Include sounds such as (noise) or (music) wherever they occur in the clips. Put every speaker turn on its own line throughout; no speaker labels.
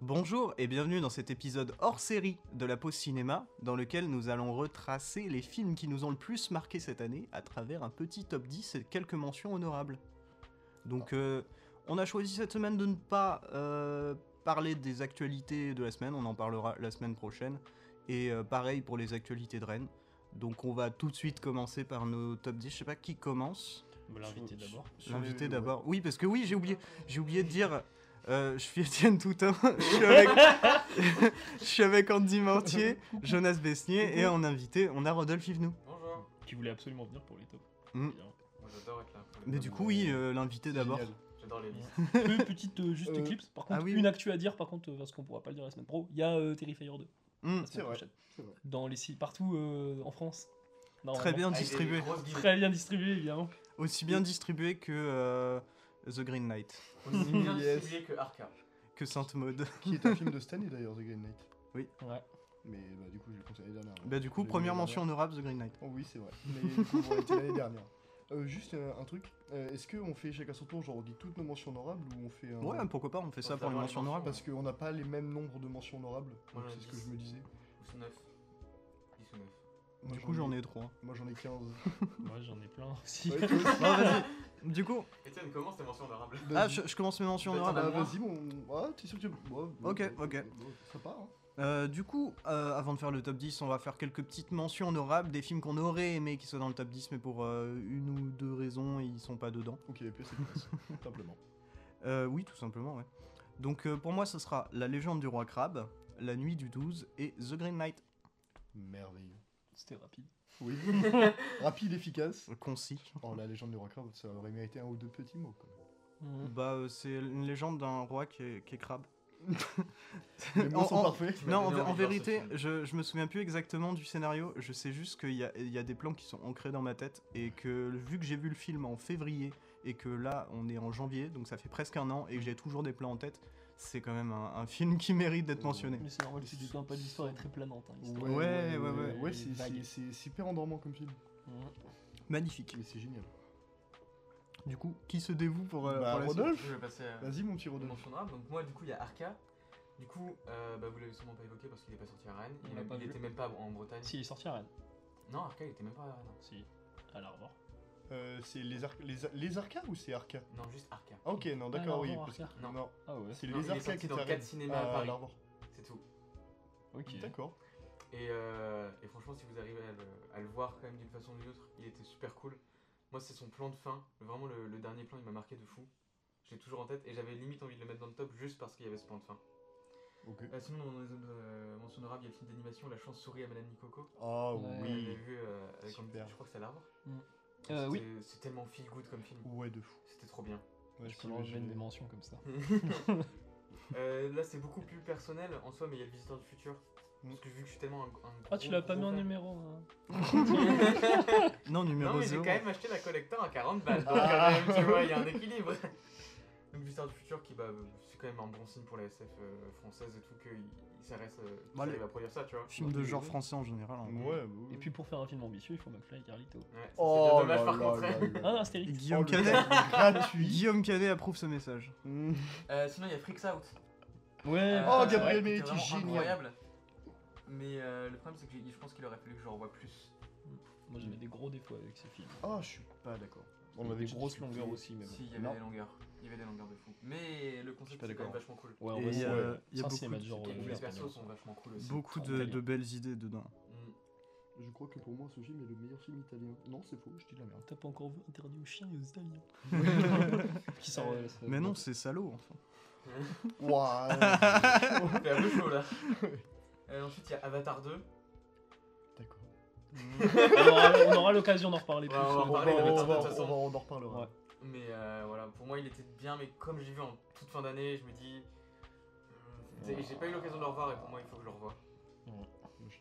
Bonjour et bienvenue dans cet épisode hors série de la pause cinéma, dans lequel nous allons retracer les films qui nous ont le plus marqué cette année à travers un petit top 10 et quelques mentions honorables. Donc, euh, on a choisi cette semaine de ne pas euh, parler des actualités de la semaine, on en parlera la semaine prochaine, et euh, pareil pour les actualités de Rennes. Donc, on va tout de suite commencer par nos top 10. Je sais pas qui commence.
Bah, L'invité d'abord.
L'invité d'abord. Oui, parce que oui, j'ai oublié, j'ai oublié de dire. euh, je suis Étienne Toutin, (laughs) je suis avec, je suis avec Andy Mortier, Jonas Besnier et en invité, on a Rodolphe Yvenou.
Bonjour.
Qui voulait absolument venir pour les tops.
Mm.
Bien.
Moi j'adore être là.
Mais du coup, oui, euh, l'invité d'abord.
Génial.
J'adore les listes.
Deux petites
(laughs)
euh, juste
Euh,
clips. Par contre,
ah oui,
une
oui.
actu à dire, par contre, euh, parce qu'on pourra pas le dire la semaine pro. Il y a euh, Terrifier 2.
Mm.
la semaine
vrai,
prochaine.
c'est vrai.
Dans les sites partout euh, en France.
Très
Normalement.
bien distribué.
Très bien distribué, évidemment.
Aussi bien distribué que euh, The Green Knight,
Aussi bien
Yes.
distribué que Arca.
que Sainte Maude. (laughs)
Qui est un film de Stanley d'ailleurs, The Green Knight.
Ouais.
Mais bah, du coup, j'ai le conseillé l'année dernière.
Bah, du coup,
Je l'ai vu
première
l'année
mention honorable, The Green Knight.
dernière. Oh, oui, c'est vrai. Mais du coup, on l'a été l'année dernière. Euh, juste euh, un truc, euh, est-ce qu'on fait chacun son tour, genre on dit toutes nos mentions honorables ou on fait un.
Ouais, pourquoi pas, on fait ça pour les
Faut savoir les
mentions honorables.
Parce qu'on n'a pas les mêmes nombres de mentions honorables, donc
Moi, j'en ai
c'est ce que
dix.
je me disais.
10 ou 9. 10 ou 9.
Moi,
Du coup, j'en ai trois. (laughs)
Moi j'en ai 15.
Moi, j'en ai plein aussi.
Ouais, toi aussi.
Non, vas-y. Du coup,
Étienne, commence tes mentions honorables.
Vas-y.
ah, je, je commence mes mentions
Bah, t'en
honorables.
Ah,
as moins.
vas-y, bon. Ah, t'es sûr que tu. ouais,
Ok,
ouais,
ok.
ouais, ouais, Ça part, hein.
Euh, du coup, euh, avant de faire le top 10, on va faire quelques petites mentions honorables des films qu'on aurait aimé qui soient dans le top 10, mais pour euh, une ou deux raisons, ils sont pas dedans.
Ok, et puis c'est place,
(laughs)
simplement.
Euh, oui, tout simplement, ouais. Donc euh, pour moi, ce sera La légende du roi crabe, La nuit du 12 et The Green Knight.
Merveilleux.
C'était rapide.
(laughs) Oui. Rapide, efficace.
Euh, Concis.
Oh, la légende du roi crabe, ça aurait mérité un ou deux petits mots, (laughs) quoi. Mmh.
Mm.
Bah, euh, c'est une légende d'un roi qui est, qui est crabe.
(laughs) Les mots
En- en-
sont parfaits.
Non, en,
donné
vé-
envie
en
de voir ce
vérité,
film.
je, je me souviens plus exactement du scénario. Je sais juste qu'il y a, il y a des plans qui sont ancrés dans ma tête et que vu que j'ai vu le film en février et que là on est en janvier, donc ça fait presque un an et que j'ai toujours des plans en tête, c'est quand même un, un film qui mérite d'être
Euh,
mentionné.
Mais c'est normal, c'est du temps, pas l'histoire est très planante. hein, l'histoire.
Ouais, ouais, ouais, ouais.
Ouais, c'est- c'est
Vague.
c'est super endormant comme film.
Mhm.
Magnifique.
Mais c'est génial.
Du coup, qui se dévoue pour, euh,
Bah,
pour la suite
Rodolphe
Je vais passer à
Vas-y, mon petit
les
Rodolphe.
mentions honorables. Donc, moi, du coup, il y a Arca. Du coup, euh, bah, vous l'avez sûrement pas évoqué parce qu'il est pas sorti à Rennes.
On
Il,
l'a
même-
pas
il
vu.
était même pas en Bretagne.
Si, il est sorti à Rennes.
Non, Arca, il était même pas à Rennes.
Si, à l'Arvor.
Euh, c'est les, Ar- les, Ar- les Arcas ou c'est Arca
Non, juste Arca.
Ah, ok, non, d'accord,
Ah,
oui.
non,
parce que-
Arca.
Non.
Non,
Ah ouais,
c'est
Non, il
les
est
Arcas
sorti
qui étaient
dans
à
quatre
Rennes.
cinémas à
Ah,
Paris.
l'Arvor.
C'est tout.
ok.
D'accord.
Et, euh, et franchement, si vous arrivez à le, à le voir quand même d'une façon ou d'une autre, il était super cool. Moi, c'est son plan de fin. Vraiment, le, le dernier plan, il m'a marqué de fou. Je l'ai toujours en tête et j'avais limite envie de le mettre dans le top juste parce qu'il y avait ce plan de fin.
Ok.
Euh, sinon, dans les euh, mentions honorables, il y a le film d'animation La chance sourit à Madame Nikoko.
Ah,
Ouais.
On l'avait
oui.
vu euh, avec
Super.
Je crois que c'est à l'arbre.
Mm.
Et
Euh, oui.
c'était- C'est tellement feel good comme film.
Ouais, de fou.
C'était trop bien.
Ouais,
Je
si,
peux
ouais,
leur
j'ai-
mettre des mentions comme ça.
Euh, là, c'est beaucoup plus personnel en soi, mais il y a le visiteur du futur.
Mm.
Parce que vu que je suis tellement un, un
Ah, tu
gros,
l'as pas mis
gros
en
fan-
numéro hein.
Non,
Non,
numéro
mais j'ai
0.
quand même acheté la collector à 40 balles. Donc,
Ah. (laughs)
quand même, tu vois, il y a un équilibre. Donc, Visiteur du futur, qui, bah, euh, c'est quand même un bon signe pour la SF euh, française et tout, qu'il il s'arrête, euh, qu'il
Bah, le-
arrive à produire ça, tu vois.
Film de genre français en général. hein.
Ouais, bah, ouais.
Et puis pour faire un film ambitieux, il faut McFly et Carlito.
Ouais, ça, c'est
Oh,
bien dommage
là
par
là
contre. hein.
là là.
Ah non, Astérix.
Guillaume
Oh, le
Canet.
cadre gratuit.
Guillaume Canet approuve ce message.
Mm.
Euh, sinon, il y a Freaks Out.
Ouais,
Euh,
Oh,
bah,
Gabriel
qui
Bellamy,
était vraiment
génial.
incroyable. Mais euh, le problème, c'est que j'ai- je pense qu'il aurait fallu que je revoie plus.
Moi j'avais des gros défauts avec ces films.
(laughs) Ah, je suis pas d'accord. On
Des
avait
grosses
grosse
longueurs aussi, mais bon.
Si, il y avait
Non.
des longueurs. Il y avait des longueurs de fou. Mais le concept,
pas
c'est quand même
d'accord.
vachement cool.
Ouais, euh,
Et
vrai,
il y a-
ouais.
il y a
C'est un
beaucoup
cinéma
de-
de genre.
Et
ouais,
les
ouais,
persos
ouais.
sont vachement cool aussi.
Beaucoup de, de belles idées dedans.
Mm. (laughs)
Je crois que pour moi, ce film est le meilleur film italien. Non, c'est faux, je dis de la merde.
T'as pas encore vu Interdit aux chiens et aux (laughs) Italiens (laughs) Qui sort.
Euh,
ouais, ça-
(laughs)
Mais non, c'est salaud enfin.
Waouh
Fait un peu
(laughs)
chaud là. Euh, ensuite, il y a Avatar 2.
D'accord.
on aura, on aura l'occasion d'en reparler
Ouais,
plus.
on va
euh,
On va,
parler
dans-
on,
d'Avatar
va,
de toute façon.
on va- on en reparlera.
Ouais.
Mais euh, voilà, pour moi il était bien, mais comme j'ai vu en toute fin d'année, je me dis. euh, c'est- J'ai pas eu l'occasion de le revoir et pour moi il faut que je le revoie.
Moi, je ne sais pas du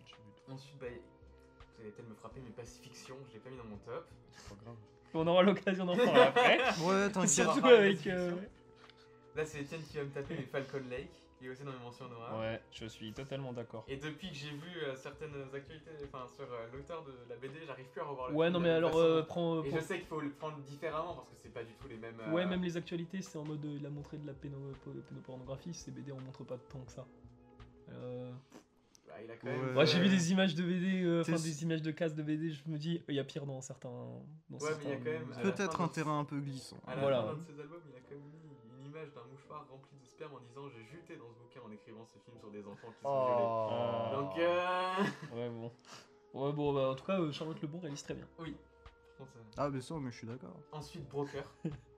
tout,
Ensuite, bah, vous allez peut-être me frapper, mais Pacific Fiction, je l'ai pas mis dans mon top.
c'est pas grave.
On aura l'occasion (laughs) d'en reparler après.
Ouais, t'inquiète.
Surtout
parler de
avec.
science-fiction.
euh,
Là, c'est Etienne qui va me taper, mais Falcon Lake. Il est aussi dans mes mentions honorables.
Ouais, je suis totalement d'accord.
Et depuis que j'ai vu euh, certaines actualités, enfin sur euh, l'auteur de la BD, j'arrive plus à revoir le
Ouais,
film
non
de
mais
la même
alors
façon.
euh, prends. euh,
Et
prends-
je sais qu'il faut le prendre différemment parce que c'est pas du tout les mêmes. euh,
Ouais, même les actualités, c'est en mode euh, il a montré de la péno- po- pédopornographie, ces BD on montre pas tant que ça. Euh,
bah, il a quand même.
Ouais, j'ai vu
Euh,
des images de BD, euh,
t'es-
enfin des images de cases de BD, je me dis, il y a pire dans certains. Dans
Ouais, mais il y a
certains-
quand même-
euh,
Peut-être
Peut-être un terrain un peu glissant.
À la
Voilà.
fin d'un de ses albums, il a quand même mis une image d'un mouchoir rempli de sperme en disant J'ai juté dans ce bouquin en écrivant ce film sur des enfants qui sont
Oh.
violés. Donc, euh.
Ouais, bon. Ouais, bon, bah, en tout cas, euh, Charlotte Lebon réalise très bien.
bon, ça-
Ah, mais ça, mais je suis d'accord.
euh, Ensuite, Broker.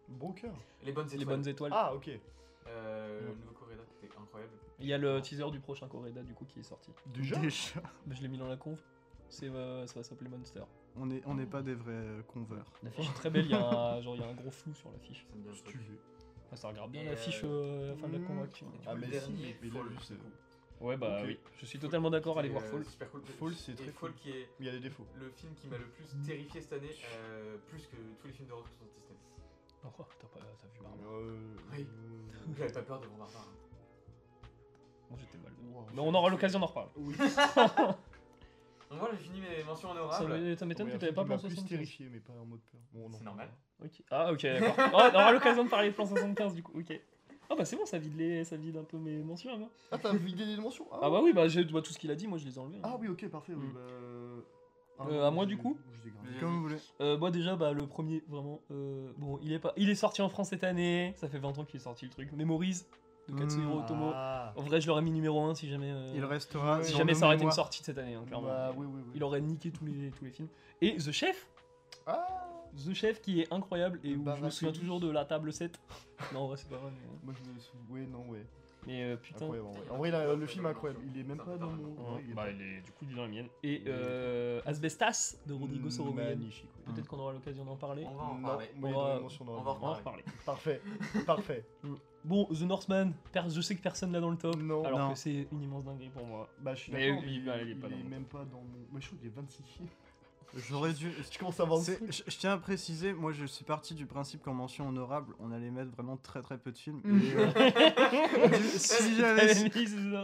Broker.
Les bonnes
Les
étoiles.
bonnes Mm. étoiles.
Ah, ok.
Euh,
Ouais.
Le nouveau Coréda, qui était incroyable.
Il y a le teaser du prochain Correda du coup qui est sorti.
Déjà
(laughs) Déjà,
Bah, Je l'ai mis dans la conve. C'est, euh, ça va s'appeler Monster.
on n'est on n'est pas des vrais euh, convers.
L'affiche est très belle, (laughs) il y, a un- genre, il y a un gros flou sur l'affiche.
Ça me dit un truc.
Stylé.
Enfin, Ah, ça regarde bien
Et,
l'affiche
euh,
euh, à la fin de la conve.
mm,
tu vois.
Et du
Ah,
coup, le
mais si,
dernier,
mais euh, il a
Fall,
vu, c'est
du coup.
Ouais, bah
ok.
oui, je suis totalement d'accord, allez
Et,
voir
euh,
Fall.
Super cool.
Fall, c'est
Et
très
Fall
cool.
qui est
Mais il y a des défauts.
le film qui m'a le plus terrifié cette année, euh, plus que tous les films d'horreur qui sont sortis cette année.
Oh, t'as, pas, t'as vu Barbara
Euh,
Bah, Oui. (laughs)
euh,
J'avais pas peur devant Barbara.
Moi j'étais mal devant.
wow.
Mais on aura l'occasion d'en reparler.
Oui.
Donc voilà, j'ai fini mes mentions
Ça
honorables.
m'é- ça m'étonne
Ouais,
que
un
t'avais
film
pas
qui m'a
pensé
plus
75.
terrifié, mais pas en mode peur. Bon, on en
C'est
parle.
normal.
Ok. Ah ok d'accord. Oh, on aura l'occasion de parler de plan 75 du coup. Ok. Ah bah c'est bon, ça vide les, ça vide un peu mes mentions. à moi.
Ah, t'as vidé des dimensions
Ah bah oui, bah, j'ai- bah, tout ce qu'il a dit, moi je les ai enlevés. hein.
Ah oui, ok, parfait. Oui,
Mm.
bah, euh,
Euh, à moi,
je-
du coup
je les ai gardés.
Comme vous voulez.
Euh, moi déjà bah le premier vraiment euh, bon il est pas il est sorti en France cette année ça fait 20 ans qu'il est sorti le truc Memories de Katsuhiro
Mmh,
Otomo
Hmm, Ah.
en vrai je l'aurais mis numéro 1 si jamais euh,
Il restera.
si
dans
jamais
nos
ça aurait été une
mémoires.
sortie de cette année hein, clairement
Bah, oui, oui, oui.
il aurait niqué tous les tous les films et The Chef
Ah
The Chef qui est incroyable et où je me
Barack
souviens
Obama.
toujours de la table 7 non en vrai c'est pas vrai mais, hein.
Moi, je me souviens. Ouais, non, ouais.
mais, euh, putain
Incroyable, en vrai. En vrai, là, le film est incroyable. Il est même pas dans mon.
Ouais,
ouais, il est
bah
pas-
il est du coup il est dans la mienne et euh, Asbestas de Rodrigo Sorogoyen
Mm, Magnifique, ouais.
peut-être qu'on aura l'occasion d'en parler
On va en
Non,
parler.
moi, il y a
On va-
dans les mentions dans la
on va en
vie.
on va en
parler.
reparler
Parfait, parfait.
Bon, The Northman, per- je sais que personne l'a dans le top,
Non,
alors
Non.
que c'est une immense dinguerie pour moi.
bah je suis
Mais
d'accord,
il-
il,
bah,
il
il est
est,
pas dans mon
même pas dans mon... Mais je trouve qu'il est 26 films.
J'aurais dû.
Tu commences à voir le
C'est-
truc.
Je je tiens à préciser, moi je suis parti du principe qu'en mention honorable, on allait mettre vraiment très très peu de films. Et, euh, du- si
(laughs)
j'avais su,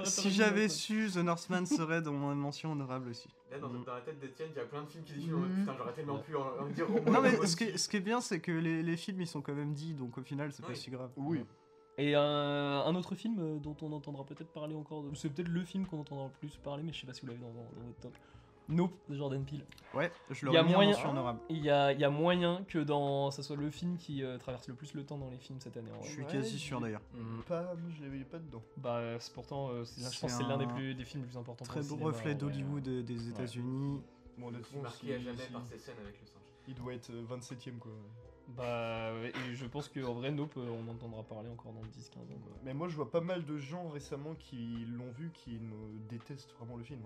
si j'avais su, The Northman serait dans mon mention honorable aussi.
Là, dans, dans la tête d'Etienne, il y a plein de films qui disent
Mhm.
Putain, j'aurais tellement pu en, en dire au moins.
Non mais
un
ce qui
aussi.
est, ce qui est bien, c'est que les, les films ils sont quand même dits, donc au final c'est pas
Oui.
si grave.
Oui,
Et un, un autre film euh, dont on entendra peut-être parler encore, de- c'est peut-être le film qu'on entendra le plus parler, mais je sais pas si vous l'avez dans, dans votre top. Nope, de Jordan Peele.
Ouais, je
Y a
l'aurais mis en
moyen-
mention honorable.
Il y a, il y a moyen que dans, ça soit le film qui euh, traverse le plus le temps dans les films cette année. en
Je
vrai.
suis
Ouais,
quasi
j'ai-
sûr d'ailleurs.
Mm.
pas, moi, je l'avais pas dedans.
Bah, euh, c'est pourtant, euh, c'est- je
C'est
pense que c'est l'un des,
un
plus- des films les plus importants.
Très
pour le
beau
cinéma,
reflet
ouais.
d'Hollywood et des États-Unis.
Bon,
Je suis
honnêtement,
marqué à
si-
jamais
si-
par ces scènes avec le singe.
il doit être 27 e quoi.
Bah, ouais, et je pense qu'en vrai, Nope, euh, on entendra parler encore dans 10-15 ans. quoi.
Mais moi, je vois pas mal de gens récemment qui l'ont vu, qui ne détestent vraiment le film.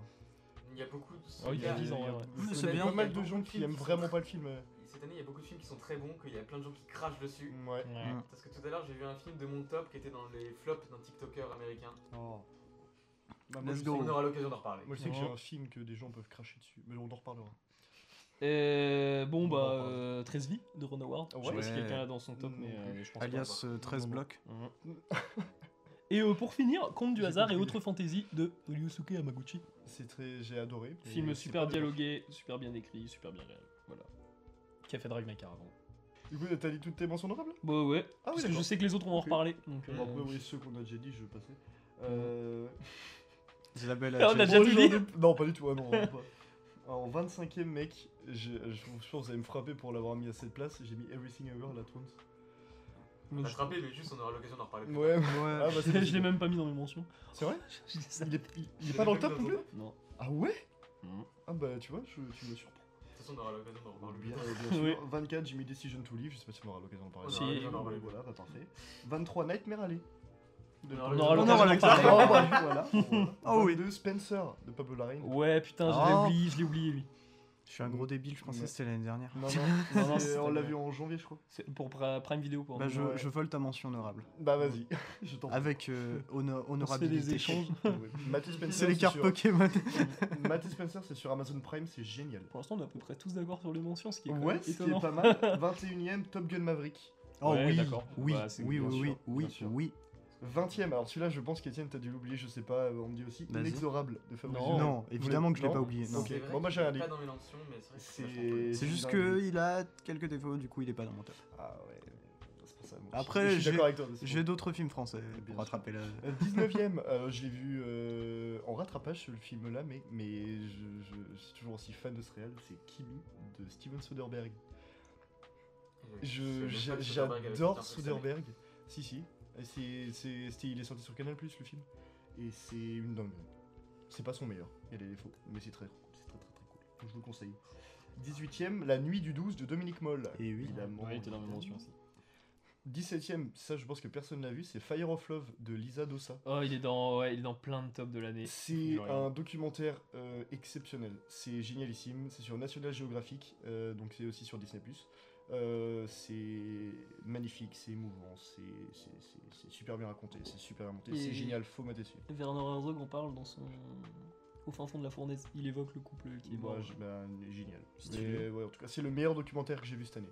Il y a beaucoup de.
Oh, il y a
il y
dix
a-
ans, ouais, ouais.
je
Mais c'est
connais
bien.
pas
Il
mal
y a
de gens
beaucoup de
qui
films
aiment
qui sont
vraiment
très-
pas le film. euh.
Cette année, il y a beaucoup de films qui sont très bons, qu'il y a plein de gens qui crachent dessus.
Ouais.
Ouais.
Parce que tout à l'heure, j'ai vu un film de mon top qui était dans les flops d'un TikToker américain.
Oh. Bah, moi,
Let's
je
go.
sais-
On aura l'occasion d'en reparler.
Moi, je sais que j'ai
Non.
un film que des gens peuvent cracher dessus, mais on en reparlera.
Euh, bon,
On va en
bah,
parler.
euh, 13 vies de Ron Howard. Je sais
Ouais.
pas si quelqu'un l'a dans son top,
Non
mais euh,
plus.
je pense pas.
Alias euh, 13
Non, non.
blocs.
Mhm. (laughs) Et euh, pour finir, Conte du
J'ai
hasard et
compris.
autres fantaisies de Ryusuke Hamaguchi.
C'est très, j'ai adoré. mais
Film
c'est
super
pas dedans.
dialogué, super bien écrit, super bien réel. Voilà. Qui a fait Drive My Car avant.
Du coup, t'as dit toutes tes mentions honorables
Bah ouais,
Ah
parce que je
d'accord.
sais que les autres vont en
Ok.
reparler. Donc,
Bon,
euh,
après, oui, ceux qu'on a déjà dit, je vais passer. Euh...
Isabelle
Ah, on a
Adjani.
déjà tout
aujourd'hui-
dit
Non, pas du tout, ah non, vraiment pas. En 25 e mec, je, je, je pense que vous allez me frapper pour l'avoir mis à cette place, j'ai mis Everything Ever la Twins.
On va se rappeler, mais juste, on aura l'occasion d'en reparler. plus
Ouais,
Ouais.
(laughs)
ah, bah, c'est
je l'ai même pas mis dans mes mentions.
C'est vrai
Je dis ça.
il est, il, il
Je
est
l'ai
pas dans le
même
top
pas
non plus
dans le
Non.
Ah ouais
Mhm.
Ah bah tu vois, je, tu me surprends.
tard. De toute façon, on aura l'occasion d'en reparler. plus
Bien,
tard.
Euh, bien sûr.
Oui.
24, j'ai mis Decision to Live, je sais pas si on aura l'occasion d'en parler.
On
aura Si. l'occasion
d'en parler.
Voilà, bah parfait. 23, Nightmare Alley. De-
On aura
On
On aura
l'occasion
aura l'occasion
d'en
d'en
Ah,
parler.
parler.
bah, voilà, voilà.
Oh oui.
22, Spencer de Pablo Larraine.
(laughs) Ouais, putain, je l'ai
Oh.
oublié, je l'ai oublié lui.
Je suis un gros débile, je pensais
Ouais.
que c'était l'année dernière.
Non, non,
Non, non,
c'est- euh,
c'était
on l'a
bien.
vu en janvier, je crois.
C'est pour Pra- Prime Video pour
(laughs) Bah, je,
Ouais.
je vole ta mention honorable.
Bah vas-y, (laughs) je t'en prie.
Avec euh, hono-
(laughs)
on se fait
honorabilité.
des échanges.
Ouais. Matty
(laughs)
Spencer,
C'est les cartes
(laughs) sur-
Pokémon.
Matty Spencer, c'est sur Amazon Prime, c'est génial.
Pour l'instant, on est à peu près tous d'accord sur les mentions, ce qui est quand
Ouais,
même
ce qui
étonnant.
est pas mal. 21 e Top Gun Maverick.
Oh
Ouais,
oui,
d'accord.
oui,
Bah, c'est
oui,
bien
oui,
sûr,
oui,
bien
oui,
sûr.
oui.
Parce
20ème, alors celui-là, je pense qu'Étienne, t'as dû l'oublier, je sais pas, euh, on me dit aussi
Vas-y.
Inexorable de Fabrice.
Non.
Hellon.
Non, évidemment que je l'ai
Non.
pas oublié. non.
Ok,
C'est vrai
bon, bah,
qu'il
j'ai
est
un
Pas
lit.
dans mes mentions, mais c'est vrai que
C'est-
c'est vachement cool.
C'est juste
je l'ai
qu'il a quelques défauts, du coup il est pas dans mon top.
Ah ouais, c'est pour ça. moi aussi.
Après,
je suis
j'ai-
d'accord avec toi. mais c'est
J'ai
bon.
d'autres films français
Bien
pour
sûr.
rattraper la.
Euh, 19ème, euh, je l'ai vu euh, en rattrapage ce film là, mais, mais je, je- je suis toujours aussi fan de ce réel, c'est Kimi de Steven Soderbergh. Je-
Je- je-
j'a-
je- Soderbergh avait fait un
J'adore
truc
Soderbergh. Si, si. C'est- c'est- c'était- il est sorti sur Canal Plus le film. Et c'est une dinguerie. C'est pas son meilleur. Il y a des défauts. Mais c'est très, c'est très, très, très cool. Donc, je vous le conseille. 18ème, La nuit du 12 de Dominique Moll.
Et oui.
Évidemment.
Ouais, il était dans mes mentions aussi.
17ème, ça je pense que personne l'a vu, c'est Fire of Love de Lisa Dossa.
Oh, il est dans, ouais, il est dans plein de tops de l'année.
C'est
Genre, il-
un documentaire euh, exceptionnel. C'est génialissime. C'est sur National Geographic, euh, donc c'est aussi sur Disney+. Euh, c'est magnifique, c'est émouvant, c'est- c'est c'est- c'est super bien raconté, c'est super bien monté,
Et-
c'est génial, faut mater dessus.
Werner Herzog en parle dans son. Au fin fond de la fournaise, il évoque le couple qui est mort.
Moi, je- bah, génial.
Stylé.
Mais, ouais, en tout cas, c'est le meilleur documentaire que j'ai vu cette année.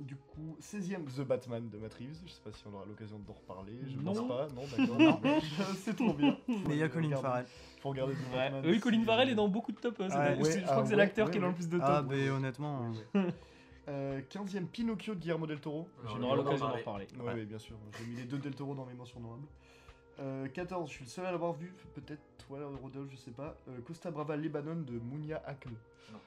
Du coup, 16ème The Batman de Matt Reeves. Je sais pas si on aura l'occasion d'en reparler. Je
Non.
pense pas. Non, d'accord. (laughs) mais c'est trop bien.
Mais il y a Colin
Regarde-
Farrell.
Faut regarder The
Ouais.
Batman.
Oui, Colin
c'est-
Farrell est dans beaucoup de tops. euh, cette
Ah,
année.
ouais,
C'est- je
ah,
crois que c'est
ouais,
l'acteur
ouais,
qui est dans
ouais.
le plus de tops.
Ah,
top,
mais
ouais.
honnêtement.
Euh, 15e Pinocchio de Guillermo del Toro.
Non,
J'ai
On
mis
aura
les-
on en
l'occasion d'en
parlait.
reparler.
Ouais, ouais, bien sûr. J'ai mis les deux del Toro dans mes mentions honorables. Euh, 14, je suis le seul à l'avoir vu, peut-être toi, Rodolphe, je sais pas. Euh, Costa Brava Lebanon de Mounia Hakel.
Non.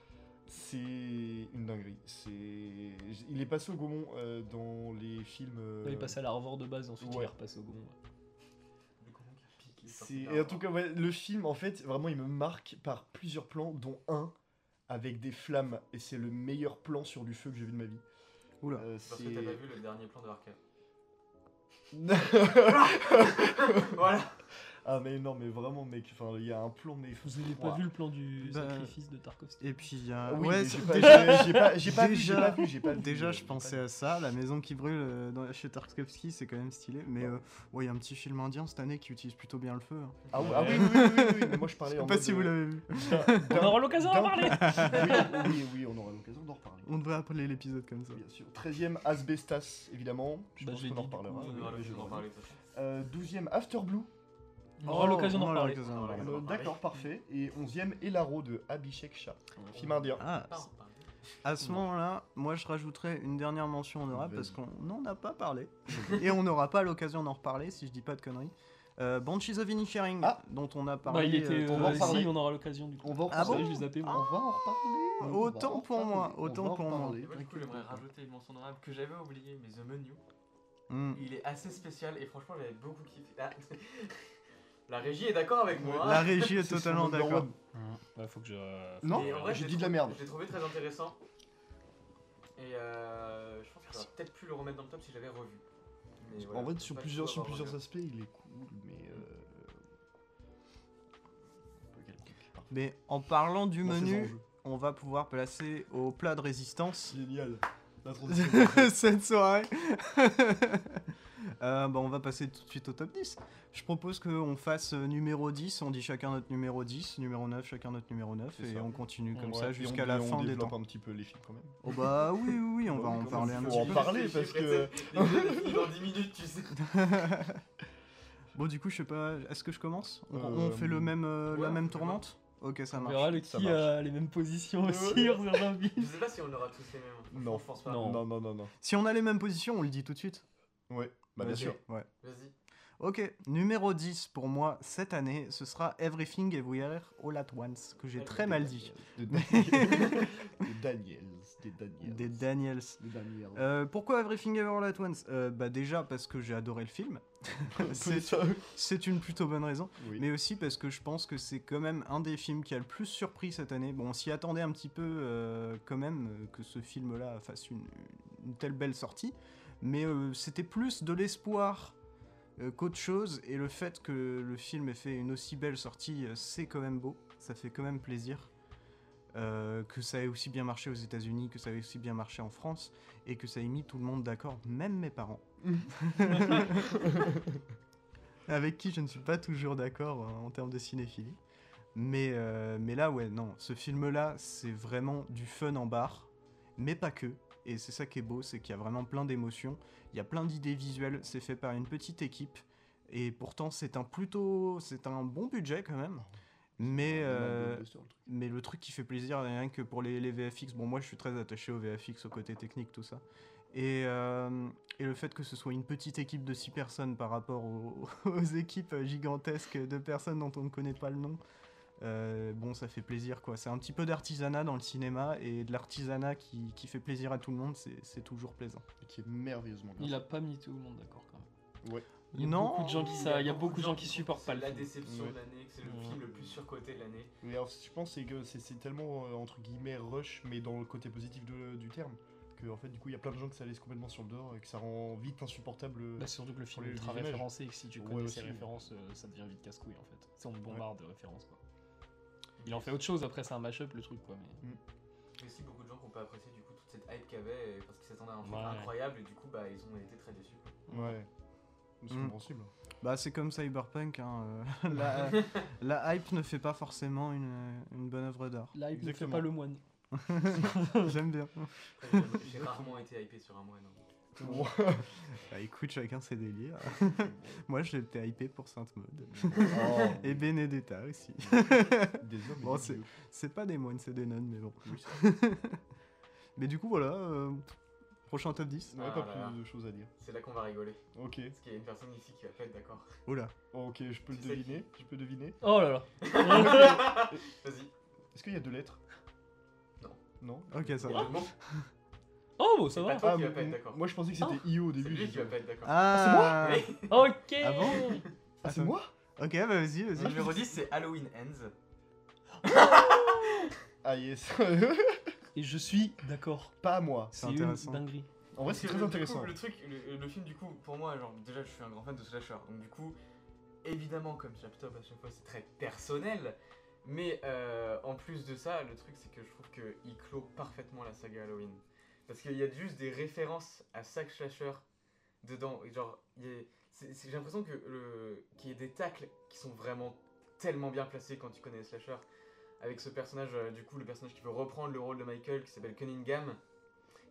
C'est une dinguerie. C'est... Il est passé au Gaumont euh, dans les films. euh,
Il est passé à la Harvard de base, ensuite il
ouais.
est repassé au Gaumont.
Le comment qui pique, il est
C'est-
sorti
Et en tout
d'un-
cas, ouais, le film, en fait, vraiment, il me marque par plusieurs plans, dont un avec des flammes. Et c'est le meilleur plan sur du feu que j'ai vu de ma vie.
Oula.
Euh,
Parce
c'est...
que t'as pas vu le dernier plan de Arcade.
voilà. Ah mais non mais vraiment mec, enfin il y a un plan mais
Vous avez pas
Ouah.
vu le plan du
Bah,
sacrifice de Tarkovsky
Et puis il y a.
Ah oui,
ouais,
mais
c'est-
j'ai pas,
déjà,
j'ai- j'ai pas, j'ai pas vu, j'ai
déjà-
pas vu, j'ai pas vu.
Bah, déjà,
euh,
je
j'ai
pensais
pas
à ça. La maison qui brûle euh, dans, chez Tarkovsky, c'est quand même stylé. Mais euh, ouais, il y a un petit film indien cette année qui utilise plutôt bien le feu. hein.
vu. Ah, oui, ah oui, oui, oui, oui, oui, mais moi je parlais
Je sais
en
pas
mode,
si vous
euh,
l'avez vu. (laughs)
d'un-
On aura l'occasion d'en
d'un-
parler
(laughs) Oui, oui, oui, on aura l'occasion d'en reparler.
On devrait appeler l'épisode comme ça.
Bien sûr. 13ème Asbestas, évidemment. Je
Bah,
pense
je l'ai
qu'on en
dit, du
reparlera.
coup,
On
oui,
aura
oui, Ah, je
l'occasion
l'aurai.
d'en parler, de toute façon.
Euh, 12ème After Blue.
On aura
Oh,
l'occasion
on
d'en
aura
reparler.
l'occasion d'en
On aura
reparler.
l'occasion.
Euh, D'accord, parfait. Et 11ème Elaro de Abhishek Shah. Film indien.
Ah,
Ah, on parle.
à ce moment-là, moi je rajouterais une dernière mention honorable parce
Vas-y.
qu'on n'en a pas parlé. et on n'aura pas l'occasion d'en reparler si je dis pas de conneries. Euh, Banshees of Inisherin,
Ah.
dont on a
Bah,
parlé.
il était.
euh,
on va en
euh,
parler.
Si, on aura l'occasion du coup.
On va en
Ah
Vous savez,
parler.
bon
je l'ai zappé,
on
moi.
va en
Autant
reparler. On va en
pour
reparler,
moi,
on va
autant
en
pour moi.
reparler,
Et moi, du coup,
t'inquiète
j'aimerais
pas.
rajouter une mention honorable que j'avais oublié, mais The Menu,
hmm.
il est assez spécial et franchement, j'avais beaucoup kiffé. Ah, (laughs) La régie est d'accord avec moi.
La régie est
Ah. C'est son
totalement
numéro
d'accord.
Bah, faut que je.
Non,
Et en vrai, je
j'ai
l'ai
dit de la
trouvé-
merde.
Je l'ai trouvé très intéressant. Et euh, je pense que j'aurais peut-être pu le remettre dans le top si j'avais revu. Mais voilà,
en vrai,
je sais
sur
pas
plusieurs,
si
sur
je dois
plusieurs
avoir
aspects, il est cool, mais. Euh... pas quel truc, parfait.
Mais en parlant du
Dans ses
menu,
enjeux.
on va pouvoir placer au plat de résistance (laughs)
Génial. La transition.
cette soirée. (laughs) Euh, bah, on va passer tout de suite au top 10. Je propose qu'on fasse euh, numéro 10, on dit chacun notre numéro 10, numéro 9, chacun notre numéro 9,
C'est
et
ça.
on continue comme
Ouais, et
ça
on-
jusqu'à
et
la
on
fin des
développe
temps.
un petit peu les films quand même.
Oh bah oui, oui, oui, on
Bah
va
oui,
en
quand
parler un
même,
petit
faut en
peu.
parler,
J'ai
parce
fait
que-
ça, j'ai fini Dans 10 minutes, tu
(laughs)
sais.
(laughs) Bon, du coup, je sais pas, est-ce que je commence on,
Euh,
on fait le même, euh,
ouais,
la
on
même
fait le même.
tournante Ok, ça
On
marche.
verra le
Ça
qui
marche.
a les mêmes positions (laughs) aussi sur certains
Je
films.
sais pas si on aura tous les mêmes.
Non.
je pense pas.
Non.
Non, non, non, non.
Si on a les mêmes positions, on le dit tout de suite.
Ouais, bah bien
Ok,
sûr.
Ouais.
Vas-y.
Ok, numéro 10 pour moi cette année, ce sera Everything Everywhere All at Once, que j'ai
Ah,
très
des
mal dit.
De
(laughs)
Daniels. Des Daniels. Des Daniels.
Des Daniels.
Des Daniels. (laughs)
Euh, pourquoi Everything Everywhere All at Once Euh, Bah déjà parce que j'ai adoré le film, c'est-
C'est ça.
c'est une plutôt bonne raison,
Oui.
mais aussi parce que je pense que c'est quand même un des films qui a le plus surpris cette année. Bon, on s'y attendait un petit peu euh, quand même euh, que ce film-là fasse une, une telle belle sortie, mais euh, c'était plus de l'espoir euh, qu'autre chose, et le fait que le film ait fait une aussi belle sortie, euh, c'est quand même beau, ça fait quand même plaisir. Euh, que ça ait aussi bien marché aux États-Unis, que ça ait aussi bien marché en France, et que ça ait mis tout le monde d'accord, même mes parents. Avec qui je ne suis pas toujours d'accord euh, en termes de cinéphilie. Mais, euh, mais là, ouais, non, ce film-là, c'est vraiment du fun en bar, mais pas que. Et c'est ça qui est beau, c'est qu'il y a vraiment plein d'émotions, il y a plein d'idées visuelles, c'est fait par une petite équipe. Et pourtant, c'est un plutôt. C'est un bon budget quand même. Mais. euh, mais le truc qui fait plaisir, rien que pour les, les VFX, bon moi je suis très attaché aux VFX, au côté technique, tout ça. Et, euh, et le fait que ce soit une petite équipe de 6 personnes par rapport aux, (laughs) aux équipes gigantesques de personnes dont on ne connaît pas le nom, euh, bon ça fait plaisir quoi. C'est un petit peu d'artisanat dans le cinéma et de l'artisanat qui, qui fait plaisir à tout le monde, c'est c'est toujours plaisant.
Qui est merveilleusement bien.
Il a pas mis tout le monde d'accord quand même.
Ouais.
Il y a
Non.
beaucoup de gens qui ça, il y a beaucoup de gens qui supportent pas le
La
film.
déception
Ouais.
de l'année, que c'est le
Ouais.
film le plus surcoté de l'année.
Mais alors, je pense c'est que c'est- c'est tellement euh, entre guillemets rush, mais dans le côté positif de- du terme, que en fait, du coup, il y a plein de gens que ça laisse complètement sur le dehors et que ça rend vite insupportable. euh,
Bah, surtout que le film
Pour
est
les
ultra
images.
référencé et que si tu connais
Ouais,
ses
aussi.
références, euh, ça devient vite casse-couille en fait. Si on te
Ouais.
bombarde de références quoi. Il en fait autre chose après, c'est un mash-up le truc quoi. Mais...
Mais aussi beaucoup de gens qui ont pas apprécié du coup toute cette hype qu'il y avait euh, parce qu'ils s'attendaient à un film
Ouais.
incroyable et du coup bah ils ont été très déçus. quoi.
Ouais. C'est
Mm.
compréhensible. hein.
(laughs) Bah c'est comme Cyberpunk, hein, euh, (laughs) la, la hype ne fait pas forcément une, une bonne œuvre (laughs) d'art.
Là, il ne fait
Exactement.
pas le moine.
J'aime bien.
Après, j'ai
(laughs)
jamais- J'ai rarement été hypé sur un mois. non.
Bah écoute, chacun ses délires. Moi j'ai été hypé pour Sainte-Maude.
Eh
Et Benedetta aussi. (laughs)
Des hommes et
Bon,
ben, des
c'est-
dieux.
C'est pas des moines, c'est des nonnes, mais bon. (laughs) mais du coup, voilà. euh, prochain top 10.
Ouais,
Ah
pas
là là.
plus de choses à dire.
C'est là qu'on va rigoler.
Ok,
Parce qu'il y a une personne ici qui va pas être d'accord. (laughs)
Oh là.
ok, je peux le
Tu sais
deviner. Je peux deviner.
Oh là là. (laughs)
Vas-y.
Est-ce qu'il y a deux lettres
Non.
Non Ah,
Ok, ça
Il y a
va.
le mot.
Oh bon, ça
C'est
va.
pas- Toi qui
mais
vas être
m-
d'accord. Oh.
Moi je pensais que c'était IO au
C'est
début.
lui
j'ai
qui va
dit,
pas être d'accord.
Ah,
Oui.
Ok.
Ah bon
Ah, c'est moi
Ok, bah vas-y,
Le
vas-y.
numéro 10 c'est Halloween Ends.
Ah yes (laughs)
Et je suis d'accord.
Pas moi.
C'est
C'est une
intéressant.
dinguerie.
En vrai,
Parce
c'est
que
très
le- du
intéressant.
coup, le truc, le, le film du coup, pour moi, genre déjà je suis un grand fan de slasher, donc du coup, évidemment comme Chaptop à chaque fois c'est très personnel, mais euh, en plus de ça, le truc c'est que je trouve que il clôt parfaitement la saga Halloween, parce qu'il y a juste des références à chaque slasher dedans, et genre il y a- c'est- c'est- j'ai l'impression que le qu'il y ait des tacles qui sont vraiment tellement bien placés quand tu connais les slasher, avec ce personnage, euh, du coup le personnage qui veut reprendre le rôle de Michael qui s'appelle Cunningham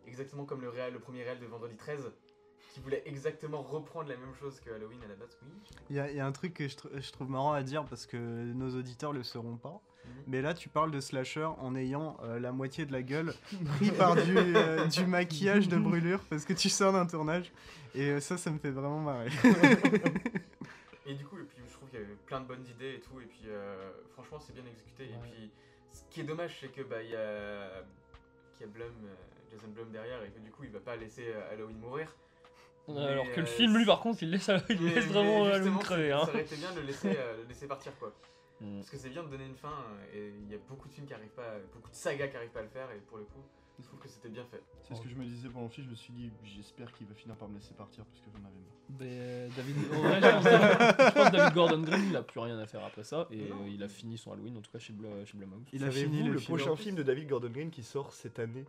exactement comme le, réel, le premier réel de Vendredi 13, qui voulait exactement reprendre la même chose que Halloween à la base. Oui.
Il y, a- il y a un truc que je, tr- je trouve marrant à dire parce que nos auditeurs le sauront pas.
Mhm.
Mais là, tu parles de slasher en ayant euh, la moitié de la gueule pris par du, euh, du maquillage de brûlure parce que tu sors d'un tournage. Et euh, ça, ça me fait vraiment marrer.
Et du coup, et puis, je trouve qu'il y avait plein de bonnes idées et tout, et puis euh, franchement, c'est bien exécuté.
Ouais.
Et puis, ce qui est dommage, c'est que bah, il y a, qu'il y a Blum, euh, Jason Blum derrière, et que du coup, il va pas laisser euh, Halloween mourir. Mais,
Alors que le
euh,
film, lui, par contre, il laisse, (laughs) il
Mais-
laisse vraiment
mais
euh, le
justement,
crever.
ça-
Hein.
Ça aurait été bien de le laisser, euh, le laisser partir, quoi.
(laughs) Mm.
Parce que c'est bien de donner une fin, euh, et il y a beaucoup de films qui arrivent pas, beaucoup de sagas qui arrivent pas à le faire, et pour le coup, je trouve que c'était bien fait.
C'est
Oh.
ce que je me disais pendant le film, je me suis dit, j'espère qu'il va finir par me laisser partir parce que j'en avais marre.
Ben, euh, David... en vrai, je, pense, je pense que David Gordon Green, il a plus rien à faire après ça et
Non.
euh, il a fini son Halloween en tout cas chez, Bla... chez Blumhouse.
Il a fini le film.
prochain film de
David Gordon Green qui sort cette année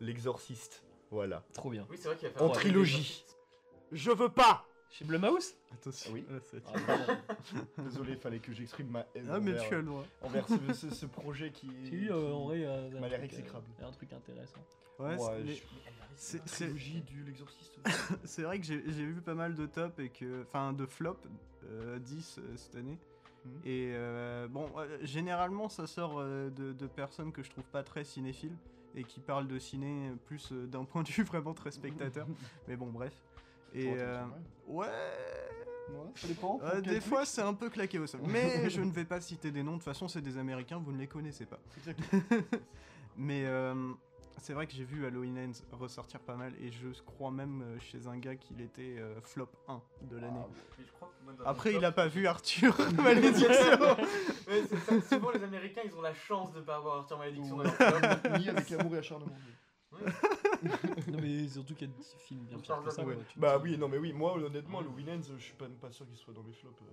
L'Exorciste. Voilà.
Trop bien.
Oui, c'est vrai qu'il
Ah,
va faire.
En
Ouais.
trilogie. Je veux pas
Chez Blumhouse
Attention.
Ah oui.
là, ça-
Ah, pardon.
Désolé, fallait que j'exprime ma haine
Ah, mais
envers,
tu as le droit.
envers ce, ce- ce
(laughs)
projet qui.
Si, euh, en vrai, euh,
m'a
un
l'air
truc, euh,
exécrable.
un truc intéressant.
Ouais,
Ouais,
c'est- les-
je-
Mais elle arrive,
c'est-
hein.
La
c'est-
trilogie de l'exorciste.
(laughs) C'est vrai que j'ai j'ai vu pas mal de top et que. Enfin, de flop, euh, 10 euh, cette année.
Mhm.
Et euh, bon, euh, généralement, ça sort euh, de, de personnes que je trouve pas très cinéphiles et qui parlent de ciné euh, plus euh, d'un point de vue (laughs) vraiment très spectateur. Mais bon, bref. Et euh, ouais,
Ouais, ça dépend.
euh, des fois c'est un peu claqué au sol. (laughs) Mais je ne vais pas citer des noms, de toute façon c'est des Américains, vous ne les connaissez pas. (laughs) Mais euh, c'est vrai que j'ai vu Halloween Ends ressortir pas mal et je crois même euh, chez un gars qu'il était euh, flop 1 de l'année.
Ah,
Mais je crois que moi, dans
Après
mon
il a
top-
pas vu Arthur (laughs) Malédiction
Ouais, c'est ça, Souvent, les Américains, ils ont la chance de pas avoir Arthur Malédiction.
(laughs)
dans leur
(laughs)
top.
Ni avec amour et acharnement.
Non, mais surtout qu'il y a 10 films bien pires que ça.
Ouais.
quoi, tu te
Bah
dis.
oui, non mais oui, moi honnêtement, le Winans, je suis pas, pas sûr qu'il soit dans mes flops. euh.
Mais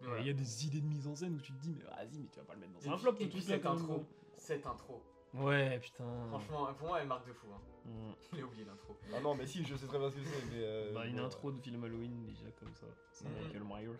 Ouais,
voilà.
Il y a des idées de mise en scène où tu te dis, mais vas-y, mais tu vas pas le mettre dans
Et
un
puis-
flop,
et
ce
puis
truc-là
cette
quand même.
intro, cette intro.
Ouais, putain.
Franchement, pour moi, elle marque de fou. Hein.
Mm.
J'ai oublié l'intro.
Ah non, mais si, je sais très bien ce que c'est, mais. euh,
Bah, une
bon,
intro de film Halloween déjà comme ça, sans
Mm.
Michael Myers.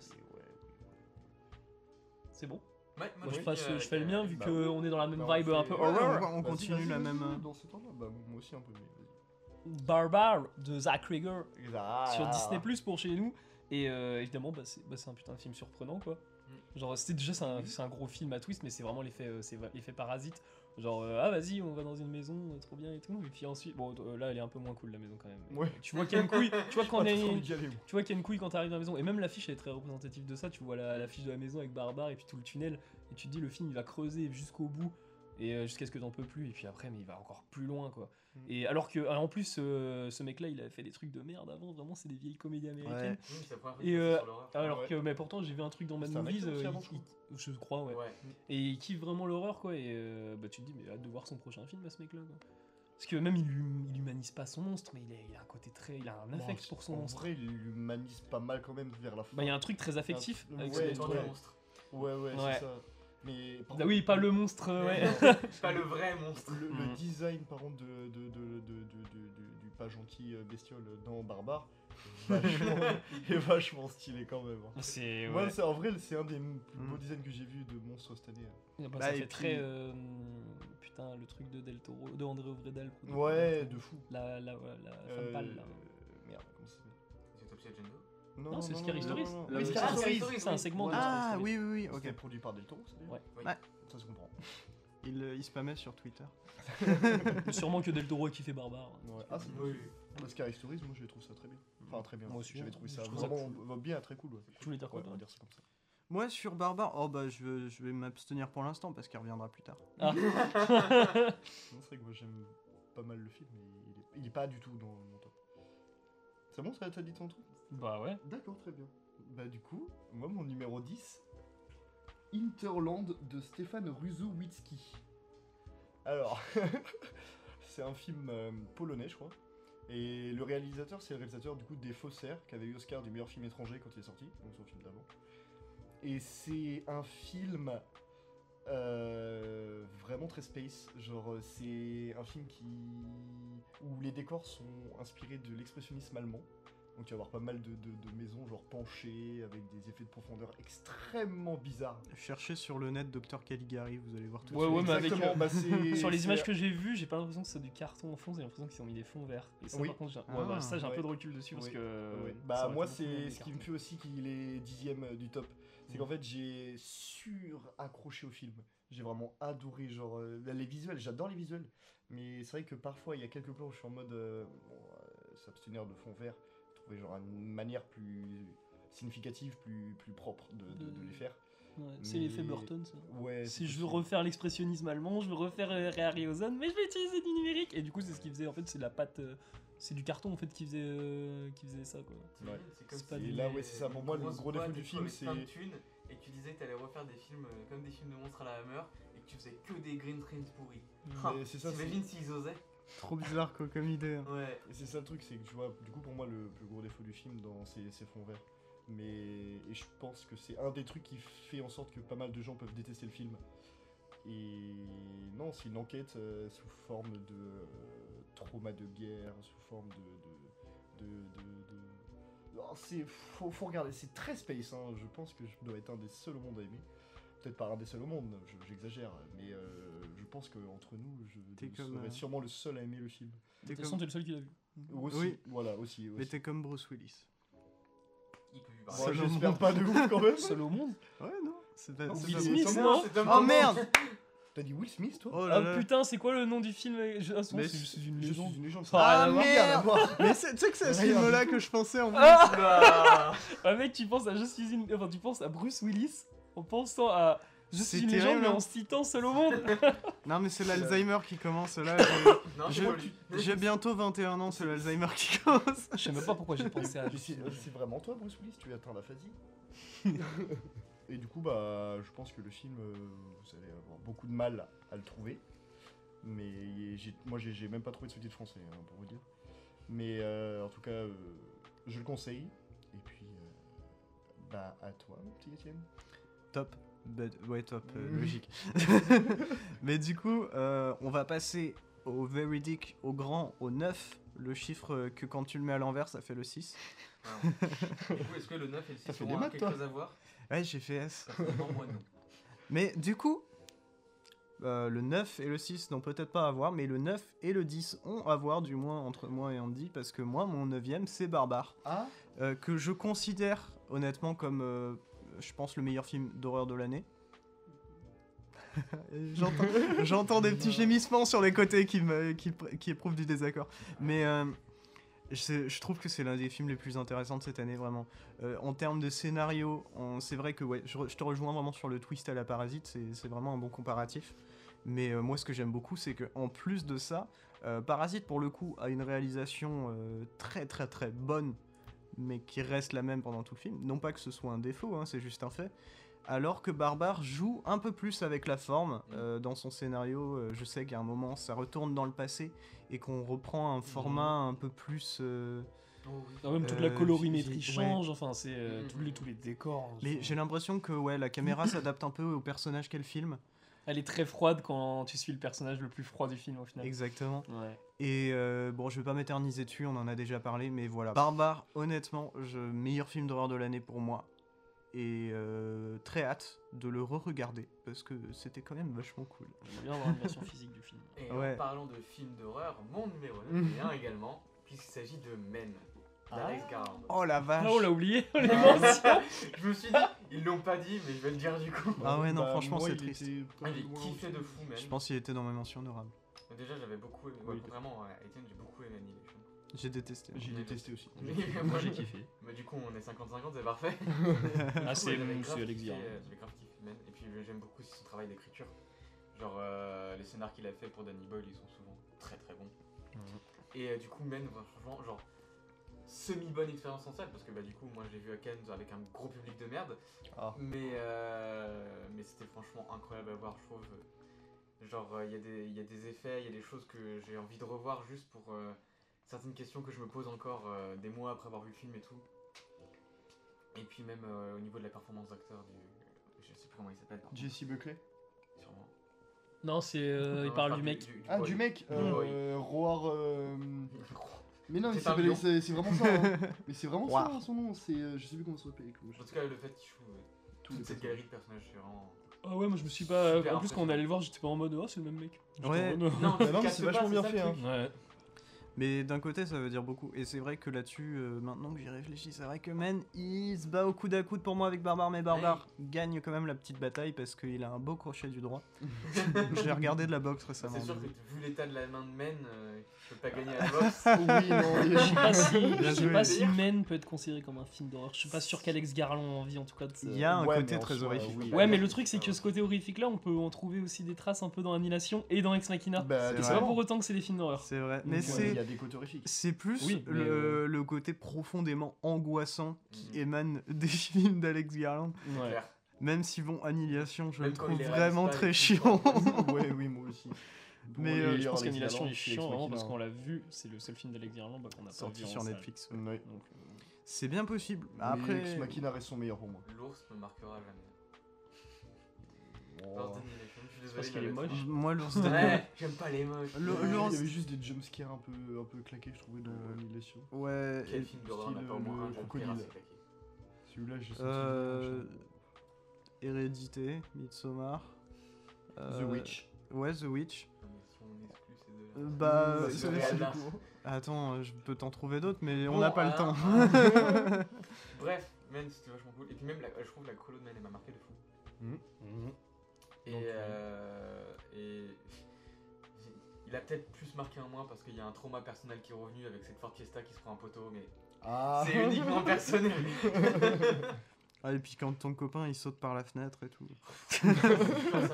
C'est bon
Ouais, moi,
Moi, je,
dis,
passe-
euh,
je fais le mien vu
bah
qu'on est dans la même
Bah, on
vibe
fait-
un peu
ouais,
horror.
on va- on
Bah,
continue
vas-y,
la
vas-y,
même,
vas-y,
euh,
Dans ce temps-là, bah moi aussi un peu, mais vas-y.
Barbare de Zach Krieger
Ah.
sur Disney
Disney+.
Plus pour chez nous. Et euh, évidemment, bah, c'est bah, c'est un putain de film surprenant quoi.
Mm.
Genre, c'était déjà c'est un, c'est un gros film à twist, mais c'est vraiment l'effet euh, c'est va- l'effet parasite. Genre, euh, ah vas-y, on va dans une maison, euh, trop bien et tout. Et puis ensuite, bon, euh, là, elle est un peu moins cool la maison quand même.
Ouais.
Tu vois qu'il y a une couille, tu
(laughs)
vois quand
Ah,
on
t'as
est
trop envie d'y aller, moi.
Tu vois qu'il y a une couille quand t'arrives dans la maison, et même l'affiche elle est très représentative de ça, tu vois
Mm.
la- l'affiche de la maison avec Barbare et puis tout le tunnel, et tu te dis le film il va creuser jusqu'au bout, et euh, jusqu'à ce que t'en peux plus, et puis après mais il va encore plus loin quoi.
Mm.
Et alors que, alors, en plus euh, ce mec là il a fait des trucs de merde avant, vraiment c'est des vieilles comédies américaines.
Oui, c'est la première fois
Et,
que je
euh,
pense sur l'horreur.
Alors
Ah Ouais.
que, mais pourtant j'ai vu un truc dans Mad
C'était un
Movies,
acteur aussi
euh,
avant,
il-
je crois.
il- je crois ouais.
Ouais.
Et il kiffe vraiment l'horreur quoi, et euh, bah tu te dis mais hâte de voir son prochain film à ce mec là quoi. Parce que même il, hum- il humanise pas son monstre, mais il, est- il a un côté très, il a un affect
Bon,
pour son
en
monstre.
vrai, il l'humanise pas mal quand même vers la fin.
Bah il y a un truc très affectif
Ah,
avec
C'est
ouais,
ce
l'histoire
monstre.
du
ouais.
monstre.
Ouais, ouais,
Ouais.
c'est ça. Mais par
Ah oui,
contre,
pas le monstre, euh, ouais.
(laughs)
Pas le vrai monstre.
Le, le
Mm.
design, par contre, de, de, de- de- de- de- du, du pas gentil euh, bestiole dans Barbare,
(laughs)
vachement, est vachement stylé quand même. hein.
Ah, C'est. Ouais.
Moi, c'est en vrai, c'est un des m- plus beaux
Mm.
designs que j'ai vu de monstres cette année. hein.
Ah bah,
Bah,
ça
et
fait
puis-
très. euh, putain, le truc de Del Toro, de André Obredal. quoi, de-
Ouais, de fou.
La, la, la, la femme
Euh,
pâle, là.
Merde, comment ça s'appelle
Autopsie à Django.
Non, c'est Scary Stories.
non, non.
Le-
Oui,
c'est
Ah, Scary
un-
Stories.
Stories,
C'est un
oui.
segment de.
Ah
Stories.
oui, oui, oui,
C'était
ok.
produit par Del Toro, c'est
Ouais.
Ça se comprend.
Il, euh, il spammait sur Twitter.
(laughs) Sûrement que Del Toro qui fait
(laughs)
barbare.
Ouais. Ah, c'est
Oui.
Bah, Scary Stories, moi je trouve ça très bien. Enfin, très bien.
Mm. Moi aussi,
J'avais
hein.
trouvé
Je
ça
trouve ça
vraiment euh, bien, très cool. Ouais.
Tu voulais dire quoi,
Ouais, on
toi
va dire ça comme ça.
Moi, sur Barbare, oh bah je, je vais m'abstenir pour l'instant parce qu'il reviendra plus tard.
Ah.
Non, c'est vrai que moi j'aime pas mal le film, mais il est, il est pas du tout dans mon top. C'est bon, ça t'as dit ton truc
Bah ouais.
D'accord, très bien. Bah du coup, moi mon numéro 10, Interland de Stéphane Ruzowitzki. Alors, (laughs) c'est un film euh, polonais je crois. Et le réalisateur, c'est le réalisateur du coup des Faussaires, qui avait eu Oscar du meilleur film étranger quand il est sorti, donc son film d'avant. Et c'est un film euh, vraiment très space. Genre, euh, c'est un film qui où les décors sont inspirés de l'expressionnisme allemand. Donc tu vas avoir pas mal de, de- de maisons genre penchées, avec des effets de profondeur extrêmement bizarres.
Cherchez sur le net Docteur Caligari, vous allez voir tout
Ouais,
de
ouais,
suite.
mais avec,
Exactement,
euh,
bah,
(laughs)
c'est-
Sur les
c'est-
images que j'ai vues, j'ai pas l'impression que c'est du carton en fond, j'ai l'impression qu'ils ont mis des fonds verts. Et ça,
Oui.
par contre, j'ai- ouais,
Ah,
voilà, ça, j'ai un peu
ouais.
de recul dessus parce
Oui.
que.
Ouais.
euh, ça
Bah
aurait
moi
été beaucoup moins
c'est
des
ce qui me
cartons.
fait aussi qu'il est dixième euh, du top. C'est
Mm.
qu'en fait j'ai sur accroché au film. J'ai vraiment adoré genre euh, les visuels, j'adore les visuels. Mais c'est vrai que parfois il y a quelques plans où je suis en mode euh, bon, euh, s'abstenir de fond vert, trouver genre une manière plus significative, plus, plus propre de, de- de les faire.
Ouais, C'est l'effet
Mais-
Burton, ça.
Ouais, c'est
Mm. Si je veux
possible.
refaire l'expressionnisme allemand, je veux refaire euh, Ray Harryhausen, mais je vais utiliser du numérique. Et du coup, c'est ce qu'il faisait. En fait, c'est de la pâte, euh, c'est du carton en fait qui faisait, euh, qui faisait ça quoi.
Ouais.
C'est comme
C'est pas
si
des-
tu
là,
ouais, c'est ça. Pour moi, le
grosses
gros défaut
boîtes
du
et tout,
film,
avec plein de
c'est-
thunes, Et que tu disais que t'allais refaire des films euh, comme des films de monstres à la Hammer et que tu faisais que des green trains pourris. Ah,
Mais c'est ça, c'est-
T'imagines s'ils osaient
Trop bizarre quoi, comme idée. hein.
Ouais.
Et c'est ça le truc, c'est que tu vois, du coup pour moi le plus gros défaut du film dans ces, ces fonds verts. Mais et je pense que c'est un des trucs qui fait en sorte que pas mal de gens peuvent détester le film. Et non, c'est une enquête euh, sous forme de euh, trauma de guerre, sous forme de. de, de, de- de- Oh, c'est faut, faut regarder, c'est très space. hein. Je pense que je dois être un des seuls au monde à aimer. Peut-être pas un des seuls au monde, je- j'exagère, mais euh, je pense que entre nous, je
T'es
serais
comme, euh,
sûrement le seul à aimer le film.
De
T'es
toute façon,
comme...
t'es le seul qui l'a vu.
Aussi,
Oui.
voilà, aussi.
Mais
aussi.
t'es comme Bruce Willis.
Il peut lui
Bon,
parler.
Seul au
J'espère
monde.
pas de ouf quand même.
Seul au monde.
Ouais, non C'est pas,
Non,
c'est
Will
pas-
Smith,
Tom
non
Hanks, c'est Tom
Oh
Hanks.
merde
T'as dit Will Smith, toi
Oh là
Ah
là
putain, c'est quoi le nom du film euh, je- Ah, c'est bon,
Mais
c'est juste
Je
une
suis
légende.
une légende.
Ça a
Ah
rien à voir.
merde
voir.
Mais c'est- tu sais que c'est ce
Rien du
film-là
tout.
que je pensais en vrai.
Ah,
Oula.
ah, mec, tu penses à Just suis une- enfin, tu penses à Bruce Willis en pensant à Je suis
C'est
une légende,
terrible,
mais
hein.
en citant Seul
(laughs)
au monde.
Non, mais c'est
là.
l'Alzheimer qui commence là.
Non,
J'ai-
c'est pas lui.
J'ai bientôt 21 ans, c'est l'Alzheimer qui commence.
Je sais même pas pourquoi j'ai
(laughs)
pensé à.
Mais C'est euh, c'est vraiment toi, Bruce Willis, tu atteins la phasie. Et du coup, bah, je pense que le film, euh, vous allez avoir beaucoup de mal à le trouver. Mais j'ai- moi, j'ai- j'ai même pas trouvé de sous-titre français, hein, pour vous dire. Mais euh, en tout cas, euh, je le conseille. Et puis, euh, bah, à toi, mon petit Étienne.
Top. Bah, ouais, top, euh,
Mm.
logique. (laughs) Mais du coup, euh, on va passer au véridique, au grand, au 9, le chiffre euh, que quand tu le mets à l'envers, ça fait le 6.
Alors, Ah Du coup, est-ce que le 9 et le 6
fait
ont
des
un-
maths,
quelque
toi.
chose à voir
Ouais, j'ai fait S.
Personnellement, moi non.
Mais du coup, euh, le 9 et le 6 n'ont peut-être pas à voir, mais le 9 et le 10 ont à voir, du moins entre moi et Andy, parce que moi, mon 9ème, c'est Barbare.
Ah
euh, que je considère honnêtement comme, euh, je pense, le meilleur film d'horreur de l'année. (laughs) J'entends- J'entends des petits gémissements sur les côtés qui, me, qui, pr- qui éprouvent du désaccord. Mais euh, je, je trouve que c'est l'un des films les plus intéressants de cette année, vraiment. Euh, en termes de scénario, on- c'est vrai que ouais, je, re- je te rejoins vraiment sur le twist à la parasite, c'est c'est vraiment un bon comparatif. Mais euh, moi, ce que j'aime beaucoup, c'est qu'en plus de ça, euh, Parasite, pour le coup, a une réalisation euh, très très très bonne mais qui reste la même pendant tout le film. Non pas que ce soit un défaut, hein, c'est juste un fait. Alors que Barbare joue un peu plus avec la forme euh, dans son scénario. euh, je sais qu'à un moment, ça retourne dans le passé et qu'on reprend un format un peu plus. euh,
Oh oui.
Non, même toute
Euh,
la colorimétrie
j'ai-
change, enfin, c'est euh,
Mm.
tous les- tous les décors.
les-
sont-
J'ai l'impression que ouais, la caméra s'adapte un peu au personnage qu'elle filme.
Elle est très froide quand tu suis le personnage le plus froid du film au final.
Exactement.
Ouais.
Et euh, bon, je vais pas m'éterniser dessus, on en a déjà parlé, mais voilà. Barbare, honnêtement, je, meilleur film d'horreur de l'année pour moi. Et euh, très hâte de le re-regarder, parce que c'était quand même vachement cool.
J'aimerais bien avoir une version physique du film.
Et
Ouais.
en parlant de films d'horreur, mon numéro
Mm.
9 est un également, puisqu'il s'agit de Men, d'Alex
Ah.
Garland.
Oh la vache
Ah, on l'a oublié, on les
Ah.
mentions.
Je me suis dit, ils l'ont pas dit, mais je vais le dire du
(laughs)
coup.
Ah ouais, non,
Bah,
franchement,
moi,
c'est
il
triste.
était pas
Ah, Il est
loin
kiffé
aussi.
de fou,
Je
même.
pense qu'il était dans mes mentions honorables.
Déjà, j'avais beaucoup aimé. ouais,
Oui.
vraiment, ouais, Étienne, j'ai beaucoup aimé Annihilation.
J'ai détesté.
J'ai détesté
(laughs)
aussi.
Moi,
j'ai
j'ai
kiffé.
Mais du coup, on est 50-50, c'est parfait.
Ah, c'est c'est
j'avais grave
Alex
kiffé,
Garland.
euh, J'avais grave kiffé Man. Et puis euh, j'aime beaucoup aussi son travail d'écriture. Genre euh, les scénars qu'il a fait pour Danny Boyle, ils sont souvent très très bons.
Mhm.
Et euh, du coup, Men, bah, franchement, genre semi-bonne expérience en salle parce que bah du coup, moi j'ai vu à Cannes avec un gros public de merde.
Ah.
Mais euh, mais c'était franchement incroyable à voir, je trouve. Genre euh, il y, a des- y a des effets, il y a des choses que j'ai envie de revoir juste pour euh, certaines questions que je me pose encore euh, des mois après avoir vu le film et tout. Et puis même euh, au niveau de la performance d'acteur du. Je sais plus comment il s'appelle. par contre,
Jesse Buckley.
Sûrement.
(laughs) Non, c'est. euh,
Non,
il
je
parle du mec.
Ah,
boy.
du mec
Du
euh,
boy.
Roar. euh, Mais non, il
C'est un
s'appelle-
lion.
c'est c'est vraiment ça.
(laughs)
hein. Mais c'est vraiment ça
Roar.
hein, son nom. C'est, euh, je sais plus comment ça s'appelle. comment je-
(laughs) En tout cas, le fait qu'il joue euh,
tous les
toute cette
personnages.
galerie de personnages, c'est
(laughs)
vraiment.
Ah ouais, moi je me suis pas.
Super
en plus, quand on allait le voir, j'étais pas en mode oh, c'est le même mec. J'étais
Ouais.
en mode, oh.
Bah
tu
non, mais
captes
c'est
pas,
vachement bien
ça le
fait, hein.
(laughs)
truc.
Ouais.
Mais d'un côté, ça veut dire beaucoup. Et c'est vrai que là-dessus, euh, maintenant que j'y réfléchis, c'est vrai que Man, il se bat au coude à coude pour moi avec Barbare, mais Barbare gagne quand même la petite bataille parce qu'il a un beau crochet du
(laughs)
droit. J'ai regardé de la boxe récemment.
C'est sûr que
désolé.
vu l'état de la main de Men, euh, tu
Bah,
peux pas
(laughs)
gagner à la boxe.
Ah Oui, non, il
(laughs)
y
Je sais
(laughs)
pas si,
Bien
je sais
joué.
pas si Men peut être considéré comme un film d'horreur. Je suis pas sûr qu'Alex Garland en vit en tout cas. de ce-
Il y a un
Euh, Ouais, mais
côté
en
très
soi,
horrifique.
oui.
Ouais, mais le truc, c'est que ce côté horrifique là, on peut en trouver aussi des traces un peu dans Annihilation et dans Ex
a-
Machina.
Bah,
C'est
Et
des
c'est pas
vraiment.
pour
moments.
autant que c'est des films d'horreur.
C'est vrai.
Donc,
Mais
ouais,
c'est.
Il y a des
(laughs)
côtés horrifiques.
C'est plus
Oui, mais,
le,
euh,
le côté profondément angoissant qui
Mhm.
émane (laughs) des films d'Alex Garland.
Ouais.
Clair.
Même si, bon, Annihilation, je
Même
le
quand
trouve
il les réalise
vraiment
pas,
très
il-
chiant. (laughs)
ouais, oui, moi aussi.
Mais,
Pour
euh,
les
je pense
lire,
qu'Annihilation
les
est
films,
chiant
les
vraiment
films,
parce
hein.
qu'on l'a vu, c'est le seul film d'Alex Garland bah, qu'on a pas vu
Sorti
en
sur
salle.
Netflix. ouais.
Ouais.
Donc, euh,
C'est bien possible.
Après,
Après,
Ex Machina reste son meilleur pour moi.
L'ours me marquera jamais.
Oh.
Lors d'Annihilation, je suis désolé.
parce
je
qu'il est
l'avais
moche.
trouvé.
moi, l'ours de-
(laughs) Ouais, j'aime pas les moches.
Le-
Ouais,
le-
Euh, Il y avait juste des jumpscares un peu, un peu claqués, je trouvais, dans Annihilation.
Ouais.
Quel
et-
film d'horreur
style,
n'a pas au moins
le
un John
crocodile.
Terrace claqué
Celui-là, j'ai senti.
Euh, Hérédité, Midsommar.
The
euh,
Witch.
Ouais, The Witch.
Non, mais si on exclut ces
Euh,
deux-là.
bah,
Mmh,
c'est-
le
c'est-
Réal.
Attends, euh, je peux t'en trouver d'autres, mais on
Bon,
n'a pas le
ah,
temps.
ah. Bref, Man, c'était vachement cool. Et puis même, la- je trouve que la colo de Man, elle m'a marqué de fou.
Mmh.
Mmh.
Et,
Donc,
euh, et il a peut-être plus marqué un mois parce qu'il y a un trauma personnel qui est revenu avec cette Ford Fiesta qui se prend un poteau, mais
Ah. (laughs)
c'est uniquement personnel.
Ah, et puis quand ton copain il saute par la fenêtre et tout.
Ça Mmh.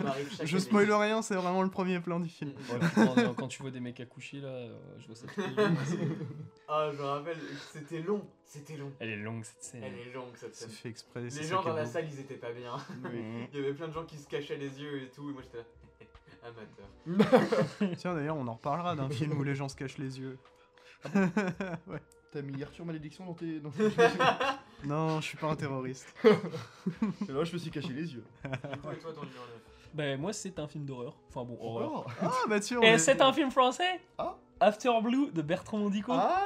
m'arrive chaque
Je
année.
spoil rien, c'est vraiment le premier plan du film.
Ouais, putain, euh, quand tu vois des mecs accouchés là, euh, je vois ça. depuis le début.
Ah, je me rappelle, c'était long, c'était long.
Elle est longue cette scène.
Elle est longue cette
C'est
scène.
fait exprès. c'est
Les
ça
gens
qui est
dans la
beau.
salle, ils étaient pas bien. (laughs)
Mmh.
Oui.
Il y avait plein de gens qui se cachaient les yeux et tout, et moi j'étais là, (laughs) amateur.
Tiens, d'ailleurs, on en reparlera
(laughs)
d'un film où les gens se cachent les yeux. Ouais.
T'as mis Arthur Malédiction dans tes. Dans tes-
(laughs) Non, je suis pas un terroriste.
C'est là, je me suis caché les yeux.
Du coup, et toi, ton numéro 9
Ben moi c'est un film d'horreur. Enfin bon, horreur.
Oh.
Ah, bah tiens. on
Et
est-
c'est un film français
Ah.
After Blue de Bertrand Mandico.
Ah.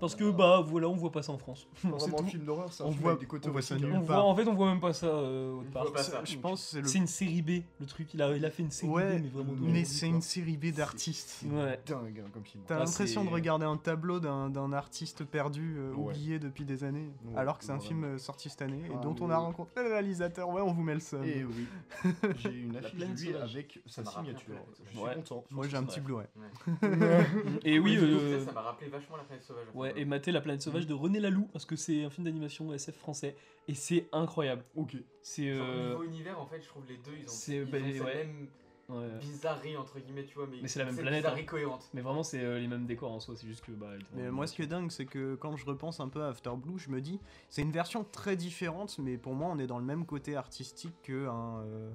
Parce que bah voilà, on voit pas ça en France.
Pas
C'est
vraiment un
tout.
film d'horreur, c'est un
On
film
voit-
avec des côtés
on voit ça
horrifiques,
nul.
On
hein.
voit-
part.
en fait, on voit même pas ça euh, autre
On
part.
voit pas Ah, ça.
Je pense que
C'est
c'est
une série B, le truc. Il a, il a fait une
le.
série
Ouais,
B, mais vraiment de
mais
ouf,
c'est
quoi.
une série B d'artistes.
Ouais.
Dingue hein, comme film.
T'as
Ah,
l'impression de
c'est-
regarder un tableau d'un d'un artiste perdu, euh,
Ouais.
oublié depuis des années,
Ouais,
alors que c'est un
vraiment.
film euh, sorti cette année et
Ah,
dont on
mais-
a rencontré le réalisateur. Ouais, on vous met le seum.
Et
(laughs)
Eh oui, j'ai une
La
affiche de
plaine
lui
sauvage.
avec sa
m'a rappelé un peu
signature.
la plaine
Je suis
sauvage.
content.
Moi, j'ai un petit
(laughs)
Ouais.
Blu-ray.
Et oui,
je trouve
euh,
que ça, ça m'a rappelé vachement la planète sauvage. en fait.
ouais, et mater La planète sauvage de René Laloux, parce que c'est un film d'animation SF français. Et c'est incroyable.
ok.
C'est.
Genre,
euh,
niveau univers, en fait, je trouve les deux, ils ont,
c'est-
ils
bah,
ont cette
ouais.
même
ouais.
bizarrerie, entre guillemets, tu vois. Mais,
Mais c'est la même
cette
planète,
bizarrerie cohérente.
Mais vraiment, c'est euh, les mêmes décors en soi, c'est juste que. Bah, ils font
Mais
une
moi, ce qui est dingue, c'est que quand je repense un peu à After Blue, je me dis, c'est une version très différente, mais pour moi, on est dans le même côté artistique que un, euh,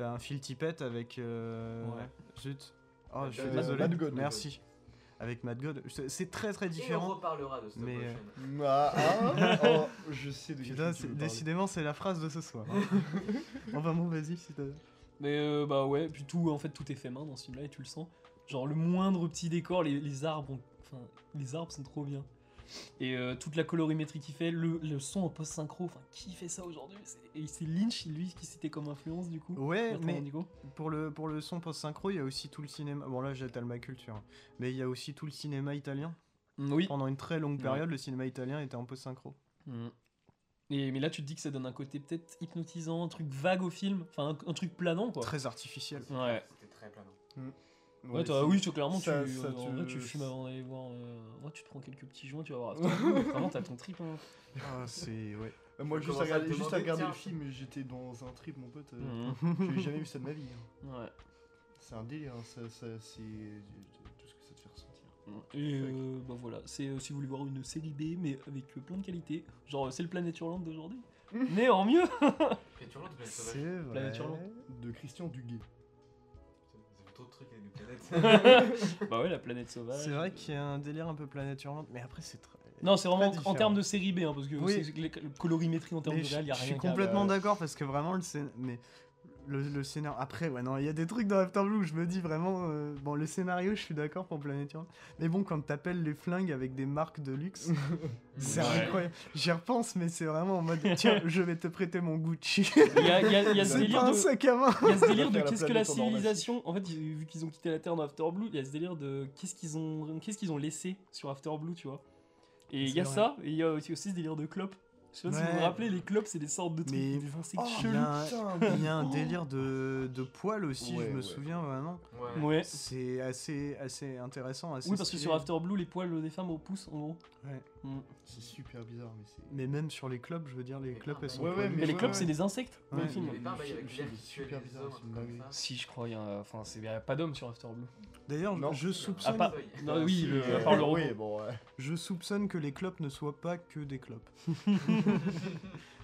un Phil Tippett avec. euh,
Ouais.
Zut. Oh, je suis
Euh,
désolé.
Mad God.
Merci. Avec Mad God. C'est- C'est très très
Et on
différent.
reparlera de stop
Mais, euh,
motion.
Ah, ah, oh, je sais de quel
Putain,
film tu
c'est-
veux parler.
décidément, c'est la phrase de ce soir. hein. enfin bon, vas-y, si t'as.
Mais euh, bah ouais, puis tout, en fait, tout est fait main dans ce film-là et tu le sens. Genre le moindre petit décor, les, les arbres, ont- enfin, les arbres sont trop bien. Et euh, toute la colorimétrie qu'il fait, le, le son en post-synchro, enfin, qui fait ça aujourd'hui C'est- Et c'est Lynch, lui, qui citait comme influence du coup.
Ouais,
Bertrand
mais
Mandigo.
pour le, pour le son post-synchro, il y a aussi tout le cinéma. Bon, là, j'étale ma culture. hein, Mais il y a aussi tout le cinéma italien.
Mm, Oui.
Pendant une très longue
Ouais.
période, le cinéma italien était en post-synchro.
Mm. Et, mais là, tu te dis que ça donne un côté peut-être hypnotisant, un truc vague au film, enfin, un, un truc planant quoi.
Très
(laughs)
artificiel.
Ouais.
C'était très planant.
Ouais,
Ouais,
toi,
c'est-
oui, toi, clairement,
ça-
tu,
ça
en
te-
vrai, tu fumes avant d'aller voir. euh, ouais, tu te prends quelques petits joints, tu vas voir. Vraiment, t'as ton trip. hein.
Ah, c'est. Ouais.
Euh, Moi,
Je
juste à
commence à
regarder,
te
juste à
demander,
regarder le
tiens.
film, et j'étais dans un trip, mon pote. euh,
Mm.
J'ai jamais vu ça de ma vie. hein.
Ouais.
C'est un délire, hein, ça, ça- c'est tout ce que ça te fait ressentir.
Et
Fuck.
euh, bah voilà, c'est euh, si vous voulez voir une série B mais avec euh, plein de qualités, genre euh, c'est le Planète Hurlante d'aujourd'hui,
(laughs)
mais en mieux. (laughs)
Et tu relances de planète sauvage.
C'est vrai.
Planète Hurlante.
De Christian Duguay.
Vous avez trop de trucs avec des
(laughs)
planètes.
bah ouais, la planète sauvage.
C'est vrai
euh,
qu'il y a un délire un peu planète hurlante, mais après c'est très.
Non, c'est vraiment
très
en- en
différent.
termes de série B, hein, parce que
Oui.
c'est- c'est que les- la colorimétrie en termes
Mais
de
je,
réel, y a
je suis
rien. qui arrive.
complètement
ouais.
d'accord parce que vraiment le scén- mais le, le scénario après ouais non il y a des trucs dans After Blue où je me dis vraiment euh, bon le scénario je suis d'accord pour Planète Hurlante mais bon quand t'appelles les flingues avec des marques de
(laughs)
luxe c'est
Ouais.
incroyable j'y repense mais c'est vraiment en mode
(laughs)
tiens je vais te prêter mon Gucci
Il y a, il y a- il y a ce
(laughs)
C'est
c'est
délire
pas un
de.
sac à main
Il y a ce délire
On va
de
faire la
qu'est-ce que la
planète en Norvège.
civilisation. En fait, ils- vu qu'ils ont quitté la Terre dans After Blue, il y a ce délire de qu'est-ce qu'ils ont, qu'est-ce qu'ils ont laissé sur After Blue, tu vois. Et il y a
C'est vrai.
ça, et il y a aussi, aussi ce délire de clopes. Je sais pas si vous vous
Ouais.
rappelez, les clopes, c'est des sortes de trucs,
Mais-
des insectes
Oh, il
chelous.
y a un,
Putain,
il y a un délire
oh.
de, de poils aussi
Ouais,
je me
ouais.
souviens vraiment
Ouais.
Ouais.
c'est assez assez intéressant assez
Oui, parce que
stylé.
sur After Blue, les poils des femmes au pouce, en gros.
Ouais.
Mm.
c'est super bizarre, mais c'est.
mais même sur les clubs je veux dire les
Mais
clubs
ah,
elles
bah
sont
ouais, ouais,
poilues.
Mais les
ouais,
clubs,
ouais.
c'est des insectes dans
Ouais,
le
Il y
film.
avait pas un bail avec
Film,
l'air qui tuait
super
les
bizarre,
hommes,
c'est
un
une
truc
dinguerie.
comme ça.
Si, je crois, il y a un- enfin, c'est- il y a pas d'homme sur After Blue.
D'ailleurs,
Non.
je
Ah,
soupçonne,
pas- (laughs) Non, oui, le- à part le robot.
euh, Oui, bon, ouais.
je soupçonne que les clopes ne soient pas que des clopes.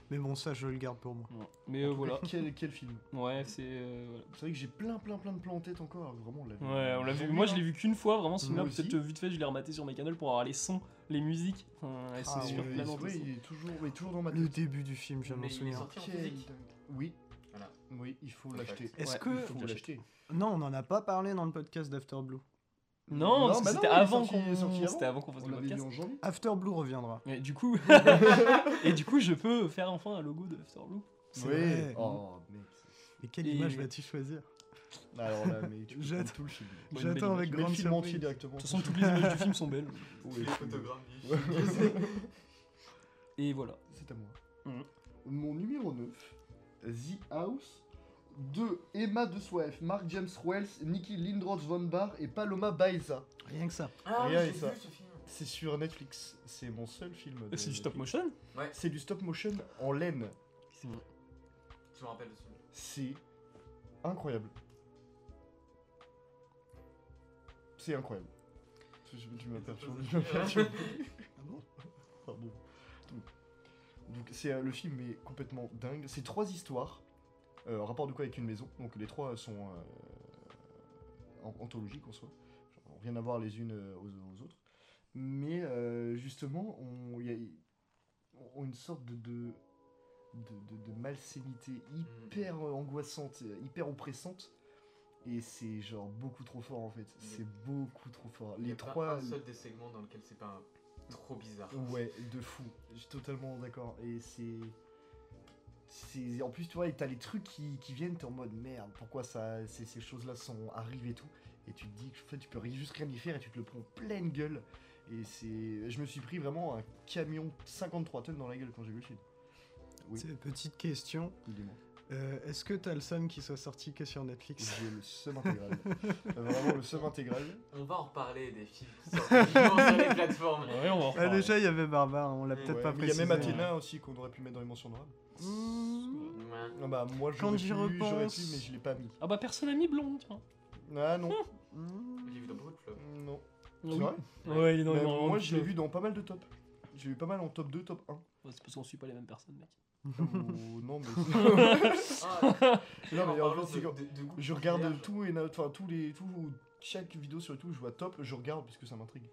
Mais bon, ça, je le garde pour moi.
Ouais. Mais euh, voilà.
(laughs) Quel, quel film
Ouais, c'est. euh, voilà.
C'est vrai que j'ai plein, plein, plein de plans en tête encore. alors que Vraiment, on l'a vu.
Ouais, on l'a vu. Moi, je l'ai vu qu'une fois, vraiment, ce
Moi
film-là,
aussi.
peut-être euh, vite fait, je l'ai rematé sur mes canaux pour avoir les sons, les musiques. Enfin, elles sont
Ah,
super
ouais,
planantes,
Oui,
elles sont-
il est toujours, mais toujours dans ma
Le
tête.
début du film, je m'en
Mais il est
souviens.
sorti en
Quel
physique.
dingue. Oui.
Voilà.
Oui, il faut
En
l'acheter.
fait.
Est-ce
Ouais,
que...
Il faut
Faut
l'acheter.
Non, on n'en a pas parlé dans le podcast d'After Blue.
Non, parce que
bah
c'était
il est
avant
sorti- il est sorti
qu'on
avant.
c'était avant qu'on fasse
On
le
l'avait vu
podcast.
en janvier.
After Blue reviendra.
Mais du
(laughs)
coup, (laughs) et du coup, je peux faire enfin un logo de After Blue.
C'est vrai.
Oh, mec.
Et quelle
Et-
image vas-tu choisir
Alors là, mais tu
J'attends-
prends tout le film.
Bonne
J'attends
belle
avec
Mais le
grande
film entier
surprise.
directement.
De toute façon, toutes les images du film sont belles.
Tous les
(laughs) Oui,
photogrammes
(laughs)
du
Ouais.
Et voilà.
C'est à moi.
Mhm.
Mon numéro 9, The House, de Emma de Soif, Mark James Wells, Nikki Lindros von Bar et Paloma Baeza.
Rien que ça.
Ah, oui,
Regarde
j'ai
ça.
vu ce film.
C'est sur Netflix. C'est mon seul film. de
C'est du stop
Netflix.
motion
C'est du stop motion en laine.
Je me rappelle de ce film.
C'est incroyable. C'est incroyable. Tu- tu- Tu m'as perturbé. tu m'as perturbé. (laughs) Pardon. Donc c'est euh, le film est complètement dingue. C'est trois histoires. euh, en rapport de quoi avec une maison. Donc les trois sont euh, an- anthologiques en soi. Genre, rien à voir les unes euh, aux, aux autres. Mais euh, justement, on y a on- une sorte de, de, de- de- de malsainité hyper
Mm.
euh, angoissante, euh, hyper oppressante. Et c'est genre beaucoup trop fort en fait. C'est beaucoup trop fort.
Il y
Les
a pas
trois.
un seul des segments dans lequel c'est pas
(laughs)
trop bizarre.
Ouais, de fou. Je suis totalement d'accord. Et c'est. c'est- En plus, tu vois, et t'as les trucs qui, qui viennent, t'es en mode merde, pourquoi ça, ces, ces choses-là sont arrivées et tout. Et tu te dis que en fait, tu peux rien- juste rien y faire et tu te le prends pleine gueule. Et c'est. Je me suis pris vraiment un camion 53 tonnes dans la gueule quand j'ai vu le film. Oui.
C'est une petite question.
Il est mort.
Euh, Est-ce que t'as le seum qui soit sorti que sur Netflix
J'ai le
(laughs)
seum intégral. vraiment le seum intégral.
On va en reparler des films
(laughs)
qui sortent uniquement sur les plateformes.
Ouais, on va en
Ah,
reparler.
Déjà, il y avait Barbare, on l'a
Ouais,
peut-être
Ouais,
pas
mais Il y a
précisé.
même Athéna aussi qu'on aurait pu mettre dans les mentions noires.
Mmh.
Ouais.
Non, bah moi
Quand
j'aurais
j'y
pu, j'aurais pu,
repense-
mais je l'ai pas mis.
Ah bah personne n'a mis blond, tiens.
Ah non,
Mmh.
J'ai vu dans beaucoup de
(laughs)
flops.
non.
Ah
C'est
oui.
vrai
Ouais, il est dans
Bah,
dans- dans
moi,
le
je l'ai
club.
vu dans pas mal de tops. J'ai vu pas mal en top 2, top
(laughs)
1.
Ouais, c'est parce qu'on suit pas les mêmes personnes, mec.
Ou-
(laughs)
non, mais.
Ah,
non, mais en
parlant
fait, c'est
de-
quand-
de- de goût
Je
populaire,
regarde
genre.
tout et. na- Enfin, tous les. Tout, chaque vidéo sur YouTube, je vois top, je regarde parce que ça m'intrigue.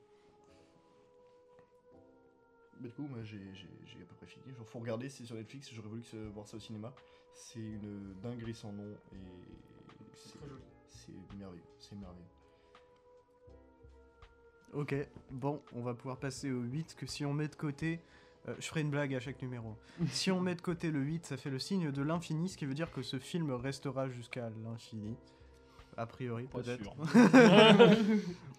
Mais du coup, moi, j'ai j'ai- j'ai à peu près fini. Genre, faut regarder, c'est sur Netflix, j'aurais voulu que ce- voir ça au cinéma. C'est une dinguerie sans nom et.
C'est
c'est-
très joli.
C'est merveilleux,
(laughs)
c'est merveilleux.
Ok, bon, on va pouvoir passer au 8, que si on met de côté... euh, je ferai une blague à chaque numéro. hein. si on met de côté le 8, ça fait le signe de l'infini, ce qui veut dire que ce film restera jusqu'à l'infini. A priori,
Pas
peut-être.
sûr.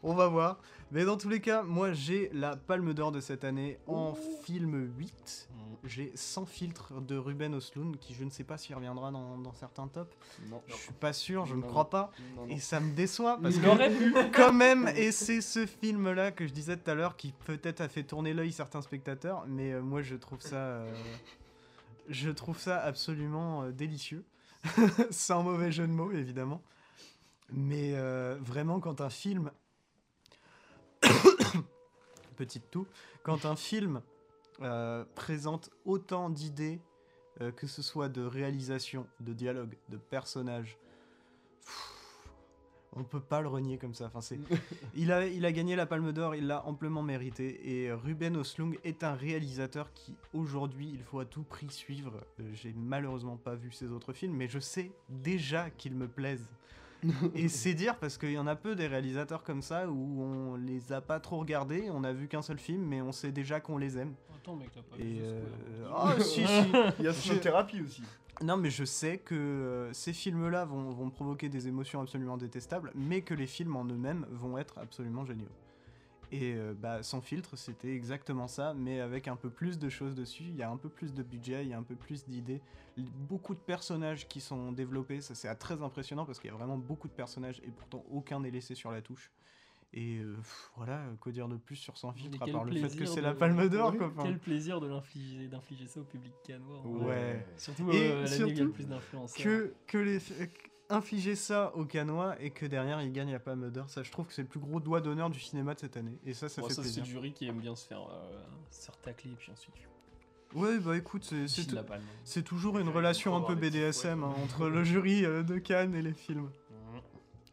On va voir. Mais dans tous les cas, moi j'ai la palme d'or de cette année en
Ouh.
film 8.
Mm.
Mmh.
J'ai 100 filtres de Ruben Osloon, qui je ne sais pas s'il reviendra dans, dans certains tops.
Non,
Je suis pas sûr, je ne
Non.
crois pas.
non, non.
Et ça me déçoit
(laughs)
parce
Il
que
aurait pu.
quand même, et c'est ce film-là que je disais tout à l'heure qui peut-être a fait tourner l'œil certains spectateurs, mais euh, moi je trouve ça, euh, je trouve ça absolument euh, délicieux, (laughs) sans mauvais jeu de mots évidemment. Mais euh, vraiment, quand un film, (coughs) petite toux, quand un film euh, présente autant d'idées, euh, que ce soit de réalisation, de dialogue, de personnages. pff, On peut pas le renier comme ça. Enfin, c'est- il, a, il a gagné la Palme d'Or, il l'a amplement mérité. Et euh, Ruben Oslung est un réalisateur qui, aujourd'hui, il faut à tout prix suivre. Euh, J'ai malheureusement pas vu ses autres films, mais je sais déjà qu'ils me plaisent. et c'est dire parce qu'il y en a peu des réalisateurs comme ça où on les a pas trop regardés, on a vu qu'un seul film, mais on sait déjà qu'on les aime.
Attends, mec, t'as pas
Et
vu ce
euh,
square. hein.
ah, si, si.
Il y a son thérapie aussi.
Non, mais je sais que euh, ces films-là vont, vont me provoquer des émotions absolument détestables, mais que les films en eux-mêmes vont être absolument géniaux. Et euh, bah, sans filtre, c'était exactement ça, mais avec un peu plus de choses dessus. Il y a un peu plus de budget, il y a un peu plus d'idées. L- Beaucoup de personnages qui sont développés, ça c'est ah, très impressionnant parce qu'il y a vraiment beaucoup de personnages et pourtant aucun n'est laissé sur la touche. Et euh, pff, voilà, euh, quoi dire de plus sur sans filtre, à
quel
part le fait que
plaisir
c'est
de-
la palme d'or,
Ouais,
quoi. enfin.
Quel plaisir de l'infliger, d'infliger ça au public canois. en vrai.
Ouais.
Surtout
Et
euh, l'année où il y a le
surtout
plus d'influenceurs.
que, que les que- infliger ça aux Canois et que derrière ils gagnent la Palme d'Or, ça je trouve que c'est le plus gros doigt d'honneur du cinéma de cette année. Et ça, ça
Bon,
fait
ça, c'est
plaisir.
le jury qui aime bien se faire, euh, se faire tacler et puis ensuite.
Ouais, bah écoute, c'est- c'est
C'est
tou-
la palme.
c'est toujours une
Ouais,
relation
faut
un peu
avoir des petits
BDSM
fouets,
hein, entre le jury euh, de Cannes et les films.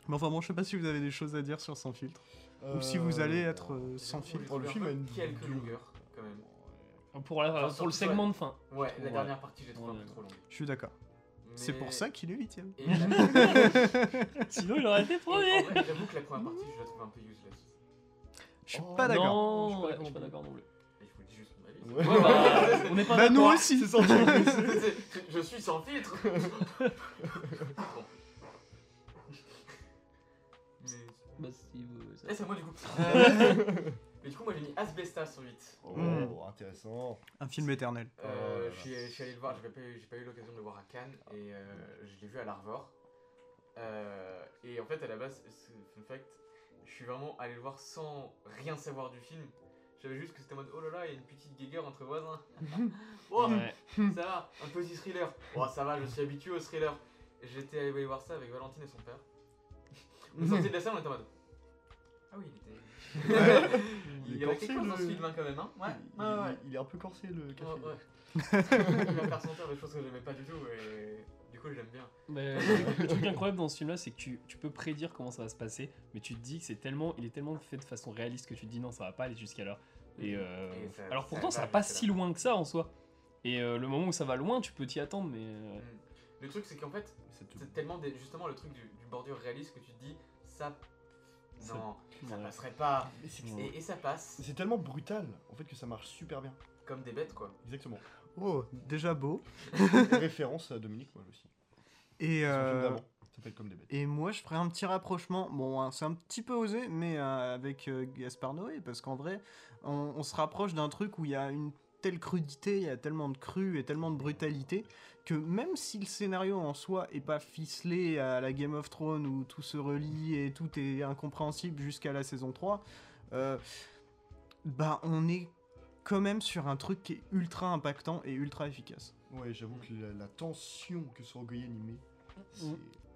Mais enfin bon, je sais pas si vous avez des choses à dire sur Sans filtre.
Euh,
Ou si vous allez être euh, sans
J'avoue,
filtre.
Oh, le
j'ai
film
trouvé
a
un
une
peu quelques
longueur.
longueurs quand même.
Pour, la-
Enfin,
pour le
surtout,
segment de fin.
Ouais, la
Ouais.
dernière partie, j'ai trouvé un
Ouais.
peu trop longue.
Je suis d'accord. C'est
Mais-
pour ça qu'il est huitième.
(laughs) Et la- et
Sinon, il aurait été
en vrai,
premier.
J'avoue que la première partie, je la trouve un peu useless.
Je suis
Oh,
pas d'accord.
Non, ouais, je
Je
suis
suis
pas d'accord non plus.
Et je vous le dis juste mon avis.
Ouais.
Ouais, bah, on n'est pas
Bah nous
d'accord.
aussi
C'est- je suis sans filtre. Bon. Mais...
Bah, si, vous- ça-
Eh, c'est à moi du coup.
Euh,
Euh, Mais du coup, moi j'ai mis Asbestas en 8.
Oh,
Mm.
intéressant.
Un film éternel.
Euh,
Oh là
je, suis,
là.
je suis allé le voir, j'avais pas eu- j'ai pas eu, l'occasion de le voir à Cannes et euh, je l'ai vu à l'Arvor. Euh, et en fait, à la base, c'est- fun fact, je suis vraiment allé le voir sans rien savoir du film. J'avais juste que c'était en mode oh là là, il y a une petite guéguerre
(laughs)
entre voisins. oh,
Ouais.
ça va, un petit thriller. Oh, ça va, je suis habitué au thriller. J'étais allé voir ça avec Valentine et son père. On est sorti de la salle, on était en mode. Ah oui, il était. (laughs) il y
est
avait quelque
corsé,
chose dans ce
le-
film hein, quand même, hein Ouais,
Il-
ouais, ouais.
il, il est un peu corsé le café.
Ouais, ouais.
(laughs)
Il m'a fait ressentir des choses que j'aimais pas du tout et du coup j'aime bien.
Mais le truc incroyable dans ce film-là, c'est que tu, tu peux prédire comment ça va se passer, mais tu te dis que c'est tellement, il est tellement fait de façon réaliste que tu te dis non, ça va pas aller jusqu'à là. Et, euh,
Et ça-
alors
ça
pourtant, ça
va
va pas
jusque-là.
si loin que ça en soi. Et euh, le moment où ça va loin, tu peux t'y attendre, mais euh,
Mm. Le truc c'est qu'en fait,
C'est tout.
c'est tellement des- justement le truc du, du bordure réaliste que tu te dis ça Non, ça
Ouais.
passerait pas.
Mais c'est
Ouais.
Et, et ça passe,
c'est tellement brutal en fait que ça marche super bien.
comme des bêtes quoi.
Exactement.
Oh, déjà beau.
Référence à Dominique, moi aussi.
Et,
C'est son film
euh,
d'avant. Ça fait comme des bêtes.
et moi, je ferais un petit rapprochement. Bon, hein, c'est un petit peu osé, mais euh, avec euh, Gaspard Noé, parce qu'en vrai, on, on se rapproche d'un truc où il y a une telle crudité, il y a tellement de cru et tellement de brutalité, que même si le scénario en soi est pas ficelé à la Game of Thrones où tout se relie et tout est incompréhensible jusqu'à la saison 3, euh, bah on est quand même sur un truc qui est ultra impactant et ultra efficace.
Ouais, j'avoue que la, la tension que ce Rogoyen y met,
Mm.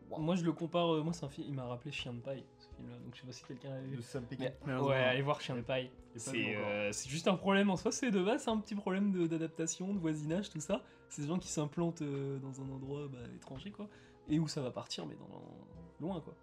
c'est
Moi, je le compare. euh, moi, c'est un film. Il m'a rappelé Chien de paille, ce film-là. Donc, je sais pas si quelqu'un l'a vu.
de Sam Peckinpah.
Mais- ouais, allez voir Chien de paille.
Et pas
C'est
vu encore.
euh, c'est juste un problème en soi. C'est de base, c'est un petit problème de- d'adaptation, de voisinage, tout ça. C'est des gens qui s'implantent euh, dans un endroit bah, étranger, quoi. Et où ça va partir, mais dans loin, quoi.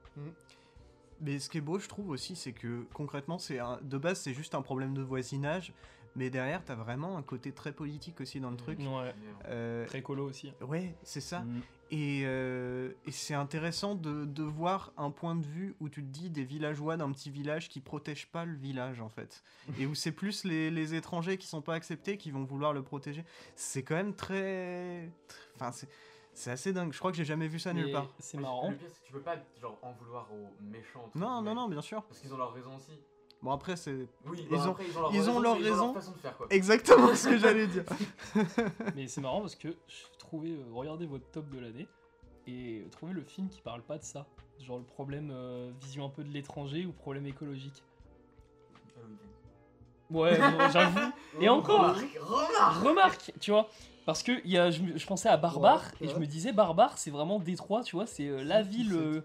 Mais ce qui est beau, je trouve aussi, c'est que concrètement, c'est un- de base, c'est juste un problème de voisinage, mais derrière, t'as vraiment un côté très politique aussi dans le truc.
Ouais.
Euh,
Très colo aussi. hein.
ouais, c'est ça.
Mm.
Et, euh, et c'est intéressant de, de voir un point de vue où tu te dis des villageois d'un petit village qui protègent pas le village en fait. Et où c'est plus les, les étrangers qui sont pas acceptés qui vont vouloir le protéger. C'est quand même très... très- Enfin, c'est- c'est assez dingue. Je crois que j'ai jamais vu ça
Mais
nulle part.
C'est
Mais
marrant.
Le pire, c'est que tu peux pas genre en vouloir aux méchants. entre
Non, non,
guillemets.
non, bien sûr.
Parce qu'ils ont leur raison aussi.
Bon, après,
(laughs)
c'est
Oui,
Ils
bah,
ont-
après, ils ont leur
ils
raison.
ont leur
mais Ils ont
raison.
leur façon de faire quoi.
exactement ce que j'allais dire.
Mais c'est marrant parce que je trouvais, euh, regardez votre top de l'année et trouvez le film qui parle pas de ça. Genre le problème euh, vision un peu de l'étranger ou problème écologique. Ouais, bon, (laughs) j'avoue. Et encore,
Ah Remarque, remarque
remarque, tu vois. Parce que il y a, je, me- je pensais à Barbare
Ouais,
et je
ouais.
me disais Barbare c'est vraiment Détroit, tu vois, c'est euh, la
C'est-
ville
c'est-
euh,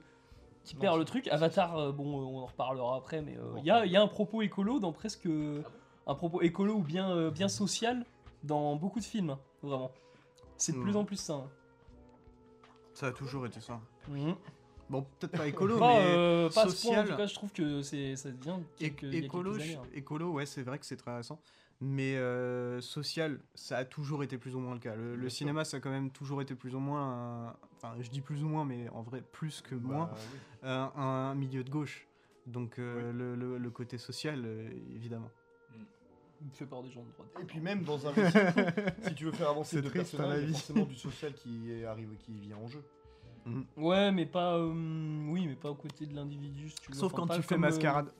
qui
Non,
perd
c'est-
le truc. Avatar, euh, bon, euh, on en reparlera après, mais euh,
On en
il y, a, y a un propos écolo dans presque. euh, un propos écolo ou bien, euh, bien social dans beaucoup de films, hein, vraiment. C'est de
Hmm.
plus en plus ça. hein.
Ça a toujours été ça.
Mhm.
Bon, peut-être pas écolo,
pas,
mais...
euh, pas à ce point, en
social.
tout cas, je trouve que c'est, ça devient
É-
quelques- il y a
écolo,
quelques
je-
années, hein.
écolo, ouais, c'est vrai que c'est très récent. Mais euh, social, ça a toujours été plus ou moins le cas. Le, le
Bien sûr.
cinéma, ça a quand même toujours été plus ou moins. un- Enfin, je dis plus ou moins, mais en vrai, plus que moins,
Bah, oui.
un, un milieu de gauche. Donc, euh, le, le- le côté social, euh, évidemment.
Il me fait peur des gens de droite.
Et puis même dans un récit, si tu veux faire avancer
C'est
deux
triste, hein,
personnages,
la
il y a
vie.
forcément du social qui est arrive, qui vient en jeu.
Ouais, mais pas, euh, oui, mais pas aux côtés de l'individu. si tu veux.
Sauf
Enfin,
quand
pas
tu fais
comme, euh,
mascarade.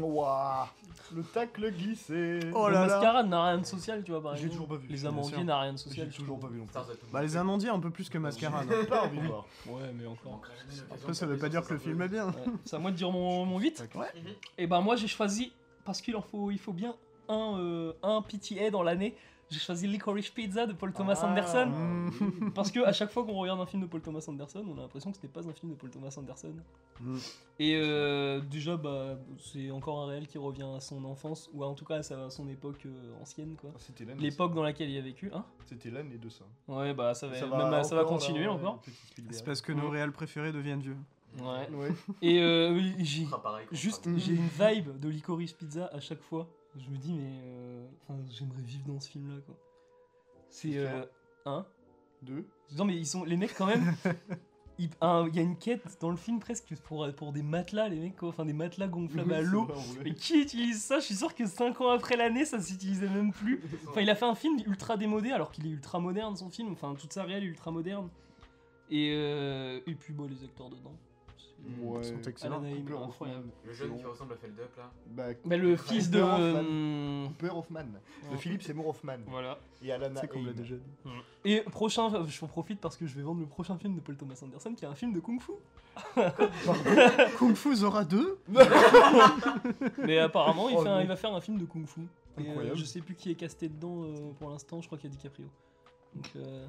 Ouah, le tacle glissé.
Oh
le
là là.
mascarade n'a rien de social, tu vois. Par
J'ai
exemple.
toujours pas vu.
Les
Bien
amandiers
sûr.
n'a rien de social.
J'ai
je
toujours pas
trouve.
vu non plus.
Stars at Home.
Bah, les Amandiers, un peu plus que mascarade.
(laughs)
hein.
J'ai pas envie de voir.
Ouais, mais
On
encore.
manquera jamais l'occasion
Après, ça
de
veut pas
faire
dire que le
ça,
film
ça
est bien.
Ouais. C'est à moi de dire mon, mon vite.
Ouais.
veut- Mhm.
Et ben moi j'ai choisi parce qu'il en faut, il faut bien un, euh, un PTA dans l'année. J'ai choisi Licorice Pizza de Paul Thomas
Ah,
Anderson.
oui.
Hmm.
Parce que à chaque fois qu'on regarde un film de Paul Thomas Anderson, on a l'impression que ce n'est pas un film de Paul Thomas Anderson.
Mm.
Et euh, déjà, bah, c'est encore un réel qui revient à son enfance, ou en tout cas à sa- à son époque euh, ancienne, quoi.
Ah, C'était l'année.
L'époque dans laquelle il a vécu, hein
C'était l'année de ça.
Ouais, bah ça va,
Ça
même, euh, ça va
encore, là,
continuer
ouais,
encore.
petit
C'est
Spielberg.
parce que nos
Mm.
réels préférés deviennent vieux.
Ouais.
Ouais.
Et euh, oui, j'ai,
On
Ah,
fera Mhm. pareil quand on
Juste,
fera le-
j'ai une vibe de Licorice Pizza à chaque fois. Je me dis, mais euh, enfin, j'aimerais vivre dans ce film-là, quoi. C'est.
Justement.
Euh, hein
Deux.
Non, mais ils sont. Les mecs, quand
(laughs)
même. Il un- il y a une quête dans le film presque pour, pour des matelas, les mecs, quoi. Enfin, des matelas
(laughs)
gonflables à
Oui, c'est
l'eau.
vrai, en vrai.
Mais qui utilise ça Je suis sûr que 5 ans après l'année, ça s'utilisait même plus. Enfin, il a fait un film ultra démodé alors qu'il est ultra moderne son film. Enfin, toute sa réelle est ultra moderne. Et, euh, et puis, bon, les acteurs dedans. C'est-
Ouais.
Ils sont excellents.
Alan Ayman,
Cooper
incroyable.
Hoffman.
Le jeune qui
Bon.
ressemble à Feldup là.
Bah,
Bah, le fils de.
Cooper Hoffman.
euh,
Cooper Hoffman. De Philippe Seymour Hoffman.
Voilà.
Et
Bah,
Alana
C'est qu'on me l'a
Haim.
déjà dit.
Et prochain, je vous profite parce que je vais vendre le prochain film de Paul Thomas Anderson qui est un film de Kung Fu.
Kung Fu Zora 2
Mais apparemment, il,
(laughs) Oh,
fait un-
non.
il va faire un film de Kung Fu. Et, euh,
Incroyable.
je sais plus qui est casté dedans euh, pour l'instant, je crois qu'il y a DiCaprio. Donc, euh,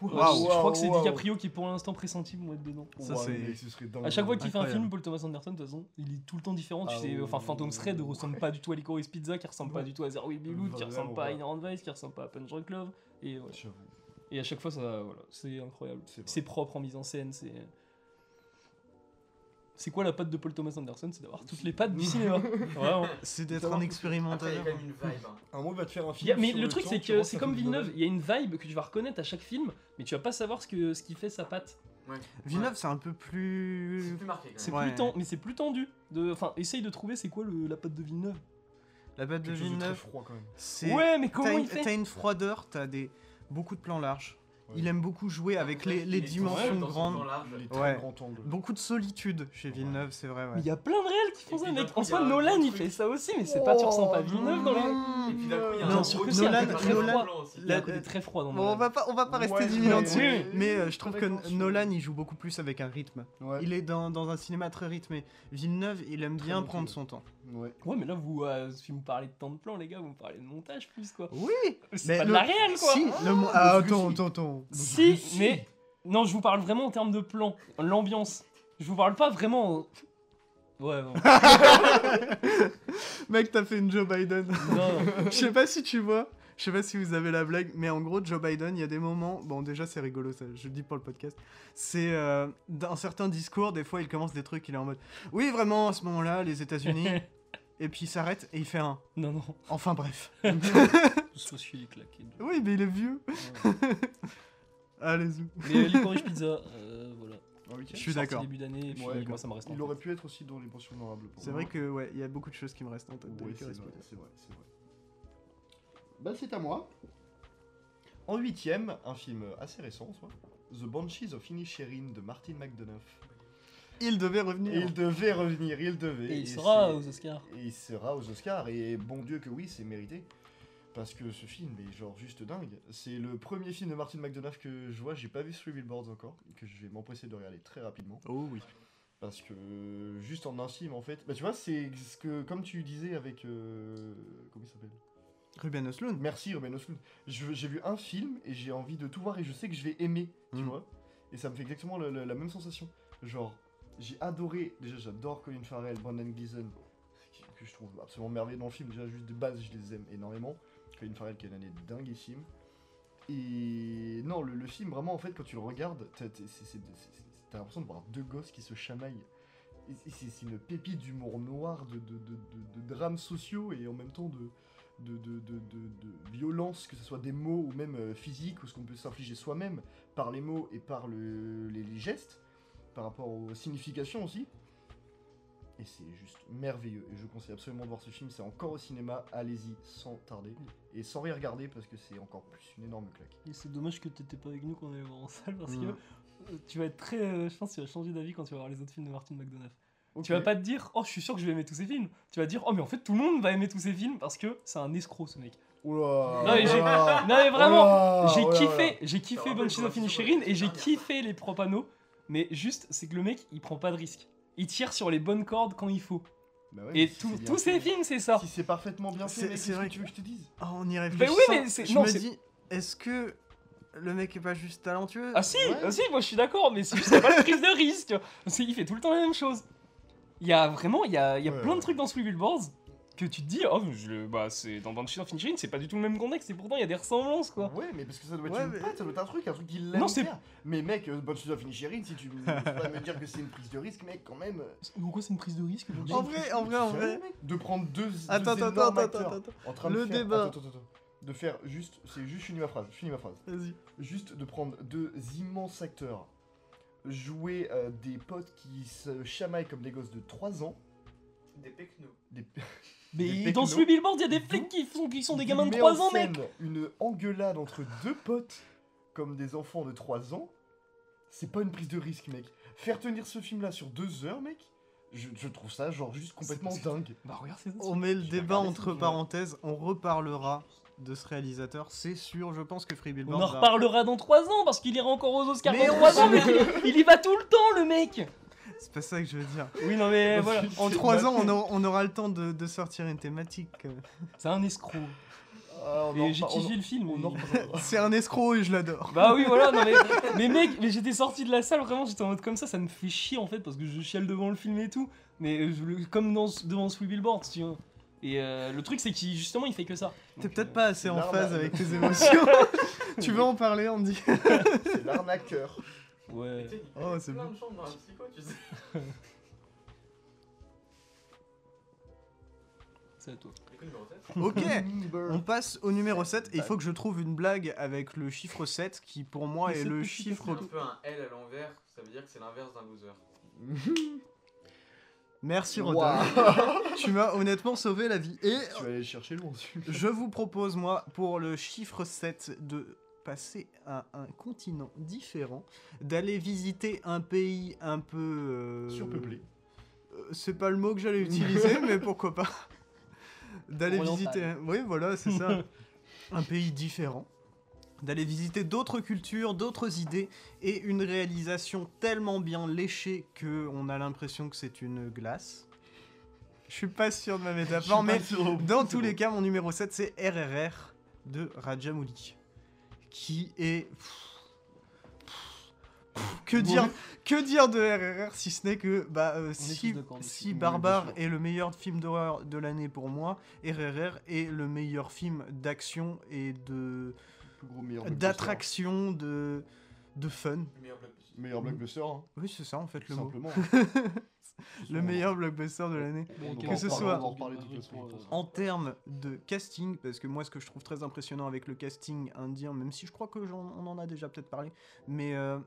Waouh,
je- je, crois que c'est
waouh.
DiCaprio qui est pour l'instant pressenti pour être dedans.
Ça,
Waouh,
c'est-
mais ce serait dingue.
À chaque fois qu'il fait un
Incroyable.
film, Paul Thomas Anderson, de toute façon, il est tout le temps différent. Tu
Ah,
sais, enfin,
ouais.
Phantom Thread ne ressemble pas du tout à Licorice Pizza, qui ressemble pas
Non.
du tout à Zero Will Be Good, qui
Vraiment
ressemble pas à
pas.
Inherent Vice, qui ressemble pas à Punch Drunk Love. Et voilà.
J'avoue.
Et à chaque fois, ça, voilà, c'est incroyable.
C'est vrai.
C'est propre en mise en scène, c'est. C'est quoi la patte de Paul Thomas Anderson C'est d'avoir toutes les pattes du cinéma. Vraiment.
C'est d'être un
Savoir tout.
Après, il y a
expérimentateur.
quand même une vibe. hein.
Un mot va te faire un
Il
film.
y a- mais
sur
le truc,
temps
c'est
tu
que
penses
c'est
à
comme
Fabien
Villeneuve, il y a une vibe que tu vas reconnaître à chaque film, mais tu vas pas savoir ce, que, ce qui fait sa patte.
Ouais.
Villeneuve, euh, c'est un peu
Ouais. C'est
plus.
plus marqué quand
C'est
même.
Ouais.
plus ten- mais c'est plus tendu. De, enfin, essaye de trouver c'est quoi le, la patte de Villeneuve.
La patte de
Quelque chose de très
Villeneuve,
froid quand même.
c'est.
Ouais, mais comment
t'as
il
une,
fait
t'as une froideur, t'as des... beaucoup de plans larges.
Ouais.
Il aime beaucoup jouer avec les, les
Il est
dimensions
dans son plan
grandes.
large.
Les
Ouais.
très grands angles.
Beaucoup de solitude chez Villeneuve, c'est vrai.
Mais
Ouais.
il y a plein de réels qui font
Et
ça,
puis
mec.
d'un coup,
En soi,
il y a un
Nolan, il
truc-
fait ça aussi, mais c'est pas tu ressens pas Villeneuve dans les.
Et puis d'un coup, il y a
Non,
un
sûr
gros
que si,
plan
Nolan-
très
Nolan-
grand plan aussi.
Il y a un
la-
côté très froid dans
Bon, on
Nolan.
va pas, on va pas rester
Ouais,
vigilant
mais-
dessus,
oui, oui.
mais euh, je trouve que
D'accord, je-
Nolan il joue beaucoup plus avec un rythme.
Ouais.
Il est dans, dans un cinéma très rythmé. Villeneuve, il aime
Très
bien
bon
prendre
film.
son temps.
Ouais.
Ouais, mais là, vous, euh, si vous me parlez de temps de plan, les gars, vous me parlez de montage plus, quoi.
Oui
C'est
mais
pas de
le-
la réelle, quoi.
Si, le mo-
Ah,
parce que
attends,
si.
attends, attends.
Si, mais. Non, je vous parle vraiment en termes de plan, l'ambiance. Je vous parle pas vraiment. en- Ouais, (laughs) bon.
Mec, t'as fait une Joe
(laughs)
Biden.
non, non.
Je sais pas si tu vois, je sais pas si vous avez la blague, mais en gros, Joe Biden, il y a des moments. Bon, déjà, c'est rigolo, ça, je le dis pour le podcast. C'est euh, dans certains discours, des fois, il commence des trucs, il est en mode Oui, vraiment, à ce moment-là, les
(laughs)
États-Unis. et puis il s'arrête et il fait un.
non, non.
Enfin, bref.
Je suis claqué.
Oui, mais il est vieux.
Ouais.
Allez-y.
(laughs) Mais euh, Licorice Pizza, euh, voilà.
Ah oui, tiens.
Je suis
Sorti
d'accord.
début d'année, et puis
Ouais,
moi
d'accord.
ça me reste en
Il
tête.
aurait pu être aussi dans les pensions honorables. pour
C'est
moi.
vrai que, ouais, il y a beaucoup de choses qui me restent en tête. de
Ouais, c'est
Licorice
vrai,
Pizza.
c'est vrai, c'est vrai. Bah, c'est à moi. En huitième, un film assez récent en soi, The Banshees of Inisherin de Martin McDonough.
il devait
Et
revenir.
il devait revenir, il devait.
Et il sera
c'est-
aux Oscars.
Et il sera aux Oscars, et bon Dieu que oui, c'est mérité. Parce que ce film est genre juste dingue. C'est le premier film de Martin McDonough que je vois, j'ai pas vu Three Billboards encore, que je vais m'empresser de regarder très rapidement.
Oh oui.
Parce que euh, juste en un film en fait. Bah tu vois, c'est ce que comme tu disais avec euh, comment il s'appelle
Ruben Östlund.
Merci oh, Ruben Östlund. Je- J'ai vu un film et j'ai envie de tout voir et je sais que je vais aimer, tu
Mm.
vois. Et ça me fait exactement le- le- la même sensation. Genre j'ai adoré, déjà j'adore Colin Farrell, Brandon Gleeson qui- que je trouve absolument merveilleux dans le film, déjà juste de base je les aime énormément. Colin Farrell qui a une année dinguissime. Et non, le, le film vraiment en fait quand tu le regardes, t'as t'es- c'est- c'est- c'est- t'as l'impression de voir deux gosses qui se chamaillent. Et c'est- C'est c'est une pépite d'humour noir, de, de, de- de- de drames sociaux et en même temps de, de, de, de- de- de violence, que ce soit des mots ou même euh, physique, ou ce qu'on peut s'infliger soi-même par les mots et par le- les, les gestes, par rapport aux significations aussi. Et c'est juste merveilleux. Et je conseille absolument de voir ce film. C'est encore au cinéma. Allez-y sans tarder. Et sans rien regarder parce que c'est encore plus une énorme claque.
Et c'est dommage que t'étais pas avec nous quand on allait voir en salle parce
Mm.
que euh, tu vas être très. euh, je pense que tu vas changer d'avis quand tu vas voir les autres films de Martin McDonough. Tu vas
Ok.
pas te dire, oh je suis sûr que je vais aimer tous ces films. Tu vas te dire, oh mais en fait tout le monde va aimer tous ces films parce que c'est un escroc ce mec.
Oula
Non, mais j'ai-
oula,
Non mais (laughs) vraiment,
oula,
j'ai
oula,
kiffé, j'ai kiffé
rappelle
Bunches
qu'on a
of
fait sur
Inisherin
la
et j'ai
dernière.
kiffé les propanos. Mais juste, c'est que le mec il prend pas de risque. Il tire sur les bonnes cordes quand il faut.
Bah ouais, mais
Et
si
tout-
c'est bien
tous ces
fait.
films c'est ça.
Si c'est parfaitement bien
C'est-
fait, mec,
c'est
qu'est-ce
vrai
que
que-
tu veux que je te dise
Oh, on y
Mais
réfléchit.
oui, mais c'est.
Je
non,
me
c'est-
dis, est-ce que le mec est pas juste talentueux
Ah si,
Ouais.
ah si, moi je suis d'accord, mais c'est juste qu'il y a pas de prise de risque. C'est- Il fait tout le temps la même chose. Il y a vraiment, il y a, il y a
Ouais,
plein de
ouais.
trucs dans Three Billboards que tu te dis, oh, je- bah, c'est dans Banshee of Inisherin, c'est pas du tout le même contexte, et pourtant il y a des ressemblances, quoi.
Ouais, mais parce que ça doit être
Ouais,
une
mais-
patte, ça doit être un truc, un truc qu'il aime
Non, c'est-
faire. Mais mec, euh, Bunch of Inisherin, si tu me (laughs) veux pas me dire que c'est une prise de risque, mec, quand même. euh,
Pourquoi c'est une prise de risque
Bunch
En
of
vrai,
Inisherin,
en vrai, en
c'est
vrai.
mec, De prendre deux.
Attends,
deux
attends,
énormes
attends,
acteurs
attends, attends.
En train
Le
de faire...
débat.
Attends, attends, attends. De faire juste. C'est juste, je finis ma phrase, je finis ma phrase.
Vas-y.
juste de prendre deux immenses acteurs, jouer euh, des potes qui se chamaillent comme des gosses de 3 ans,
Des pecnos.
des,
Mais
Des
dans
technos.
Three Billboards, il y a des
D'où-
flics qui, font, qui sont des
tu
gamins de
mets
3
en
ans, mec
scène Une engueulade entre deux potes comme des enfants de 3 ans, c'est pas une prise de risque, mec. Faire tenir ce film-là sur deux heures, mec, je, je trouve ça genre juste complètement
C'est-
dingue.
Bah regarde, c'est ça.
Oh,
On met le
Je vais
débat
regarder
entre
cette vidéo.
parenthèses, on reparlera de ce réalisateur, c'est sûr, je pense que Free Billboard
On en
va-
reparlera dans 3 ans, parce qu'il ira encore aux Oscars
Mais
dans
on
3 ans,
s'en-
mais il- il y va tout le temps, le mec
C'est pas ça que je veux dire.
Oui, non mais voilà.
En trois ans, on, aura- on aura le temps de, de sortir une (laughs) thématique.
C'est un escroc.
Ah, on en
Et j'ai
repar- on en-
kiffé le film.
on
mais-
en reparlera.
C'est un escroc et je l'adore.
(laughs) Bah oui, voilà, non mais, mais mec, mais j'étais sorti de la salle, vraiment, j'étais en mode comme ça, ça me fait chier en fait, parce que je chiale devant le film et tout, mais euh, je le- comme dans, devant Sweet Billboard, tu vois. Et euh, le truc, c'est qu'il justement, il fait que ça.
T'es
Donc,
peut-être
euh,
pas assez en
l'arme-
phase avec tes émotions. (laughs) tu veux en parler, on (laughs) dit
C'est l'arnaqueur.
euh, Ouais.
Mais tu sais, il
Oh,
connaît
c'est
plein
beau.
de chambres dans la psycho, tu sais.
C'est à toi.
(laughs) Écoute, numéro
(laughs)
7.
Ok
Bird.
On passe au numéro 7 et il faut que je trouve une blague avec le chiffre 7 qui pour moi
Mais
est
c'est
le
plus
chiffre...
un peu un L à l'envers, ça veut dire que c'est l'inverse d'un loser.
Merci
Waouh.
Rodolphe. tu m'as honnêtement sauvé la vie. Et
Tu vas aller le chercher loin, celui-là.
je vous propose moi pour le chiffre 7 de passer à un continent différent, d'aller visiter un pays un peu... euh,
Surpeuplé.
Euh, C'est pas le mot que j'allais utiliser, mais pourquoi pas. D'aller
Oriental.
visiter. un- Oui, voilà, c'est ça. un pays différent. D'aller visiter d'autres cultures, d'autres idées et une réalisation tellement bien léchée que on a l'impression que c'est une glace. Je suis pas sûr de ma métaphore, mais dans tous les cas, mon numéro 7, c'est RRR de Rajamouli. Qui est. pff, pff, pff, Que dire, que dire de RRR si ce n'est que bah, euh, si,
tous d'accord dessus.
si
Oui, bien
Barbare
sûr.
est le meilleur film d'horreur de l'année pour moi, RRR est le meilleur film d'action et de
Plus gros meilleur blockbuster.
d'attraction, de, de fun.
Le meilleur blockbuster.
Meilleur blockbuster, hein.
Oui, c'est ça en fait
tout
le (laughs) mot.
simplement.
Le meilleur blockbuster de l'année.
on
que ce soit-
on va en reparler de toute façon, je pense.
En termes de casting, parce que moi ce que je trouve très impressionnant avec le casting indien, même si je crois que j'en- on en a déjà peut-être parlé, mais euh,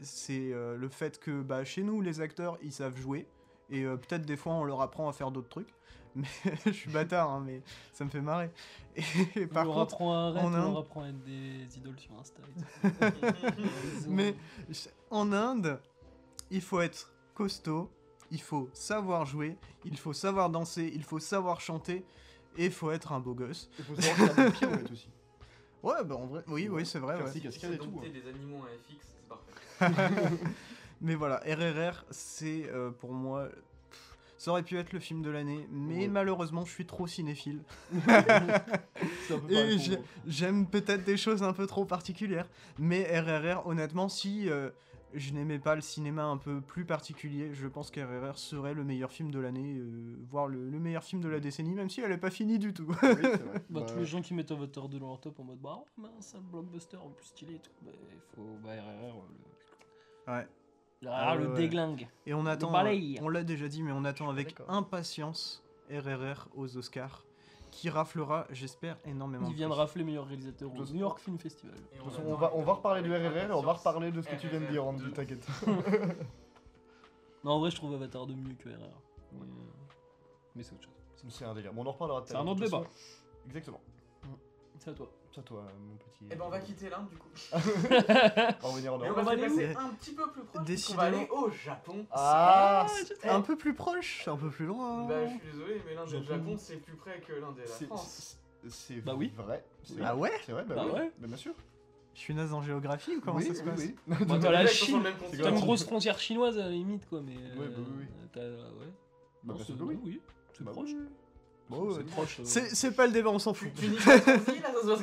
c'est euh, le fait que bah, chez nous les acteurs ils savent jouer, et euh, peut-être des fois on leur apprend à faire d'autres trucs, (laughs) mais je suis bâtard, hein, mais ça me fait marrer. Et, par
on leur
contre,
apprend à Red,
en
on
Inde-
leur apprend à être des idoles sur Insta. et tout.
(laughs)
Ils ont-
mais en Inde, il faut être costaud, il faut savoir jouer, il faut savoir danser, il faut savoir chanter, et il faut être un beau gosse.
Il faut savoir faire des pirouettes aussi.
Ouais, bah en vrai, oui, oui, c'est vrai.
Faire
ouais.
ses cascades
Si
et tout.
dompter
hein.
des animaux à FX, c'est parfait.
(laughs) Mais voilà, RRR, c'est euh, pour moi. pff, ça aurait pu être le film de l'année, mais
Ouais.
malheureusement, je suis trop cinéphile.
C'est un peu pareil
Et
pour
j'ai-
moi.
j'aime peut-être des choses un peu trop particulières. Mais RRR, honnêtement, si euh, je n'aimais pas le cinéma un peu plus particulier, je pense qu'RRR serait le meilleur film de l'année, euh, voire le, le meilleur film de la décennie, même si elle n'est pas finie du tout. (laughs)
Oui, c'est vrai.
Bah,
Bah,
tous les gens qui mettent Avatar de leur top en mode bah oh, mince, un blockbuster en plus stylé et tout, bah il faut bah RRR le
Ouais.
le,
Ah,
le
ouais, ouais.
déglingue.
Et on attend,
balaye.
euh, on l'a déjà dit, mais on attend avec
d'accord.
impatience RRR aux Oscars, qui raflera, j'espère, énormément.
Il
de
vient de
prix.
rafler meilleur réalisateur au
Tous-
New York Film Festival.
Et
De toute façon,
attend
on va, on va
avec
reparler du RRR et on va
impatience
reparler de ce que tu viens de dire, Andy,
RRR2. (laughs)
t'inquiète.
Non en vrai je trouve Avatar de mieux que RRR. Mais, euh, mais c'est autre chose.
C'est un délire, mais on en reparlera tout à
C'est un
l'heure, de
autre
toute
débat.
façon. Exactement.
C'est à
(laughs)
toi.
Ça, toi, mon petit.
Eh ben on va quitter l'Inde du coup.
On Bah, va revenir en
Et on
Europe.
va
aller
se passer
où
un petit peu plus proche. On
Décidément.
va aller au Japon.
Ah,
C'est Un peu plus proche, un peu plus loin.
Bah je suis désolé, mais l'Inde et le
Japon.
Japon c'est plus près que l'Inde et la
c'est-
France.
c'est- c'est
Bah oui.
vrai. C'est
Ah ouais
C'est vrai, bah,
Bah
oui.
ouais.
Bah bien sûr.
Je suis naze en géographie ou comment
Oui,
ça se
oui,
passe
oui.
Bah, t'as
Les
la
mecs sont sur
Chine,
le même
t'as
C'est grave.
une
continent.
grosse frontière chinoise à la limite quoi, mais.
Ouais, bah oui, oui.
euh, T'as ouais.
Bah,
Non,
bien
c'est
sûr que oui.
oui. C'est
Bah
proche.
oui. Oh,
Bon,
C'est
euh,
proche. euh. (laughs)
c'est c'est pas le débat, on s'en
Tu
fout.
tu niques
(laughs)
pas ton fil, là, ça se passe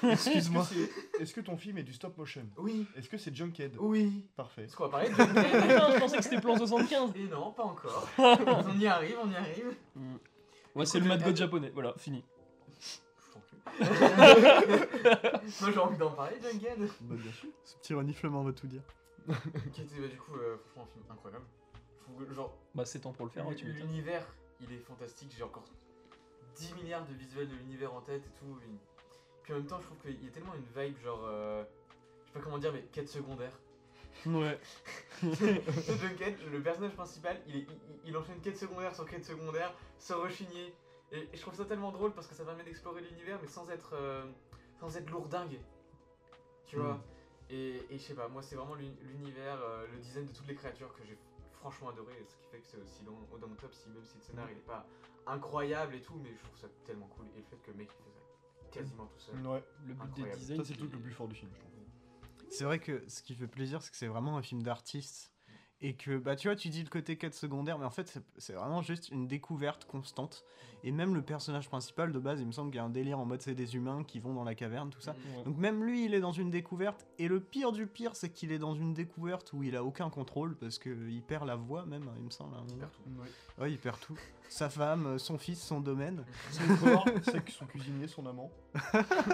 comment
Excuse-moi. (laughs) Est-ce que ton film est du stop motion
Oui,
Est-ce que c'est Junkhead
oui.
Parfait.
Est-ce qu'on va parler de
Putain, je pensais que c'était plan 75.
Et non, pas encore. on y arrive, on y arrive.
Mm.
Ouais, c'est le Mad God japonais. Voilà, fini.
Je t'en prie. (laughs) Moi j'ai envie d'en parler, Jungle.
Bah bien sûr.
Ce petit reniflement va tout dire.
Qui était bah, du coup euh, franchement un film incroyable. Je trouve que genre
Bah, c'est temps pour le faire, ouais, tu m'étonnes.
l'univers il est fantastique, j'ai encore 10 milliards de visuels de l'univers en tête et tout. une- Puis en même temps je trouve qu'il y a tellement une vibe genre euh, je sais pas comment dire mais quête secondaire.
Ouais.
de quête, le personnage principal il, est, il- il enchaîne quête secondaire sur quête secondaire sans rechigner. Et, et je trouve ça tellement drôle parce que ça permet d'explorer l'univers mais sans être euh, sans être lourdingue. Tu vois Et, et je sais pas, moi c'est vraiment l'uni- l'univers, euh, le design de toutes les créatures que j'ai franchement adoré, ce qui fait que c'est aussi dans, dans mon top, si, même si le scénar il est pas incroyable et tout, mais je trouve ça tellement cool. Et le fait que le mec il fait ça quasiment tout seul.
Ouais.
Le but des
Incroyable.
designs.
Ça c'est le truc le plus fort du film, je trouve.
C'est vrai que ce qui fait plaisir, c'est que c'est vraiment un film d'artiste. Et que, bah, tu vois, tu dis le côté quête secondaire, mais en fait, c'est- c'est vraiment juste une découverte constante. Et même le personnage principal, de base, il me semble qu'il y a un délire en mode c'est des humains qui vont dans la caverne, tout ça.
Ouais.
Donc même lui, il est dans une découverte. Et le pire du pire, c'est qu'il est dans une découverte où il a aucun contrôle parce qu'il perd la voix même, hein, il me semble. à un moment.
Super tout.
Ouais, il perd tout. Sa femme, euh, son fils, son
(laughs)
domaine.
Son corps, c'est son cuisinier, son amant.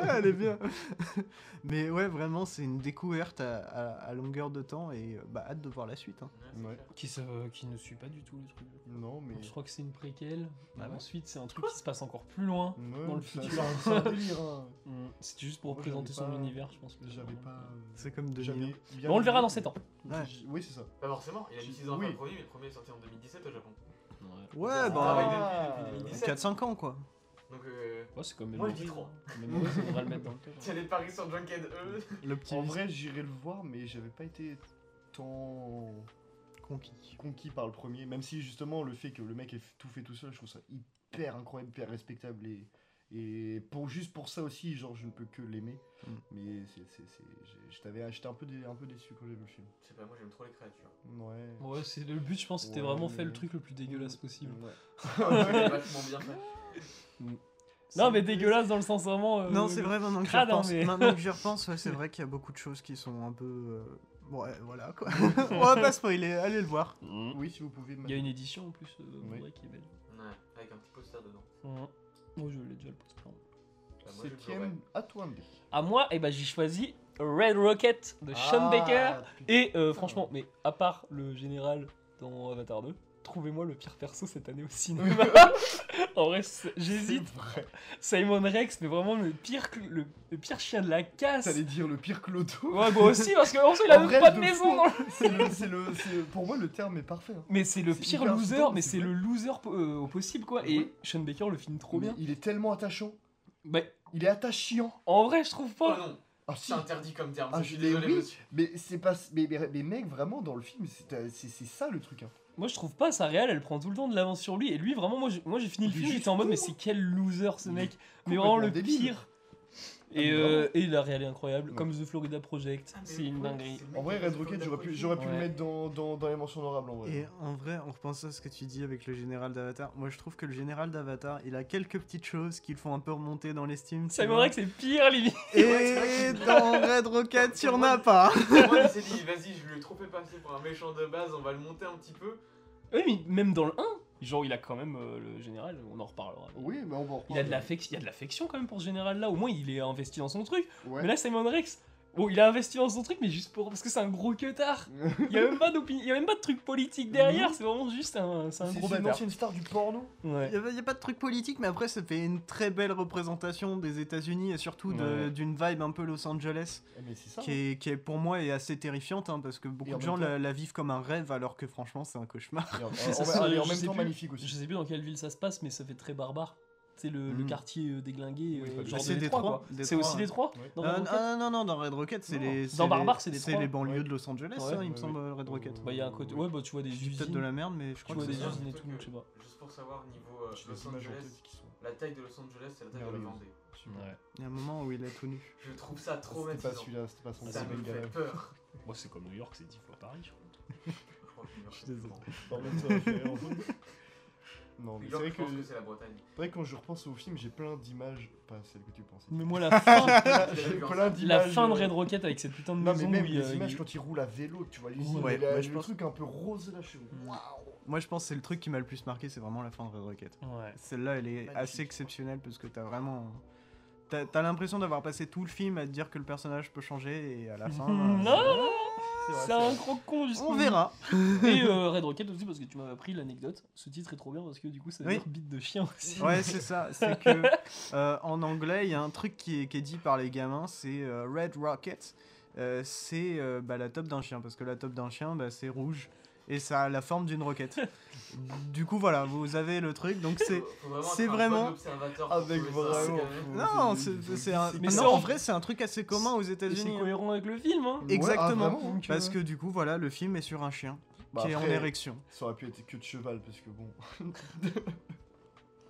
Elle est bien. (laughs) Mais ouais, vraiment, c'est une découverte à, à- à longueur de temps et euh, bah, hâte de voir la suite. hein.
c'est
Ouais.
clair.
Qui, se- qui ne suit pas du tout le truc.
Non, mais.
Je crois que c'est une préquelle.
Ah ouais
Ensuite, c'est un truc qui se passe encore plus loin.
Ouais,
dans le
ça-
futur.
C'est un délire, hein.
Mm. C'était juste pour
Moi,
représenter
j'avais
son
pas-
univers, je pense.
J'avais pas.
C'est comme
j'avais
deviner.
bien-
Mais on le verra dans 7 ans.
Ouais.
J- Oui, c'est ça.
Pas forcément, il a mis 6 ans
Oui.
après le premier, mais le premier est sorti en 2017 au Japon.
Ouais,
Il
bah.
travaille
Ah.
depuis, depuis 2017.
4-5 ans quoi.
Donc, euh,
Ouais, c'est comme
Moi, je dis trois.
Même Memories, on devrait le mettre dans le top.
(laughs) tiens les paris sur Junkhead, eux.
Le petit.
En vrai, j'irai le voir, mais j'avais pas été tant
conquis.
conquis par le premier. Même si, justement, le fait que le mec ait tout fait tout seul, je trouve ça hyper incroyable, hyper respectable. Et, et pour, juste pour ça aussi, genre, je ne peux que l'aimer.
Mm.
Mais c'est, c'est, c'est- j'ai- je t'avais- j'étais un peu, dé- un peu déçu quand j'ai vu le film.
Je sais pas, moi j'aime trop les (laughs) créatures.
Ouais.
Ouais, c'est le but, je pense, c'était
Ouais, Mm.
vraiment fait le
mais-
truc le plus dégueulasse possible.
Ouais.
C'est vachement bien fait.
Non, mais dégueulasse dans le sens vraiment. euh,
Non, c'est vrai, maintenant que j'y
crade, hein,
repense,
mais-
maintenant que
(laughs)
j'y repense, ouais, c'est vrai qu'il y a beaucoup de choses qui sont un peu. euh, Ouais, voilà
(laughs)
quoi. On va pas spoiler, allez le voir.
Mm.
Oui, si vous pouvez.
Il y a une édition en plus, euh,
Oui.
Blu-ray qui est belle.
Ouais, avec un petit poster dedans.
Mm. Moi, je l'ai déjà le poster.
Bah, moi, je le Blu-ray.
Septième, à toi, Andy.
À moi, eh ben, j'ai choisi Red Rocket de
Ah.
Sean Baker. Et euh, franchement, mais à part le général dans Avatar 2, trouvez-moi le pire perso cette année au
(laughs)
cinéma. en vrai, c'est- j'hésite. Simon Rex, mais vraiment le pire, cl- le, le pire chien de la casse.
T'allais dire le pire Clodo.
Ouais, moi aussi, parce qu'en soi, il a
En
même
vrai,
pas de
de
maison.
fou.
dans le-
C'est le, c'est le, c'est- pour moi, le terme est parfait. hein.
Mais c'est le
C'est
pire
hyper
loser,
insultant,
mais
mais
c'est
c'est
le loser po- euh, au possible, quoi. Et
Ouais.
Sean Baker le filme trop
Mais
bien.
Il est tellement attachant.
Bah,
Il est attachant.
en vrai, je trouve
Oh
pas.
non,
Ah si.
c'est interdit comme terme.
Ah,
je suis
je l'ai-
désolé,
oui.
monsieur.
Mais c'est pas. Mais, mais, mais mec, vraiment dans le film, c'est euh, c'est- c'est ça le truc. hein.
Moi, je trouve pas ça réel. Elle prend tout le temps de l'avance sur lui. Et lui, vraiment, moi, j'ai moi, j'ai fini le
Il est
film.
juste
J'étais en mode,
con.
mais c'est quel loser ce
Il est
mec. Mais vraiment le
complètement débile.
pire. Et,
mais
euh, et la réelle est incroyable,
Ouais.
comme The Florida Project,
Ah, mais
c'est une
ouais,
dinguerie.
c'est le mec
En vrai,
qui a
Red
fait le
Rocket, j'aurais pu,
Dakota.
j'aurais pu
Ouais.
le mettre dans, dans, dans les mentions honorables en vrai.
Et en vrai, on repense à ce que tu dis avec le général d'Avatar. Moi, je trouve que le général d'Avatar, il a quelques petites choses qui le font un peu remonter dans l'estime. tu
Ça me
vois.
vrai que c'est pire, Livy.
Et dans Red Rocket, il y en a pas.
Moi, il s'est dit, vas-y, je lui ai trop fait passer pour un méchant de base, on va le monter un petit peu.
(laughs) Oui, mais même dans le 1, genre il a quand même euh, le général, on en reparlera.
Oui, mais on va en
Il a, de
reparler.
l'affec- il a de l'affection quand même pour ce général là, au moins il est investi dans son truc.
Ouais.
Mais là, Simon Rex, bon, il a investi dans son truc, mais juste pour. parce que c'est un gros queutard. Il y
(laughs)
a même pas d'opinion, il y a même pas de truc politique derrière, c'est vraiment juste un, c'est un
C'est
gros
c'est une
bâtard.
ancienne star du porno.
Ouais.
Il n'y a, pas de truc politique, mais après, ça fait une très belle représentation des États-Unis et surtout de-
Ouais.
d'une vibe un peu Los Angeles
Eh, Mais c'est ça.
qui, est, qui est, pour moi est assez terrifiante hein, parce que beaucoup
en
de gens
même temps-
la, la vivent comme un rêve alors que franchement, c'est un cauchemar.
hein. Et en-
ça,
en-
c'est-
en- et en
je
même
sais
temps
plus.
magnifique aussi.
Je sais plus dans quelle ville ça se passe, mais ça fait très barbare. C'est le, le
Mm.
quartier euh, déglingué, euh,
Oui, bah,
genre
c'est
de Détroit,
Détroit,
quoi.
Détroit,
C'est aussi
ouais.
Détroit
Ouais.
dans
Euh,
Red Rocket
ah, non, non, dans Red Rocket, c'est
Non.
les,
Dans
les-
Barbare, c'est des
c'est
trois.
les banlieues
Ouais.
de Los Angeles,
Ouais,
hein, il me
ouais,
semble, Red Rocket.
Bah, il y a un côté. Ouais, bah, tu vois des
Je dis peut-être
usines.
de la merde, mais je
tu
crois
vois
que
des
c'est
un
ça.
usines et
truc
tout,
que-
je sais pas.
Juste pour savoir, niveau euh,
Je
Los
les images en
Angeles,
tête qui sont
la taille de Los Angeles, c'est la taille de la
merveilleuses.
Vendée.
Super.
Il y a un moment où il est tout nu.
Je trouve ça trop
C'était pas
traumatisant.
celui-là, c'était pas son
Ça
c'est
me
Bengala.
fait peur.
Moi, c'est comme New York, c'est 10 fois Paris, je crois.
Je crois que New York,
Je suis
c'est plus
désolé.
grand.
Pardon, ça va faire. Non, mais
New
c'est
York,
vrai
je pense que
que
c'est la Bretagne.
c'est vrai que quand je repense au film, j'ai plein d'images, pas celles que tu pensais.
Mais
(laughs)
moi, la fin,
J'ai
La (laughs)
plein
la
d'images. euh,
fin de
euh,
Red Rocket avec cette putain de
Non mais
maison
même
où il, euh,
les images
il-
quand il roule à vélo, tu vois les
Ouais,
la-
ouais, je
le
pense-
truc un peu rose là, je suis
Mm.
waouh.
Moi, je pense que c'est le truc qui m'a le plus marqué, c'est vraiment la fin de Red Rocket.
Ouais.
Celle-là, elle est
Magnifique.
assez exceptionnelle parce que t'as vraiment. T'as t'as l'impression d'avoir passé tout le film à te dire que le personnage peut changer et à la
(laughs)
fin. euh,
Non,
c'est vrai,
c'est un gros con
c'est-
jusqu'au
On verra. (laughs)
bout. Et euh, Red Rocket aussi, parce que tu m'avais appris l'anecdote. Ce titre est trop bien parce que du coup, ça veut
Oui.
dire bite de chien aussi.
Ouais, c'est ça. C'est que euh, en anglais, il y a un truc qui est, qui est dit par les gamins, c'est euh, Red Rocket. Euh, c'est euh, bah, la top d'un chien parce que la top d'un chien, bah, c'est rouge et ça a la forme d'une roquette. du coup, voilà, vous avez le truc. Donc c'est c'est
C'est
vraiment-
vraiment. être un bon observateur pour
Avec
trouver ça,
vraiment.
c'est quand même-
non, c'est c'est un.
Mais
non,
c'est en-
en vrai, c'est un truc assez commun aux
Et c'est
États-Unis. hein.
cohérent avec le film, hein.
Ouais,
Exactement.
ah, vraiment,
Donc,
Parce
euh,
que du coup, voilà, le film est sur un chien
Bah,
qui est en
après,
érection.
Ça aurait pu être que de cheval parce que bon. (laughs)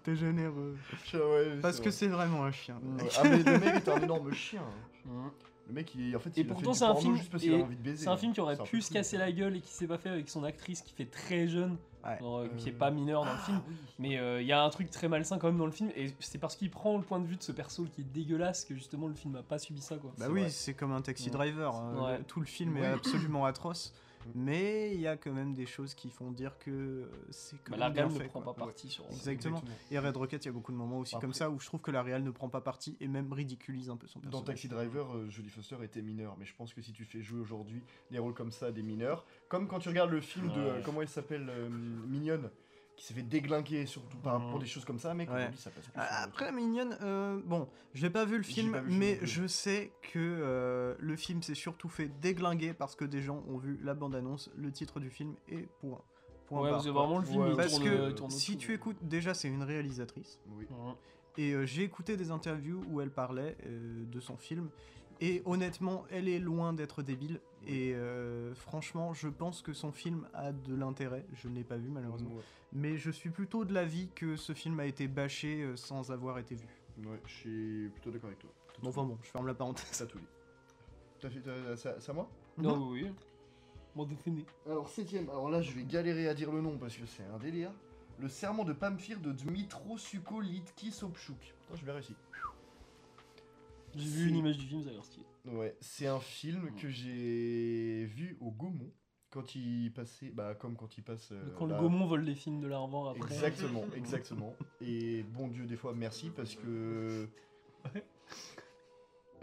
T'es généreux.
Je- ouais,
Parce que
vrai.
c'est vraiment un chien.
(laughs)
Ouais. Ah mais le mec est un énorme chien. hein.
Mm.
Le mec il est en fait
Et
il a
pourtant,
fait du
c'est un
porno
film-
juste parce qu'il a
et
envie de baiser. hein.
C'est un film qui aurait
C'est un
pu
peu
se
cool.
casser la gueule et qui s'est pas fait avec son actrice qui fait très jeune,
Ouais.
genre, euh, qui est
Euh,
pas mineure dans le film.
oui.
Mais il y a un truc très malsain quand même dans le film et c'est parce qu'il prend le point de vue de ce perso qui est dégueulasse que justement le film a pas subi ça quoi.
Bah
C'est
oui,
vrai.
c'est comme un taxi
Ouais.
driver. hein.
Ouais.
Le- Tout le film est
Oui. Mm.
absolument atroce. Mais il y a quand même des choses qui font dire que euh, c'est quand
Bah,
même
la
bien
Real ne
fait,
prend
quoi.
pas partie sur.
Exactement. Et Red Rocket, il y a beaucoup de moments aussi
Bah, Après-
comme ça où je trouve que la Real ne prend pas parti et même ridiculise un peu son
Dans
personnage.
Taxi Driver, euh, Jodie Foster était mineure, mais je pense que si tu fais jouer aujourd'hui des rôles comme ça à des mineurs, comme quand tu regardes le film de euh,
Ouais.
comment elle s'appelle euh, Mignonne, qui s'est fait déglinguer surtout par,
Mhm.
pour des choses comme ça, mais
Mm. Ouais.
aujourd'hui ça passe plus.
Ah,
euh,
Après, mignonne, euh, bon, je l'ai pas vu le
J'ai
film,
pas vu le film
mais
non plus.
je sais que euh, le film s'est surtout fait déglinguer parce que des gens ont vu la bande-annonce, le titre du film et point. point
Ouais,
barre,
parce que
quoi.
vraiment le film
Ouais,
il
Parce
tourne,
que
il tourne
si
autour.
tu écoutes, déjà, c'est une réalisatrice.
oui.
Mhm.
Et euh, j'ai écouté des interviews où elle parlait euh, de son film. Et honnêtement, elle est loin d'être débile. Et euh, franchement, je pense que son film a de l'intérêt. Je ne l'ai pas vu malheureusement. Mais je suis plutôt de l'avis que ce film a été bâché euh, sans avoir été vu.
Ouais, je suis plutôt d'accord avec toi.
Bon, enfin bon, je ferme la (laughs) parenthèse.
T'as tout dit. T'as fait- t'as- C'est à- c'est à moi
Non, oui, oui. Bon, défini.
Alors, septième, alors là je vais galérer à dire le nom parce que c'est un délire. Le serment de Pamphir de Dmitro Suko Litki Sopchuk. Putain, je vais réussir.
J'ai vu une image du film, ça a l'air stylé.
Ouais, c'est un film que j'ai vu au Gaumont quand il passait, bah comme quand il passe. euh,
Quand le
la-
Gaumont vole les films de l'Arvor après. (laughs)
Exactement, exactement. Et bon Dieu, des fois merci parce que.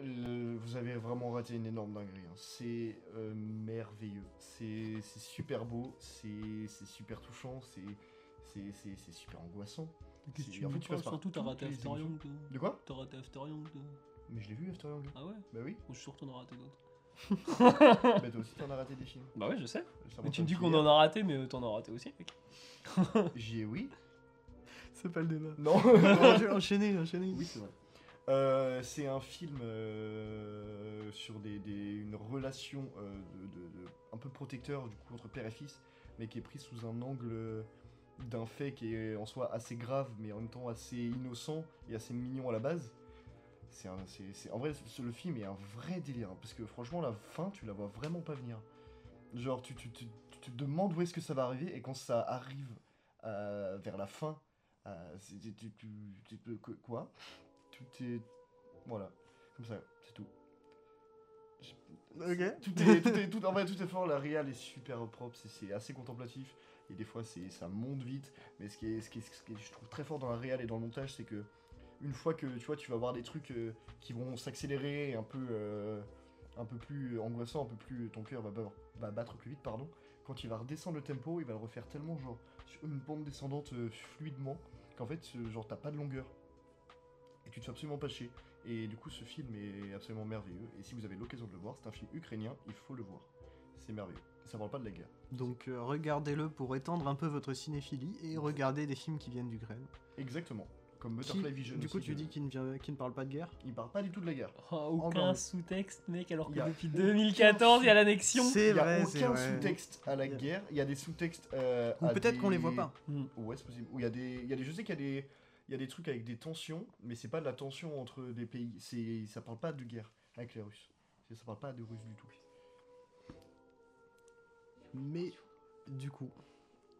Le- vous avez vraiment raté une énorme dinguerie. hein. C'est euh, merveilleux. C'est c'est super beau, c'est c'est super touchant, c'est- c'est c'est- c'est super angoissant.
Qu'est-ce euh, que
Et
tu
en
me
fait,
dis,
tu
quoi
passes par
Surtout, t'as
toutes
raté
les
After
émotions.
Young. toi.
De quoi
T'as raté After Young. toi.
Mais je l'ai vu After Young.
Ah ouais
Bah
(laughs)
oui,
Ou je suis sûr que t'en as raté d'autres.
bah toi aussi t'en as raté des films.
Bah ouais, je sais.
Le
Mais
Serment
tu me dis
Pamphile.
qu'on en a raté, mais euh, t'en as raté aussi, mec.
J'ai oui.
C'est pas le
(laughs)
débat.
Non,
Non, je vais enchaîner, enchaîner.
Oui, c'est vrai. Euh, c'est un film euh, sur des, des- une relation euh, de, de- de- un peu protecteur du coup entre père et fils, mais qui est pris sous un angle euh, d'un fait qui est en soi assez grave, mais en même temps assez innocent et assez mignon à la base. C'est un- c'est- c'est- en vrai, ce- le film est un vrai délire, hein, parce que franchement, la fin, tu la vois vraiment pas venir. Genre, tu, tu- tu- tu te demandes où est-ce que ça va arriver, et quand ça arrive euh, vers la fin, euh, c'est- tu, tu- tu- tu peux- que- quoi tout est. Voilà, comme ça, c'est tout.
Ok.
Tout est, tout est, tout, en vrai, tout est fort, la réal est super propre, c'est- c'est assez contemplatif, et des fois c'est, ça monte vite, mais ce qui, est, ce, qui est- ce qui est- je trouve très fort dans la réal et dans le montage, c'est que une fois que tu vois, tu vas voir des trucs euh, qui vont s'accélérer, un peu, euh, un peu plus angoissant, un peu plus, ton cœur va, ba- va battre plus vite, pardon, quand il va redescendre le tempo, il va le refaire tellement genre sur une pente descendante euh, fluidement, qu'en fait, euh, genre t'as pas de longueur, et tu te fais absolument pas chier. Et du coup, ce film est absolument merveilleux. Et si vous avez l'occasion de le voir, c'est un film ukrainien, il faut le voir. C'est merveilleux. Ça parle pas de la guerre.
Donc euh, regardez-le pour étendre un peu votre cinéphilie et regardez des films qui viennent d'Ukraine.
Exactement. Comme
Qui,
Butterfly Vision.
du coup,
aussi,
tu
de-
dis qu'il ne, vient- qu'il ne parle pas de guerre
Il parle pas du tout de la guerre.
Oh,
Encore
aucun
une-
sous-texte, mec, alors que
Il y a
depuis
aucun
2014, il y a l'annexion.
C'est
Il y a
vrai, c'est
aucun
vrai.
sous-texte à la
Il y a-
guerre. Il y a des sous-textes. euh,
Ou
à
peut-être qu'on les
des-
voit pas.
Hmm.
Ouais, c'est possible. Ou il y a des. il Y a des... Je sais qu'il y a des. Il y a des trucs avec des tensions, mais c'est pas de la tension entre des pays. C'est, ça parle pas de guerre avec les Russes. Ça ça parle pas de Russes du tout.
Mais du coup,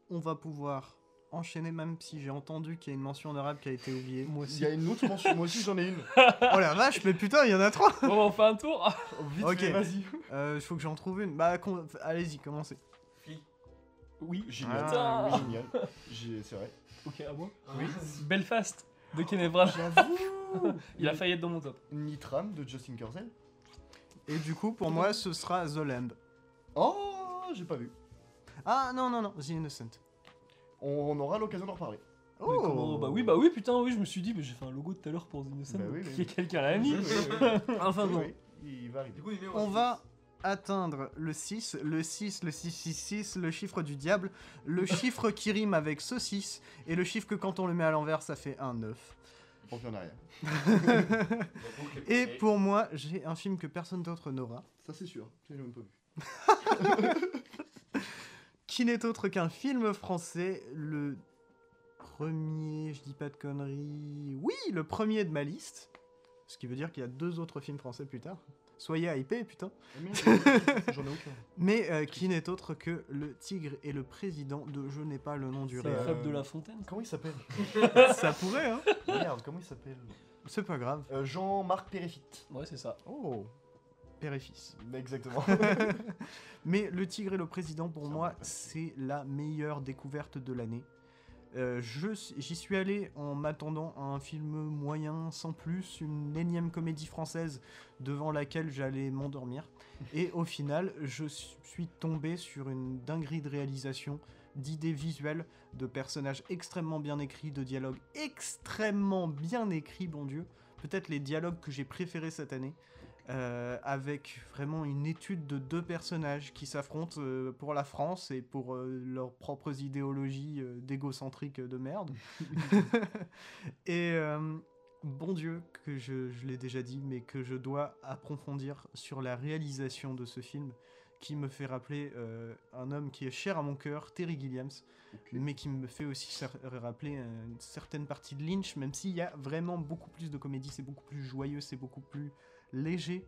on va pouvoir enchaîner même si j'ai entendu qu'il y a une mention en arabe qui a été oubliée. Moi
Il y a une autre mention. Moi aussi,
(laughs)
j'en ai une.
oh la vache, mais putain, il y en a
(laughs)
trois
Bon, on fait un tour. Ah.
Vite,
Ok.
fait, vas-y.
Il faut que j'en trouve une. Bah, con- allez-y, commencez.
Flic.
Oui.
Génial.
Ah.
Oui, génial. J'ai- C'est vrai.
Ok, à moi.
Oui.
Ah,
Belfast de Kenneth Branagh. Il a failli être dans mon top.
Nitram de Justin Kurzel.
Et du coup, pour moi, ce sera The Lamb.
Oh, j'ai pas vu.
Ah non, non, non, The Innocent.
On aura l'occasion d'en reparler.
Mais comment- bah oui, bah oui, putain, oui, je me suis dit, mais j'ai fait un logo tout à l'heure pour The Innocent.
Bah oui,
donc
mais-
Quelqu'un l'a mis.
Ah (laughs) Enfin bon.
Oui, il va arriver.
Du coup, il met
On va atteindre le 6, le 6, le 666, le chiffre du diable, le chiffre qui rime avec ce 6, et le chiffre que quand on le met à l'envers, ça fait un 9.
On fait en arrière.
Et pour moi, j'ai un film que personne d'autre n'aura,
Ça, c'est sûr. Je l'ai même
(laughs)
pas vu.
qui n'est autre qu'un film français, le premier, je dis pas de conneries, oui, le premier de ma liste, ce qui veut dire qu'il y a deux autres films français plus tard. Soyez hypés, putain.
J'en ai aucun.
Mais euh, qui n'est autre que Le Tigre et le Président de Je n'ai pas le nom du
C'est
réel.
Fab
euh,
de la Fontaine.
Comment il
(laughs)
s'appelle
Ça pourrait, hein
Merde, comment il s'appelle
C'est pas grave.
Euh, Jean-Marc Péréfitte.
Ouais, c'est ça.
Oh père et fils. (laughs)
Exactement.
Mais Le Tigre et le Président, pour
Ça
moi,
me plaît.
c'est la meilleure découverte de l'année. Euh, je- J'y suis allé en m'attendant à un film moyen, sans plus, une énième comédie française devant laquelle j'allais m'endormir. Et au final, je suis tombé sur une dinguerie de réalisation, d'idées visuelles, de personnages extrêmement bien écrits, de dialogues extrêmement bien écrits, bon Dieu. Peut-être les dialogues que j'ai préférés cette année. Euh, avec vraiment une étude de deux personnages qui s'affrontent euh, pour la France et pour euh, leurs propres idéologies euh, d'égocentriques de merde. (laughs) et euh, bon Dieu, que je, je l'ai déjà dit, mais que je dois approfondir sur la réalisation de ce film qui me fait rappeler euh, un homme qui est cher à mon cœur, Terry Gilliams, mais qui me fait aussi cer- rappeler euh, une certaine partie de Lynch, même s'il y a vraiment beaucoup plus de comédie, c'est beaucoup plus joyeux, c'est beaucoup plus léger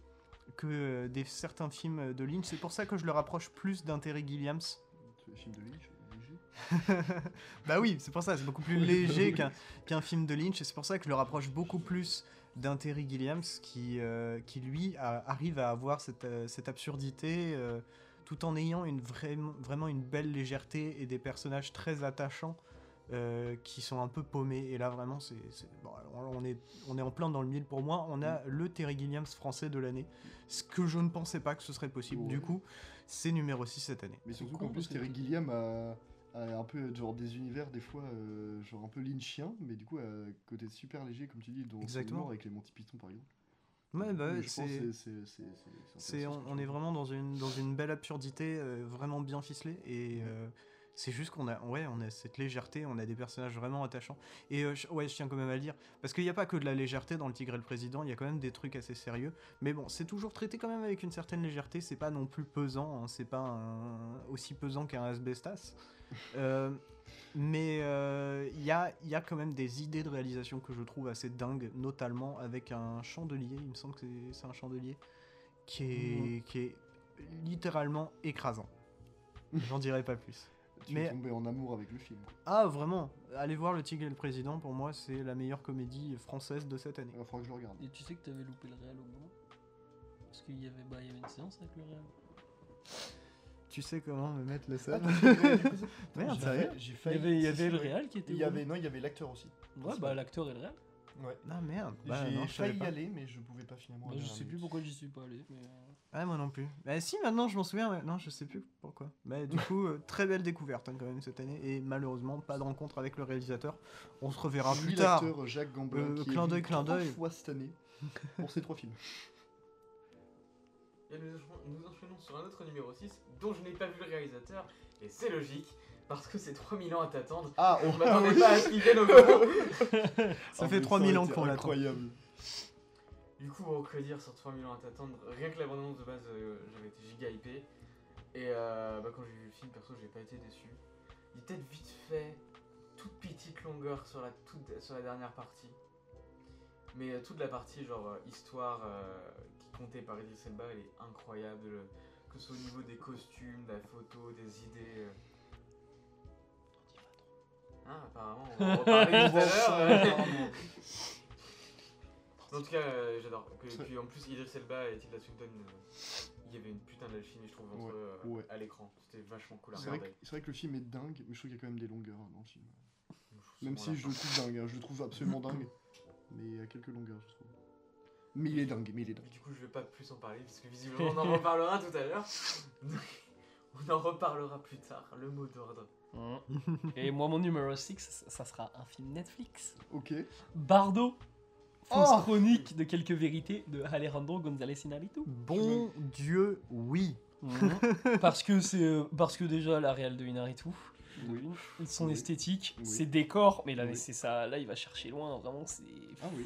que euh, des certains films euh, de Lynch. C'est pour ça que je le rapproche plus d'un Terry Gilliams.
Le film de Lynch, léger.
(laughs) bah oui, bah c'est pour ça, c'est beaucoup plus léger qu'un qu'un film de Lynch, et c'est pour ça que je le rapproche beaucoup plus d'un Terry Gilliams qui, euh, qui lui, a- arrive à avoir cette, euh, cette absurdité euh, tout en ayant une vraie- vraiment une belle légèreté et des personnages très attachants euh, qui sont un peu paumés. Et là, vraiment, c'est c'est- bon, on, est, on est en plein dans le mille pour moi. On a le Terry Gilliams français de l'année, ce que je ne pensais pas que ce serait possible. Du
Ouais.
coup, c'est numéro 6 cette année.
Mais surtout
con,
qu'en plus,
parce que-
Terry Gilliam a, a un peu genre des univers, des fois, euh, genre un peu lynchien, mais du coup, à côté super léger, comme tu dis, dans son
Exactement.
humour avec les Monty Python, par exemple.
Ouais, bah,
Mais
ouais,
je pense
c'est-
que c'est- c'est- c'est-
C'est, on,
intéressant ce que
on est
tu racontes.
vraiment dans une, dans une belle absurdité, euh, vraiment bien ficelée. Et euh, c'est juste qu'on a, ouais, on a cette légèreté, on a des personnages vraiment attachants. Et euh, je- ouais, je tiens quand même à le dire, parce qu'il n'y a pas que de la légèreté dans Le Tigre et le Président, il y a quand même des trucs assez sérieux. Mais bon, c'est toujours traité quand même avec une certaine légèreté, c'est pas non plus pesant, hein, c'est pas un- aussi pesant qu'un asbestas. Euh, mais euh, il y, a, il y a quand même des idées de réalisation que je trouve assez dingues, notamment avec un chandelier, il me semble que c'est- c'est un chandelier, qui est, qui est littéralement (laughs) écrasant. J'en dirai pas plus.
Tu es
mais-
tombé en amour avec le film. quoi.
Ah, vraiment Allez voir Le Tigre et le Président, pour moi, c'est la meilleure comédie française de cette année.
Il va falloir que je le regarde.
Et tu sais que t'avais loupé le Real au moment Parce qu'il y, avait, bah, il y avait une séance avec le Real.
Tu sais comment me mettre le seum
Ah,
(laughs) Merde,
J'ai failli- j'ai
Il y
failli-
avait, il y
si,
avait
si,
le
ouais.
Real qui était
Il y
au
avait, non, il y avait l'acteur aussi.
moment. Ouais, bah l'acteur et le Real.
Ouais.
Ah merde
Et
Bah
j'ai
non, je savais
failli y
pas.
aller, mais je pouvais pas finalement.
Bah,
aller
je
à la
sais plus
minute.
pourquoi j'y suis pas allé. Mais... euh,
Ah, moi non plus. Bah si, maintenant, je m'en souviens, ouais. Non, je sais plus pourquoi. Mais
(laughs)
du coup, euh, très belle découverte, hein, quand même, cette année. Et malheureusement, pas de rencontre avec le réalisateur. On se reverra
J'ai
plus
mis
tard
l'acteur Jacques Gamblin
Euh,
qui est
clin
venu
d'œil, clin
trois
d'œil.
fois
(laughs)
cette année pour ces trois films.
Et nous, enchaînons- nous enchaînons sur un autre numéro 6 dont je n'ai pas vu le réalisateur, et c'est logique, parce que c'est 3000 ans à t'attendre.
Ah,
Je m'attendais pas à ce qu'il vienne
(laughs)
au moment.
Ça fait 3000 ans qu'on l'attend.
Incroyable.
Du coup, oh, que dire sur 3000 ans à t'attendre Rien que la bande-annonce de base, euh, j'avais été giga hypé. Et euh, bah, quand j'ai vu le film, perso, j'ai pas été déçu. Il est peut-être vite fait, toute petite longueur sur la, toute, sur la dernière partie. Mais euh, toute la partie, genre euh, histoire euh, qui comptait par Idris Elba, elle est incroyable. euh, Que ce soit au niveau des costumes, de la photo, des idées. euh. Ah, apparemment, on va en reparler tout à l'heure. euh. En tout cas, euh, j'adore. Que-
Très-
Puis en plus, Idris Elba et Tilda Swinton, euh, il y avait une putain d'alchimie, je trouve, entre eux, euh,
ouais.
à l'écran. C'était vachement cool à
C'est vrai, que,
regarder.
c'est vrai que le film est dingue, mais je trouve qu'il y a quand même des longueurs hein, dans le film.
Je
Même
trouve
si je le trouve dingue, hein, je le trouve
(laughs)
absolument dingue. Mais il y a quelques longueurs, je trouve. Mais il est dingue, mais il est
Et
dingue.
Du coup, je vais pas plus en parler, parce que visiblement, on en (laughs) reparlera tout à l'heure. on en reparlera plus tard, le mot d'ordre.
Hein. Et moi, mon numéro 6, ça, ça sera un film Netflix.
Ok.
Bardo Fausse
Oh
chronique de quelques vérités de Alejandro González Inarritu.
Bon Dieu, oui
Hein. parce que c'est euh, parce que déjà la réal de Inaritu,
Oui.
son
Oui.
esthétique,
Oui.
ses décors, mais là
Oui.
c'est ça, là il va chercher loin, vraiment c'est.
Ah oui.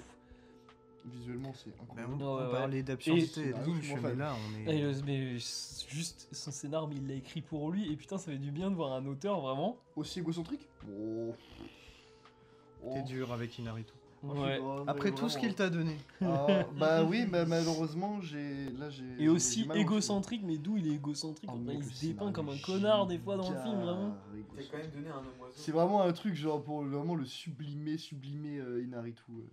Visuellement, c'est incroyable.
on,
Ouais, ouais.
parlait d'absurdité
Bah, Et-
et de Lynch,
Moi,
mais
fan.
là, on
Et
est...
le- mais c'est juste son scénar, mais il l'a écrit pour lui et putain ça fait du bien de voir un auteur vraiment.
Aussi égocentrique Oh.
T'es
Oh.
dur avec Inaritu.
Oh, je sais
Ouais.
pas, mais
Après tout ce
vraiment.
qu'il t'a donné.
Ah,
(laughs)
bah oui, bah, malheureusement, j'ai. Là, j'ai. j'ai-
Et
j'ai
aussi
mal au
égocentrique, mais d'où il est égocentrique en
film. Oh,
vrai,
mec,
Il
le
se dépeint
scénario
comme un
est
connard des fois dans le film,
giga
vraiment.
T'as
égocentrique.
quand même donné un homme oiseau.
C'est vraiment un truc, genre, pour vraiment le sublimer, sublimer euh, Inaritu. euh.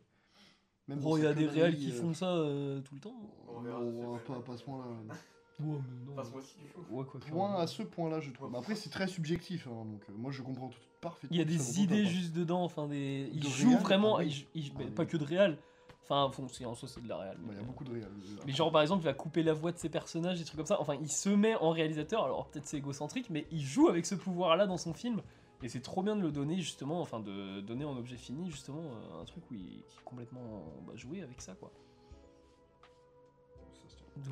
Même
Bro, Oh, il y a des réels
réels
qui font ça euh, tout le temps.
On verra si ça fait
Oh, pas,
mal.
pas à ce point-là. hein. ouais.
Ouais, mais non.
Enfin, moi aussi, du coup.
Ouais, quoi que,
Point
ouais.
à ce point-là, je trouve. Mais après, c'est très subjectif, hein, donc euh, moi je comprends tout parfaitement.
Il y a
que ça
des
vous
idées
tente, hein.
juste dedans, enfin des. Ils
De
jouent
réal,
vraiment,
ah oui.
ils jou- ils-
Ah
mais
oui.
pas que de réal. Enfin, bon, c'est- en soi c'est de la réal.
Bah, Il y a beaucoup de réels. euh,
Mais genre par exemple, il va couper la voix de ses personnages, des trucs comme ça. Enfin, il se met en réalisateur. Alors peut-être c'est égocentrique, mais il joue avec ce pouvoir-là dans son film. Et c'est trop bien de le donner justement, enfin de donner en objet fini justement euh, un truc où il qui est complètement bah, joué avec ça quoi.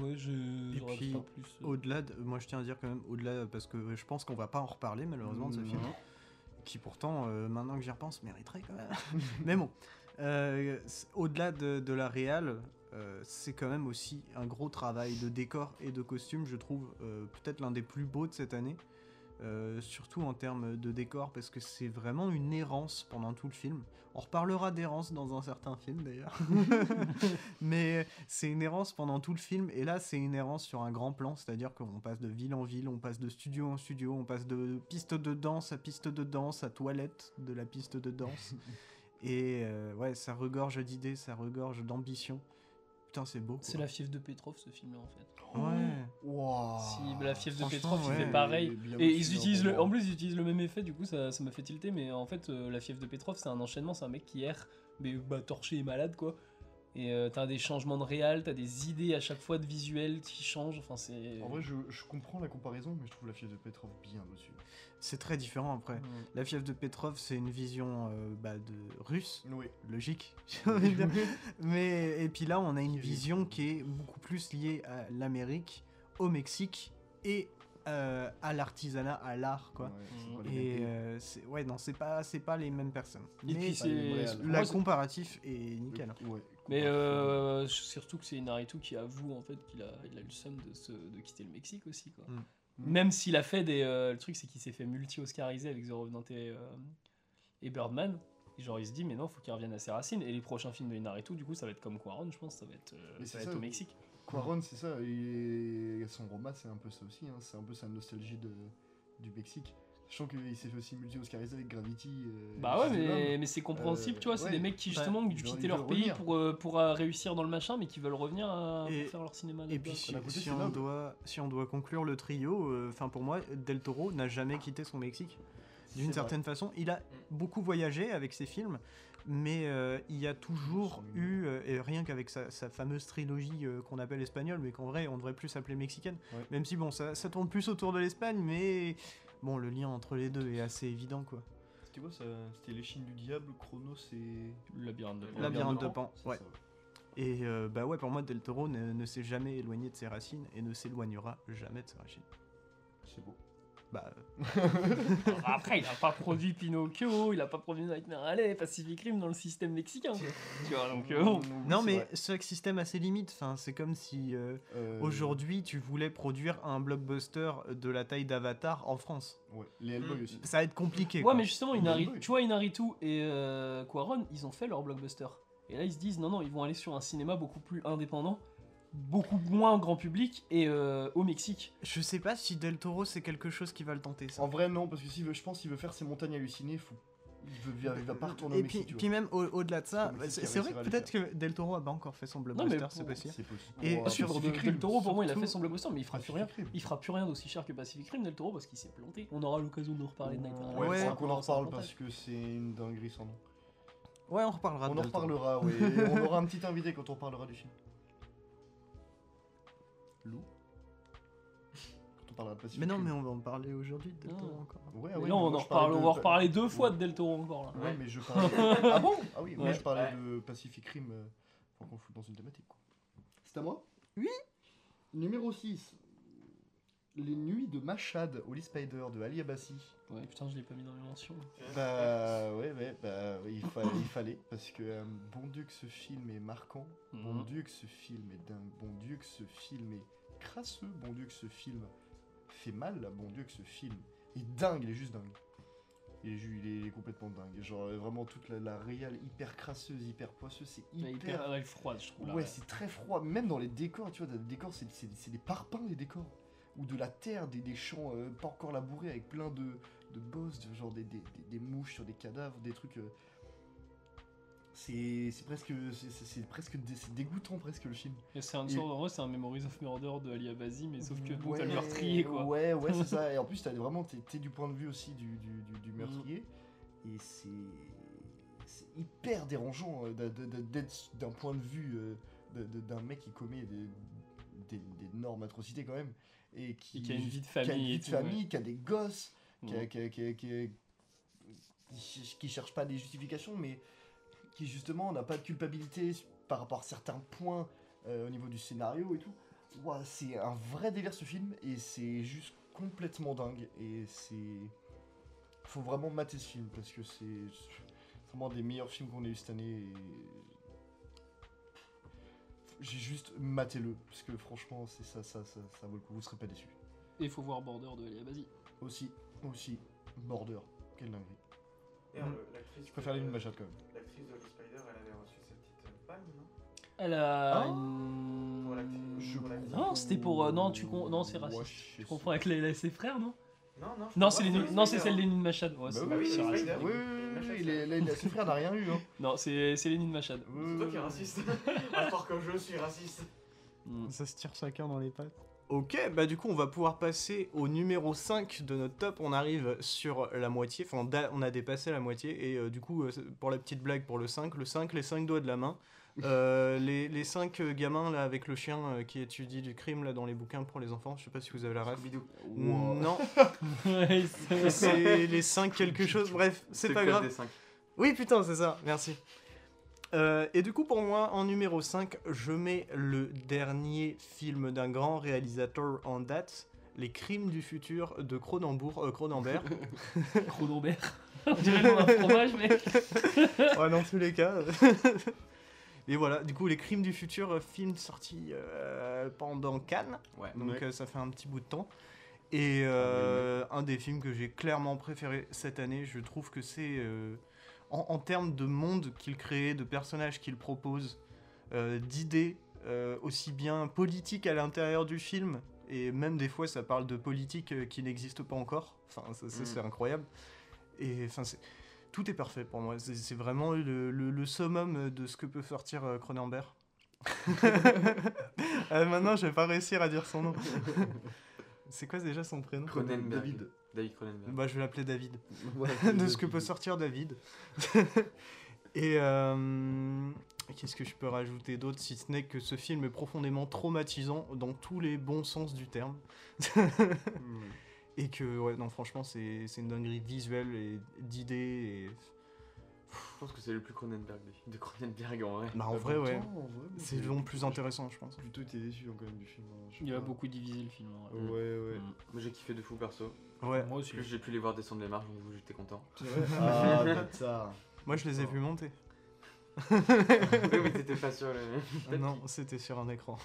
Ouais, je.
Et
j'aurais
puis,
pas plus. euh,
Au-delà, de- moi je tiens à dire quand même, au-delà, parce que je pense qu'on va pas en reparler malheureusement de ce
Mm.
Non.
film, qui pourtant, euh, maintenant que j'y repense, mériterait quand même. (laughs) Mais bon, euh, c'est- au-delà de, de la réal, euh, c'est quand même aussi un gros travail de décor et de costume, je trouve euh, peut-être l'un des plus beaux de cette année. euh, surtout en termes de décor, parce que c'est vraiment une errance pendant tout le film. On reparlera d'errance dans un certain film
(laughs)
d'ailleurs. Mais c'est une errance pendant tout le film, et là c'est une errance sur un grand plan, c'est-à-dire qu'on passe de ville en ville, on passe de studio en studio, on passe de piste de danse à piste de danse, à toilette de la piste de
(laughs)
danse. et euh, ouais, ça regorge d'idées, ça regorge d'ambition. Putain, c'est beau. quoi.
C'est la fièvre de Petrov ce film-là en fait.
Ouais.
Ouah.
Si bah, la fièvre de
franchement,
Petrov, il
ouais.
fait pareil.
Bien
Et
aussi,
ils
hein,
utilisent
pour
le,
moi.
en plus ils utilisent le même effet, du coup ça, ça m'a fait tilter, mais en fait euh, la fièvre de Petrov c'est un enchaînement, c'est un mec qui erre, mais bah, torché et malade quoi. Et euh, t'as des changements de réal, t'as des idées à chaque fois de visuels qui changent, enfin c'est...
En vrai, je, je comprends la comparaison, mais je trouve la fièvre de Petrov bien au-dessus.
C'est très différent après.
Mm.
La fièvre de Petrov, c'est une vision euh, bah, de russe,
Oui.
(laughs) logique. j'ai envie de dire. Mais et puis là, on a une
Qui est-
vision qui est beaucoup plus liée à l'Amérique, au Mexique et euh, à l'artisanat, à l'art, quoi. Et euh, c'est- ouais, non, c'est pas, c'est pas les mêmes personnes.
Et
Mais
puis c'est...
les réals.
pour moi,
la
c'est-
comparatif est nickel.
Mais euh, surtout que c'est Naruto qui avoue en fait qu'il a, il a eu le seum de, se- de quitter le Mexique aussi quoi.
Mm.
Mm.
Même s'il a fait des... euh, le truc c'est qu'il s'est fait multi-oscariser avec The Revenant et, euh, et Birdman. Et genre il se dit mais non faut qu'il revienne à ses racines. Et les prochains films de Naruto du coup ça va être comme Quaron je pense, ça va être, euh,
Mais
ça
c'est
va
ça,
être au
le-
Mexique.
Quaron, c'est ça, et son roman, c'est un peu ça aussi, hein, c'est un peu sa nostalgie de, du Mexique. Sachant qu'il s'est fait aussi multi-oscarisé avec Gravity. euh,
Bah ouais,
Slam.
mais, mais c'est compréhensible,
Euh,
tu vois. C'est
ouais.
des mecs qui justement ont dû
Ils veulent-
quitter
ils
leur
veulent
pays
revenir.
pour, euh, pour euh, réussir dans le machin, mais qui veulent revenir à, pour
Et-
faire leur cinéma.
Et
là-bas,
puis si,
quoi.
d'un côté,
si
c'est
on
noble.
doit, si on doit conclure le trio, euh, enfin pour moi, Del Toro n'a jamais quitté son Mexique. D'une
C'est
certaine façon, il
Mm.
a beaucoup voyagé avec ses films, mais euh, il y a toujours
Ils sont
eu, euh, et rien qu'avec sa, sa fameuse trilogie euh, qu'on appelle espagnole, mais qu'en vrai on devrait plus s'appeler mexicaine,
Ouais.
même si bon, ça, ça tourne plus autour de l'Espagne, mais bon, le lien entre les deux est assez évident quoi.
C'était quoi ça C'était les Chines du diable, Chronos et.
Le
euh,
labyrinthe de Pan.
Le labyrinthe
de Pan,
C'est
ouais.
ça,
Et euh, bah ouais, pour moi, Del Toro ne, ne s'est jamais éloigné de ses racines et ne s'éloignera jamais de ses racines.
C'est beau.
Bah,
Alors Après, il a pas produit Pinocchio, il a pas produit Nightmare Alley, Pacific Rim dans le système mexicain. quoi. tu vois, donc euh, bon.
non,
Mm, c'est
mais
vrai.
ce système a ses limites, enfin, c'est comme si. euh,
Euh,
Aujourd'hui, tu voulais produire un blockbuster de la taille d'Avatar en France.
Ouais, les Hellboy
Mm.
aussi.
Ça va être compliqué.
Ouais,
quoi.
mais justement,
Mais
Inari-
oui.
tu vois, Inaritu et euh, Quaron, ils ont fait leur blockbuster. Et là, ils se disent, non, non, ils vont aller sur un cinéma beaucoup plus indépendant, beaucoup moins grand public et euh, au Mexique.
Je sais pas si Del Toro c'est quelque chose qui va le tenter. Ça.
En vrai, non, parce que s'il veut, je pense qu'il veut faire ses montagnes hallucinées, faut... il, veut, il va pas retourner
Et
au Mexique.
puis,
tu
puis
vois.
même au- au-delà de ça,
Parce que le
c'est
Mexique
c'est vrai
réussira
que
à le
peut-être que Del Toro a pas encore fait son
mais
blockbuster, c'est
pour-
possible.
C'est Ah, possible.
Et
Ouah,
sur
Pacific
de-
Rim,
Del Toro, pour moi, il a
surtout.
fait son blockbuster, mais il fera plus rien.
Pacific Rim.
Il fera plus rien d'aussi cher que Pacific Rim, Del Toro, parce qu'il s'est planté. On aura l'occasion de nous reparler de Night Rider.
Ouais,
Ouais.
faudra
Ça,
qu'on en
ça
reparle
compte.
parce que c'est une dinguerie sans nom.
Ouais, on reparlera
On
de
en
Del Toro.
reparlera,
(laughs)
oui. Et on aura un petit invité quand on parlera du film. Lou Quand on parlera de Pacific
Mais non, mais
Rim.
on va en parler aujourd'hui de Del
Ah.
Toro encore.
Ouais,
Mais
ouais,
là,
mais
on, en
moi, je
reparle,
parlais
on
de-
va reparler deux fois de Del Toro encore là.
Ouais, mais je parlais. ah bon Ah oui, moi
Ouais.
je parlais
Ouais.
de Pacific Rim. euh, Faut qu'on fout dans une thématique, quoi. C'est à moi Oui Numéro 6. Les nuits de Machad, Holy Spider de Ali Abassi.
Ouais, putain, je l'ai pas mis dans les mentions.
Bah ouais, ouais, bah il, fa- il fallait, parce que euh, bon dieu que ce film est marquant, bon
Mhm.
dieu que ce film est dingue, bon dieu que ce film est crasseux, bon dieu que ce film fait mal, bon dieu que ce film est dingue, il est juste dingue. Il est, ju- il est complètement dingue, Et genre euh, vraiment toute la, la réale hyper crasseuse, hyper poisseuse, c'est
Ouais, Hyper
hyper...
elle est froide, je trouve.
Ouais,
Là,
c'est très froid, même dans les décors, tu vois, les décors, c'est- c'est c'est des parpaings, les décors. Ou de la terre, des, des champs euh, pas encore labourés avec plein de, de boss, de genre des, des- des- des mouches sur des cadavres, des trucs. euh. C'est c'est presque, c'est- c'est c'est presque, dé- c'est dégoûtant presque le film.
Et C'est un,
Et-
sort- en vrai, c'est un Memories of Murder de Ali Abasi, mais sauf que bon, t'as le
Ouais,
meurtrier, quoi.
Ouais, ouais,
(laughs)
c'est ça. Et en plus, t'as vraiment, t'es, t'es du point de vue aussi du, du- du- du meurtrier.
Mm.
Et c'est, c'est hyper dérangeant euh, d'a- d'a- d'a- d'être d'un point de vue euh, de- de- d'un mec qui commet des, des- d'énormes atrocités quand même. Et qui,
Et qui a une vie de
qui a une
famille.
vie
et
de
tout,
famille, qui a des gosses, qui, a-
Ouais.
qui, a- qui a- qui a- qui ch- qui cherche pas des justifications, mais qui justement n'a pas de culpabilité su- par rapport à certains points euh, au niveau du scénario et tout. Ouah, c'est un vrai délire ce film et c'est juste complètement dingue et c'est faut vraiment mater ce film parce que c'est c'est vraiment des meilleurs films qu'on ait eu cette année et j'ai juste maté le parce que franchement c'est ça ça ça ça vaut le coup vous serez pas déçus
Et faut voir Border de Ali Abasi.
aussi aussi Border quelle dinguerie
D'ailleurs, le- l'actrice.
euh, je préfère les
de-
Euh,
films Bachard quand même
L'actrice de Holy Spider, elle avait reçu sa petite euh, palme, non
Elle a.
Ah,
une-
pour l'actrice-
je
pour l'actrice.
Non, c'était pour. euh, non, tu con- non, c'est
Ouais,
raciste.
je
Tu
sais
comprends avec les, les- ses frères, non
Non, non, je
Non,
crois
c'est
pas,
les
Holy
non, c'est
Spider.
celle d'Lénine Machad. Ouais,
Bah
c'est
oui,
vrai,
oui,
c'est
oui,
raciste.
pas.
Spider.
Oui, oui, oui, il est- là,
(laughs)
il a- ses frères n'a rien eu. Hein.
Non, c'est c'est Lénine Machad.
C'est toi qui es raciste. (laughs) Alors que je suis raciste.
Mm.
Ça se tire chacun dans les pattes.
Ok, bah du coup, on va pouvoir passer au numéro 5 de notre top. On arrive sur la moitié, enfin, on a- on a dépassé la moitié. Et euh, du coup, euh, c'est- pour la petite blague pour le 5, le 5, les 5 doigts de
(laughs)
la main. Euh, les, les 5 gamins là avec le chien euh, qui étudie du crime là dans les bouquins pour les enfants, je sais pas si vous avez la ref.
Scooby-Doo. (laughs)
Non,
(laughs) Ouais,
(laughs)
c'est-
c'est les 5 quelque chose, bref, c'est pas
le code
grave.
des cinq.
Oui, putain, c'est ça, merci. Euh, et du coup, pour moi, en numéro 5, je mets le dernier film d'un grand réalisateur en date, Les Crimes du Futur de Cronenbourg, euh, Cronenberg.
(laughs)
Cronenberg. (laughs) On dirait le nom d'un fromage, mec.
ouais, dans tous les cas. (laughs) et voilà, du coup, Les Crimes du Futur, euh, film sorti euh, pendant Cannes.
Ouais. Ah
Donc euh, ça fait un petit bout de temps. Et euh, un des films que j'ai clairement préféré cette année, je trouve que c'est euh, en, en termes de monde qu'il crée, de personnages qu'il propose, euh, d'idées euh, aussi bien politiques à l'intérieur du film, et même des fois ça parle de politique euh, qui n'existe pas encore. Enfin, ça, ça,
Mm.
c'est incroyable. Et enfin, c'est- tout est parfait pour moi. C'est c'est vraiment le, le- le summum de ce que peut sortir euh, Cronenberg. Euh, maintenant, je vais pas réussir à dire son nom. C'est quoi déjà son prénom
Cronenberg. (laughs)
David.
David Cronenberg.
Bah, je vais l'appeler David.
(laughs) Ouais,
de ce que peut sortir David. (laughs) Et euh, qu'est-ce que je peux rajouter d'autre si ce n'est que ce film est profondément traumatisant dans tous les bons sens du terme.
Mm.
Et que, ouais, non, franchement, c'est c'est une dinguerie visuelle et d'idées.
Je pense que c'est le plus Cronenberg des- de Cronenberg en vrai.
Et... Bah, en
Bah,
vrai,
pourtant,
ouais.
en vrai, moi,
C'est
j'ai-
le long plus intéressant, je pense.
Plutôt été déçu hein, quand même du film. hein, je sais
Il a
pas.
beaucoup divisé le film. en vrai.
Ouais, ouais.
Mm.
Moi j'ai kiffé de fou perso.
Ouais,
Moi aussi.
Plus j'ai pu les voir descendre les marches, donc vous j'étais content.
C'est vrai (laughs) Ah, bâtard.
moi je les ai vus monter.
(laughs) oui, mais t'étais pas sur le. (laughs)
Ah non, c'était sur un écran.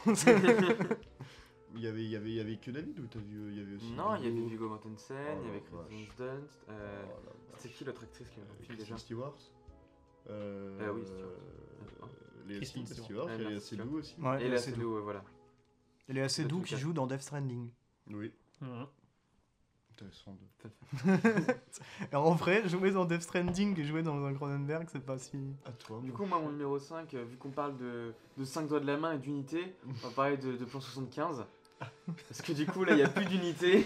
Il y avait, il y avait, il y avait que David ou t'as vu, euh, il y avait aussi.
Non, il y avait
Hugo
Viggo Mortensen,
Oh
il y
la
avait Kristen
vache.
Dunst. euh,
Oh la vache.
C'était qui l'autre actrice qui m'a
Euh,
filmé déjà
Kristen Stewart. Euh,
Ah oui, Stewart.
euh,
Ah.
Léa
Kristen Stewart.
Stewart,
Ah,
elle est
Léa
assez
Stewart.
doux aussi.
Ouais,
Et
là,
là,
c'est
c'est
doux.
doux, ouais, voilà.
Elle est assez
Le
doux
truc
qui
à-
joue dans Death Stranding.
Oui,
Mm.
intéressant. de-
Et en vrai, jouer dans Death Stranding et jouer dans un Cronenberg, c'est pas si.
À toi.
Du
mon-
coup, moi, mon numéro 5, euh, vu qu'on parle de, de 5 doigts de la main et d'unité, on va parler de, de plan (laughs) 75. Parce que du coup, là, il n'y a plus d'unité.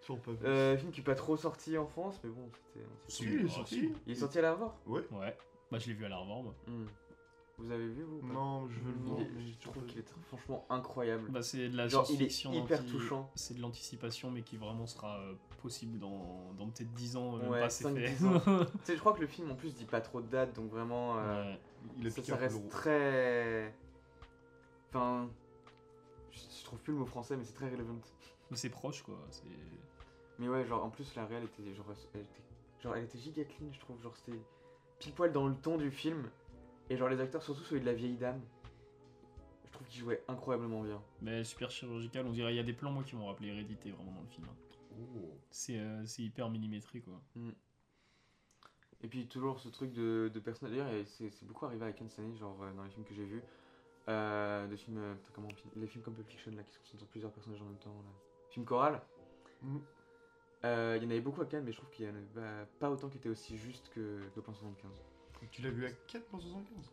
toujours pas vu.
Euh, film qui n'est pas trop sorti en France, mais bon, c'était. on s'est-
Si, il est sorti.
Il est sorti à la voir
Ouais. Bah, je l'ai vu à la revente.
Vous avez vu, vous ou pas
Non, je veux le voir.
Il est-
mais j'ai
Je trouve
pas-
qu'il est tr- franchement incroyable.
Bah, c'est de la
Genre, il est
science-fiction.
hyper
anti-
touchant.
C'est de l'anticipation, mais qui vraiment sera euh, possible dans, dans peut-être 10 ans, euh, même
Ouais,
pas c'est
5,
fait. (laughs)
10 ans. tu sais, je crois que le film en plus dit pas trop de dates, donc vraiment. euh,
Ouais.
Il a
ça,
piqué
ça
un peu
reste
le-
très. Enfin. Je, je trouve plus le mot français, mais c'est très relevant.
Mais c'est proche, quoi. C'est.
Mais ouais, genre en plus, la réelle était genre. Elle était, genre, elle était giga clean, je trouve. Genre, c'était pile poil dans le ton du film. Et genre, les acteurs, surtout celui de la vieille dame, je trouve qu'ils jouaient incroyablement bien.
Mais super chirurgical, on dirait il y a des plans moi qui m'ont rappelé Hérédité vraiment dans le film. hein.
Oh.
C'est euh, c'est hyper millimétré quoi.
Et puis toujours ce truc de, de personnage. D'ailleurs, et c'est c'est beaucoup arrivé à Cannes cette année, genre euh, dans les films que j'ai vus. Euh, de films, euh, putain, comment on finit- les films comme Pulp Fiction, là, qui se concentrent sur plusieurs personnages en même temps. Là. Film choral.
Mhm.
Euh, Il y en avait beaucoup à Cannes, mais je trouve qu'il y en avait pas- pas autant qui étaient aussi justes que, que Plan 75.
Donc tu l'as vu à 4 en 75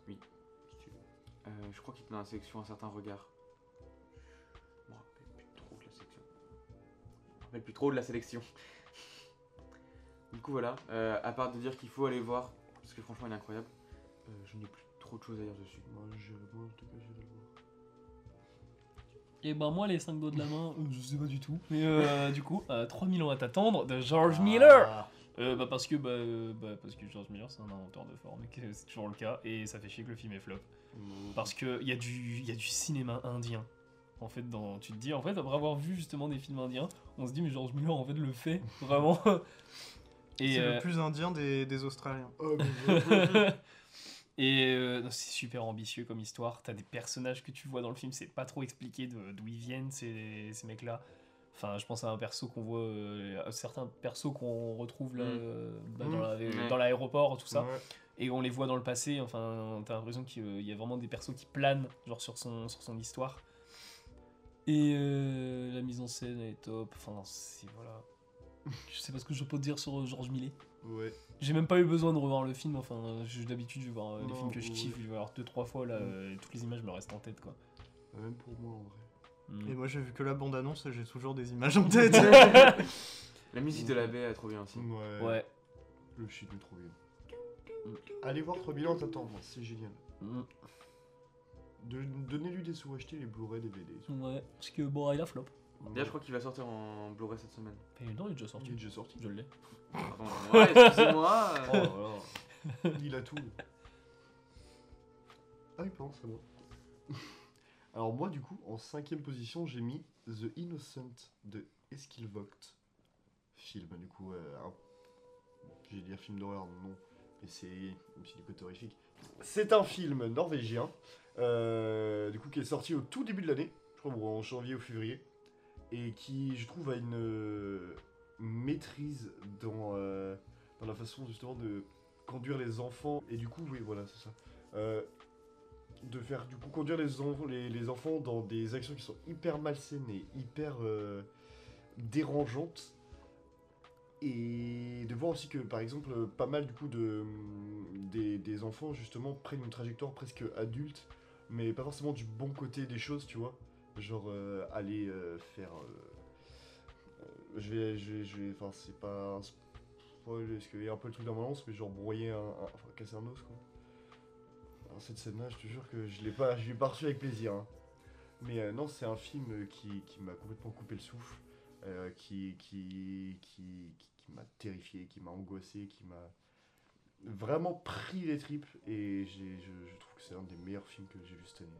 Euh, je crois qu'il tenait la sélection un certain regard. Je me rappelle plus trop de la sélection. Je me rappelle plus trop de la sélection. du coup voilà, Euh, à part de dire qu'il faut aller voir, parce que franchement il est incroyable, euh, je n'ai plus trop de choses à dire dessus.
Moi Bah, j'irai le voir, en tout cas j'irai le voir.
Et ben moi les 5 doigts de la main, (laughs) euh, je sais pas du tout. Mais euh, du coup, euh, 3000 ans à t'attendre de George
Ah.
Miller
Ah.
Euh, bah parce que bah, euh, bah, parce que George Miller c'est un inventeur de forme, et que c'est toujours le cas, et ça fait chier que le film est flop. Parce que il y, a du- y a du cinéma indien. En fait, dans, tu te dis, en fait, après avoir vu justement des films indiens, on se dit, mais George Miller en fait le fait (laughs) vraiment. et
C'est
euh,
le plus indien des, des Australiens.
Oh, mais (laughs)
(laughs) et euh, non, c'est super ambitieux comme histoire. T'as des personnages que tu vois dans le film, c'est pas trop expliqué de- d'où ils viennent ces, ces mecs-là. Enfin, je pense à un perso qu'on voit, euh, à certains persos qu'on retrouve là,
Mm.
euh, bah,
Mm.
dans la-
Ouais.
dans l'aéroport, tout ça.
Ouais.
et on les voit dans le passé. Enfin, t'as l'impression qu'il euh, y a vraiment des persos qui planent genre sur son, sur son histoire. Et euh, la mise en scène elle est top. Enfin, c'est voilà. Je sais pas ce que je peux te dire sur euh, Georges Millet.
Ouais.
J'ai même pas eu besoin de revoir le film. Enfin, euh, je- d'habitude, je vais voir euh, les
Non,
films que je
ouais.
kiffe, je vais voir deux trois fois là.
Mm.
euh, et toutes les images me restent en tête quoi.
Même pour moi en vrai.
Mm.
Et moi j'ai vu que la bande annonce et j'ai toujours des images en tête.
(laughs)
(laughs)
La musique de la baie est trop bien aussi.
Ouais.
Ouais.
Le shit est trop bien. Allez voir 3000 ans, t'attends, moi, c'est génial.
Mm.
De- Donnez-lui des sous, achetez les Blu-ray, DVD.
Ouais. Parce que bon, il a flop.
D'ailleurs je crois qu'il va sortir en Blu-ray cette semaine.
Et non, il est déjà sorti.
qu'il est déjà sorti.
Je l'ai.
Pardon, ouais, excusez-moi
(laughs) Oh là là. (laughs) Il a tout. Ah oui, pardon, c'est moi. (laughs) Alors moi, du coup, en cinquième position, j'ai mis The Innocent de Eskil Vogt. Film, du coup, euh, un- j'ai dire film d'horreur, non, mais c'est même si du côté horrifique. C'est un film norvégien, euh, du coup, qui est sorti au tout début de l'année, je crois, ou en janvier ou février, et qui, je trouve, a une euh, maîtrise dans, euh, dans la façon justement de conduire les enfants. Et du coup, oui, voilà, c'est ça. Euh, de faire du coup conduire les, env- les, les enfants dans des actions qui sont hyper malsaines et hyper euh, dérangeantes. Et de voir aussi que, par exemple, pas mal du coup de, des, des enfants justement prennent une trajectoire presque adulte, mais pas forcément du bon côté des choses, tu vois. Genre euh, aller euh, faire. euh, euh, je vais. Je vais. je vais- Enfin, c'est pas un spoil, parce qu'il y a un peu le truc dans ma lance, mais genre broyer un. un- enfin, casser un os, quoi. Alors, cette scène-là, je te jure que je l'ai pas, je l'ai pas reçu avec plaisir. hein. Mais euh, non, c'est un film euh, qui, qui m'a complètement coupé le souffle, euh, qui, qui, qui, qui, qui m'a terrifié, qui m'a angoissé, qui m'a vraiment pris les tripes. Et j'ai- je, je trouve que c'est un des meilleurs films que j'ai vu cette année.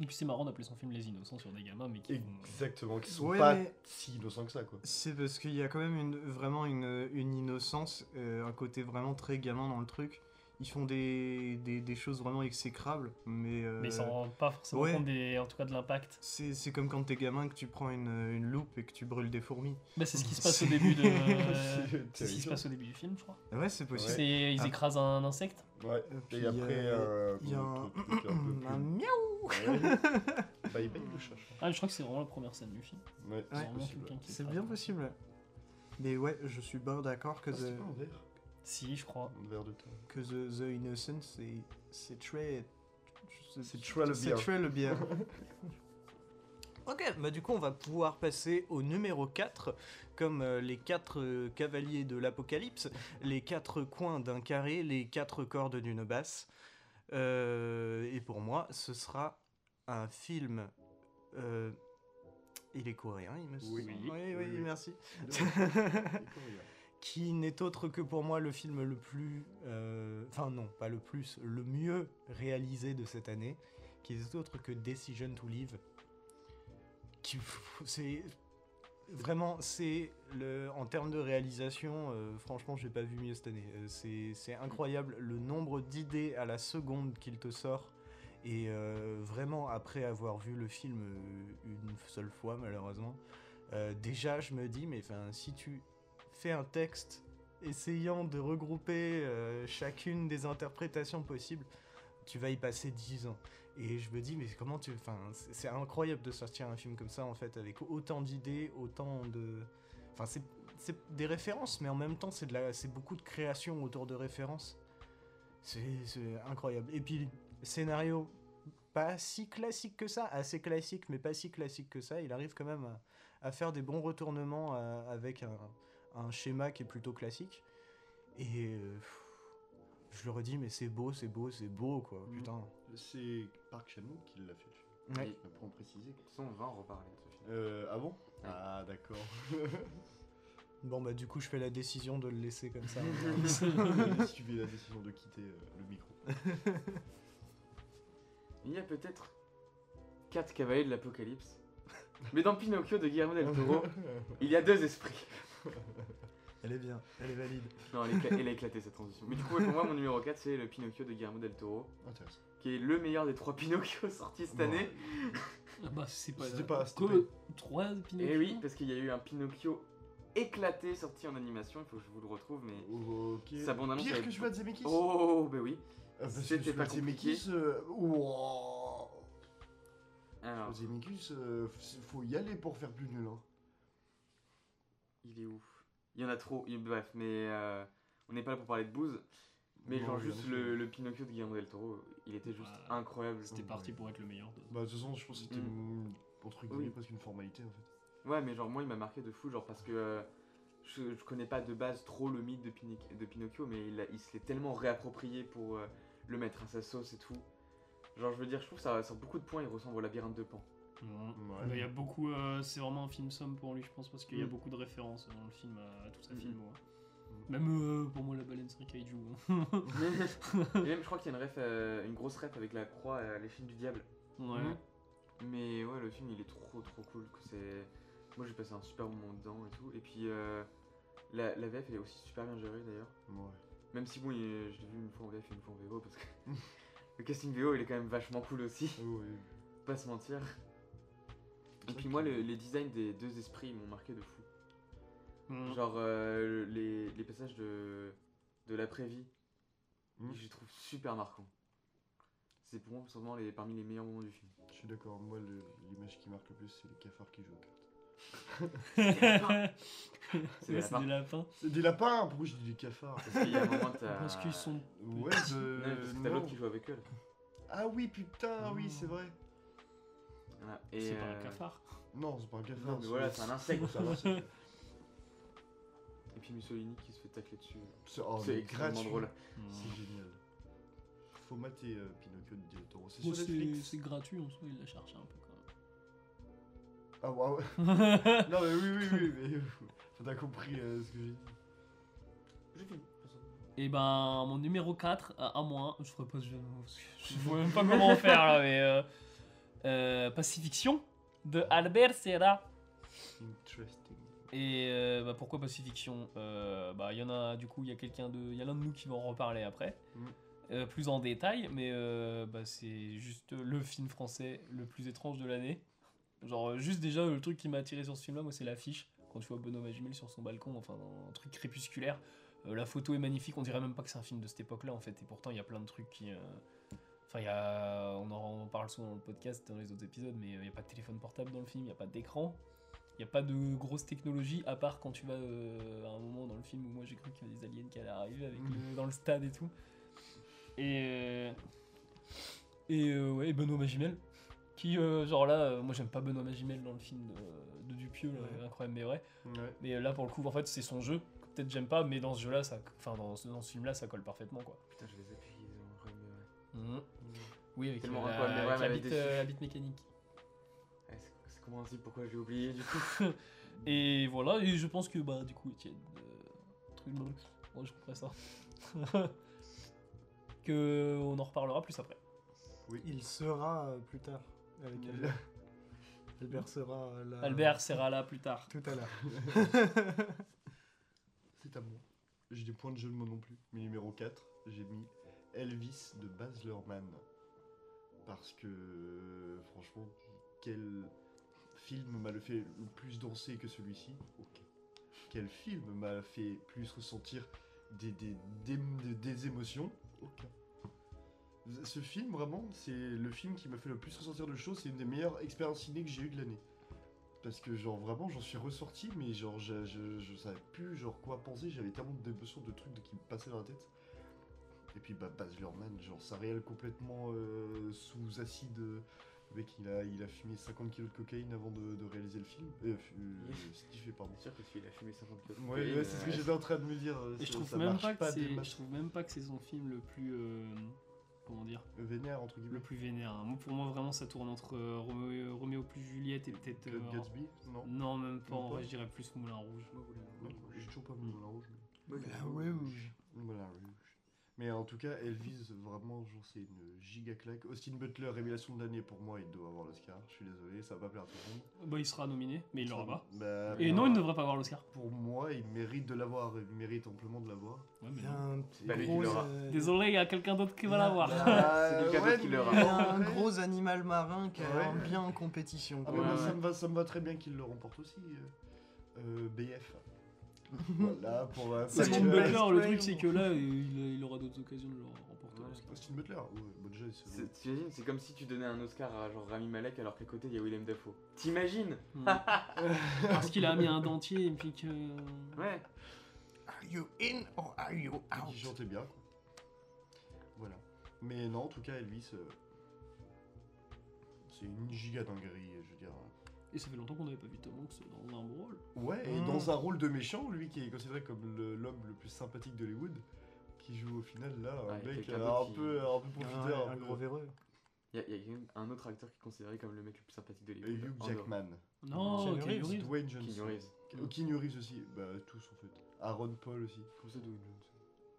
Et puis c'est marrant d'appeler son film Les Innocents sur des gamins, mais qui.
Exactement, qui sont
Ouais,
pas
mais-
si innocents que ça, quoi.
C'est parce qu'il y a quand même une, vraiment une, une innocence, euh, un côté vraiment très gamin dans le truc. Ils font des, des, des choses vraiment exécrables, mais, euh,
Mais ils s'en rendent pas forcément
ouais.
compte des, en tout cas de l'impact.
c'est c'est comme quand t'es gamin que tu prends une, une loupe et que tu brûles des fourmis.
Bah, c'est ce qui se passe au
C'est-
début de.
C'est
c'est ce qui se
terrifiant.
passe au début du film, je crois.
Ah Ouais, c'est
Ouais.
possible.
C'est ils
Ah.
écrasent un insecte.
Ouais.
Euh, puis,
Et après,
euh,
euh,
il y a (laughs) un-
truc un peu
(coughs)
plus-
un miaou.
Ouais. Bah, il baigne le chat, je crois.
Ah, je crois que c'est vraiment la première scène du film.
Ouais,
C'est
Ouais.
vraiment
possible,
Ah,
quelqu'un qui
C'est
écrase.
bien possible. Mais ouais, je suis bien d'accord que,
Ah, c'était
the,
pas un verre
Si, je crois.
Un verre de thé.
que the, the Innocent, c'est- c'est très.
C'est très le
C'est
bien.
très le bien.
(laughs) Ok, bah du coup on va pouvoir passer au numéro 4, comme euh, les 4 cavaliers de l'apocalypse, les 4 coins d'un carré, les 4 cordes d'une basse. Euh, et pour moi, ce sera un film... euh, il est coréen, il me
Oui.
semble.
Oui,
oui,
oui, oui.
merci.
(laughs)
D'accord,
qui n'est autre que pour moi le film le plus, euh, enfin non, pas le plus, le mieux réalisé de cette année, qui est autre que Decision to Live. Qui, c'est vraiment, c'est le, en termes de réalisation, euh, franchement, j'ai pas vu mieux cette année. Euh, c'est, c'est incroyable le nombre d'idées à la seconde qu'il te sort. Et euh, vraiment, après avoir vu le film euh, une seule fois, malheureusement, euh, déjà, je me dis, mais enfin, si tu fais un texte essayant de regrouper euh, chacune des interprétations possibles, tu vas y passer 10 ans. Et je me dis, mais comment tu. Enfin, c'est c'est incroyable de sortir un film comme ça, en fait, avec autant d'idées, autant de. Enfin, c'est- c'est des références, mais en même temps, c'est de la- c'est beaucoup de création autour de références. C'est c'est incroyable. Et puis, scénario pas si classique que ça, assez classique, mais pas si classique que ça. Il arrive quand même à, à faire des bons retournements euh, avec un, un schéma qui est plutôt classique. Et euh, pff, je le redis, mais c'est beau, c'est beau, c'est beau, quoi.
Mhm.
Putain.
C'est Park Chan-wook qui l'a fait.
Ouais.
Je vais pas en préciser.
Ça, on va en reparler de ce film.
Euh, ah bon Ah
(laughs)
d'accord. (laughs)
Bon, bah, du coup, je fais la décision de le laisser comme
(laughs)
ça.
Suivez la décision de quitter euh, le micro.
Il y a peut-être quatre cavaliers de l'apocalypse. Mais dans Pinocchio de Guillermo del Toro, il y a deux esprits.
elle est bien, elle est valide.
Non, elle, écla- elle a éclaté cette transition. Mais du coup, ouais, pour moi, mon numéro 4, c'est le Pinocchio de Guillermo del Toro,
(laughs) Intéressant.
qui est le meilleur des trois Pinocchio (laughs) sortis cette
Bon,
année.
Ah bah, c'est pas.
C'était pas- c'était
Que 3 Pinocchio
Et oui, parce qu'il y a eu un Pinocchio éclaté sorti en animation, il faut que je vous le retrouve, mais.
euh, Ok.
Sa bande-annonce,
Pire
elle-
que celui de Zemeckis.
Oh, bah oui.
Ah, parce que
c'était
celui-là
pas
de
compliqué.
Zemeckis. euh, ouah.
Alors,
Zemeckis, euh, f- faut y aller pour faire plus nul. Hein.
il est où Il y en a trop, il- bref, mais euh, on n'est pas là pour parler de bouse. Mais
Non,
genre,
mais
juste
non,
le, le Pinocchio de Guillermo del Toro, il était juste
Bah,
incroyable.
C'était parti pour être le meilleur. de-
Bah de toute façon, je pense que c'était mm, entre guillemets
Oui.
presque une formalité en fait.
Ouais, mais genre moi il m'a marqué de fou, genre parce que euh, je, je connais pas de base trop le mythe de, Pinic- de Pinocchio, mais il, a- il se l'est tellement réapproprié pour euh, le mettre à sa sauce et tout. Genre je veux dire, je trouve ça sur beaucoup de points il ressemble au labyrinthe de Pan.
Mhm.
Ouais.
Bah, Il y a beaucoup, euh, c'est vraiment un film somme pour lui, je pense, parce qu'il y a
Mm.
beaucoup de références euh, dans le film à, à tout sa
Mm.
film. Même euh, pour moi, la baleine c'est un kaiju. hein.
et même je crois qu'il y a une, ref, euh, une grosse ref avec la croix à l'échine du diable.
Ouais.
Mm. Mais ouais, le film il est trop trop cool. que c'est Moi j'ai passé un super moment dedans et tout. Et puis euh, la, la VF elle est aussi super bien gérée d'ailleurs.
Ouais.
Même si bon, il- je l'ai vu une fois en VF et une fois en VO parce que (laughs) le casting VO il est quand même vachement cool aussi. (laughs)
Ah ouais.
Faut pas se mentir. Et
C'est
puis
vrai
moi,
que-
le- les designs des deux esprits m'ont marqué de fou.
Mm.
Genre euh, les, les passages de, de l'après-vie,
Mm.
je les trouve super marquants. C'est pour moi sûrement les, parmi les meilleurs moments du film.
Je suis d'accord, moi le- l'image qui marque le plus c'est les cafards qui jouent aux cartes.
(laughs)
C'est des
Ouais, c'est des
lapins.
lapins.
C'est des lapins Pourquoi je dis des
(laughs)
cafards
Parce qu'il y a un moment, t'as.
(laughs) Parce qu'ils sont.
Ouais, bah,
Non, parce que t'as
non.
l'autre qui joue avec eux. là.
Ah oui, putain, oui, c'est vrai.
Voilà. Et,
C'est pas
euh,
un cafard.
Non, c'est pas un cafard.
Non, mais voilà, c'est un insecte.
Ça va, c'est-
Et puis Mussolini qui se fait tacler dessus.
(laughs) C'est oh,
c'est
mais
extrêmement
gratuit.
drôle. Mm.
C'est génial. Faut mater euh, Pinocchio de Del Toro. C'est
Bon,
sur
c'est
Netflix
c'est gratuit en soi, il l'a cherché un peu quand même.
Ah ouais,
(laughs)
ouais. Non, mais oui, oui, oui. Mais... Enfin, T'as compris euh, ce que j'ai dit.
J'ai fini.
Et ben, mon numéro 4, à, à moins, je ferai pas ce jeu de mots, parce que je vois même pas comment faire là, mais. Euh, euh, Pacifiction de Albert Serra.
Interesting.
Et euh, bah, pourquoi Pacifiction Euh, Bah, il y en a, du coup, il y a quelqu'un de. Il y a l'un de nous qui va en reparler après.
Mm.
Euh, plus en détail, mais euh, bah, c'est juste le film français le plus étrange de l'année. Genre, euh, juste déjà, le truc qui m'a attiré sur ce film-là, moi, c'est l'affiche. Quand tu vois Bonhomme à jumelles sur son balcon, enfin, un truc crépusculaire. Euh, la photo est magnifique, on dirait même pas que c'est un film de cette époque-là, en fait. Et pourtant, il y a plein de trucs qui. euh, Enfin, il y a- on en parle souvent dans le podcast, dans les autres épisodes, mais euh, il n'y a pas de téléphone portable dans le film, il n'y a pas d'écran. Il n'y a pas de grosse technologie, à part quand tu vas euh, à un moment dans le film où moi j'ai cru qu'il y avait des aliens qui allaient arriver avec le- dans le stade et tout. Et. euh, et euh, ouais, Benoît Magimel. Qui, euh, genre là, euh, moi j'aime pas Benoît Magimel dans le film de, de Dupieux, là, incroyable mais vrai.
Ouais.
Mais euh, là pour le coup, en fait, c'est son jeu. que Peut-être j'aime pas, mais dans ce jeu-là, ça, enfin dans ce, dans ce film-là, ça colle parfaitement quoi.
Putain, je les ai payés. ils ont vraiment- ouais.
Mhm. Oui, avec
Tellement
euh,
incroyable, mais
la,
ouais,
avec la
mais
bite,
déçu.
euh, la bite mécanique.
Ouais, c'est- C'est compréhensible pourquoi j'ai oublié du coup.
Et voilà, et je pense que bah du coup Etienne, euh, truc bon, moi je comprends ça. (laughs) que on en reparlera plus après.
Il sera euh, plus tard avec
Il-
Albert. Albert sera euh, là.
Albert sera là plus tard.
Tout à l'heure.
C'est à moi. J'ai des points de jeu de mots non plus. Mais numéro 4, j'ai mis Elvis de Baz Luhrmann. Parce que, euh, franchement, quel film m'a le fait le plus danser que celui-ci Ok. Quel film m'a fait plus ressentir des, des, des, des- des émotions Ok. Ce film, vraiment, c'est le film qui m'a fait le plus ressentir de choses. C'est une des meilleures expériences ciné que j'ai eues de l'année. Parce que genre vraiment j'en suis ressorti mais genre je, je, je savais plus genre quoi penser, j'avais tellement d'émotions, de trucs de- qui me passaient dans la tête. Et puis bah, Baz Luhrmann, genre ça réel complètement euh, sous acide. euh, le mec, il a, il a fumé 50 kilos de cocaïne avant de, de réaliser le film. Euh, fu- euh, ce qu'il fait, pardon.
C'est sûr que celui-là a fumé 50 kilos. de
Ouais,
cocaïne,
ouais, c'est ce que
euh,
j'étais en train de me dire. euh,
Et
ça-
je trouve,
ça
même
marche
pas que
des
c'est- je
masses.
trouve même pas que c'est son film le plus. euh, comment dire
Vénère, entre guillemets.
Le plus vénère. hein. Moi, pour moi, vraiment, ça tourne entre euh, Roméo, Roméo plus Juliette et peut-être.
Club
euh,
Gatsby Non.
non, même pas. En
Même pas
vrai, je dirais plus Moulin Rouge.
Non, J'ai toujours pas vu
Mm.
Moulin Rouge.
Moulin Rouge.
Moulin Rouge. Mais en tout cas, Elvis, vraiment, genre, c'est une giga claque. Austin Butler, révélation de l'année pour moi, il doit avoir l'Oscar. Je suis désolé, ça va pas plaire à tout le monde.
Bah, il sera nominé, mais il l'aura pas.
Bah,
Et
bah,
non, il ne devrait pas avoir l'Oscar.
Pour moi, il mérite de l'avoir. Il mérite amplement de l'avoir.
Ouais,
Il
mais
y a
non.
un petit
Bah, lui, il
gros,
l'aura.
euh,
Désolé, il y a quelqu'un d'autre qui va l'avoir.
(laughs) c'est quelqu'un d'autre
Bah,
qui
mais-
l'aura.
il y a un gros animal marin qui a l'air
Ouais.
bien en compétition.
Ah,
quoi.
mais moi,
Ouais,
ça,
ouais.
me va, ça me va très bien qu'il le remporte aussi. euh. Euh, BF. voilà, pour euh, la.
C'est
C'est
mon
pour la-
bel-
Butler, le truc c'est que là, il, il aura d'autres occasions de le remporter.
Ouais.
l'Oscar.
Austin Butler. Ouais, bon, déjà, il se-
c'est- T'imagines, c'est comme si tu donnais un Oscar à genre Rami Malek alors qu'à côté il y a Willem Dafoe. T'imagines
Hmm. Parce qu'il a mis un dentier et puis que.
Ouais.
Are you in or are you
qui
out
chantait bien. Quoi. Voilà. Mais non, en tout cas, Elvis, euh, c'est une giga dinguerie, je veux dire.
Et ça fait longtemps qu'on n'avait pas vu Tom Hanks dans un rôle.
Ouais, et
Mm.
dans un rôle de méchant, lui qui est considéré comme le- l'homme le, plus sympathique d'Hollywood, qui joue au final là, un
Ouais,
mec
quelqu'un
euh,
d'autre
un,
qui-
peu, un peu profiteur.
Un
un peu-
gros véreux.
Il y, a- il y a quand même un autre acteur qui est considéré comme le mec le plus sympathique de
Et
l'équipe.
Hugh Jackman.
Non,
Keanu
Keanu
Reeves.
Reeves.
Dwayne Johnson.
Keanu Reeves.
Ou Keanu Reeves aussi. Bah, tous en fait. Aaron Paul aussi.
Comment ça, Dwayne Johnson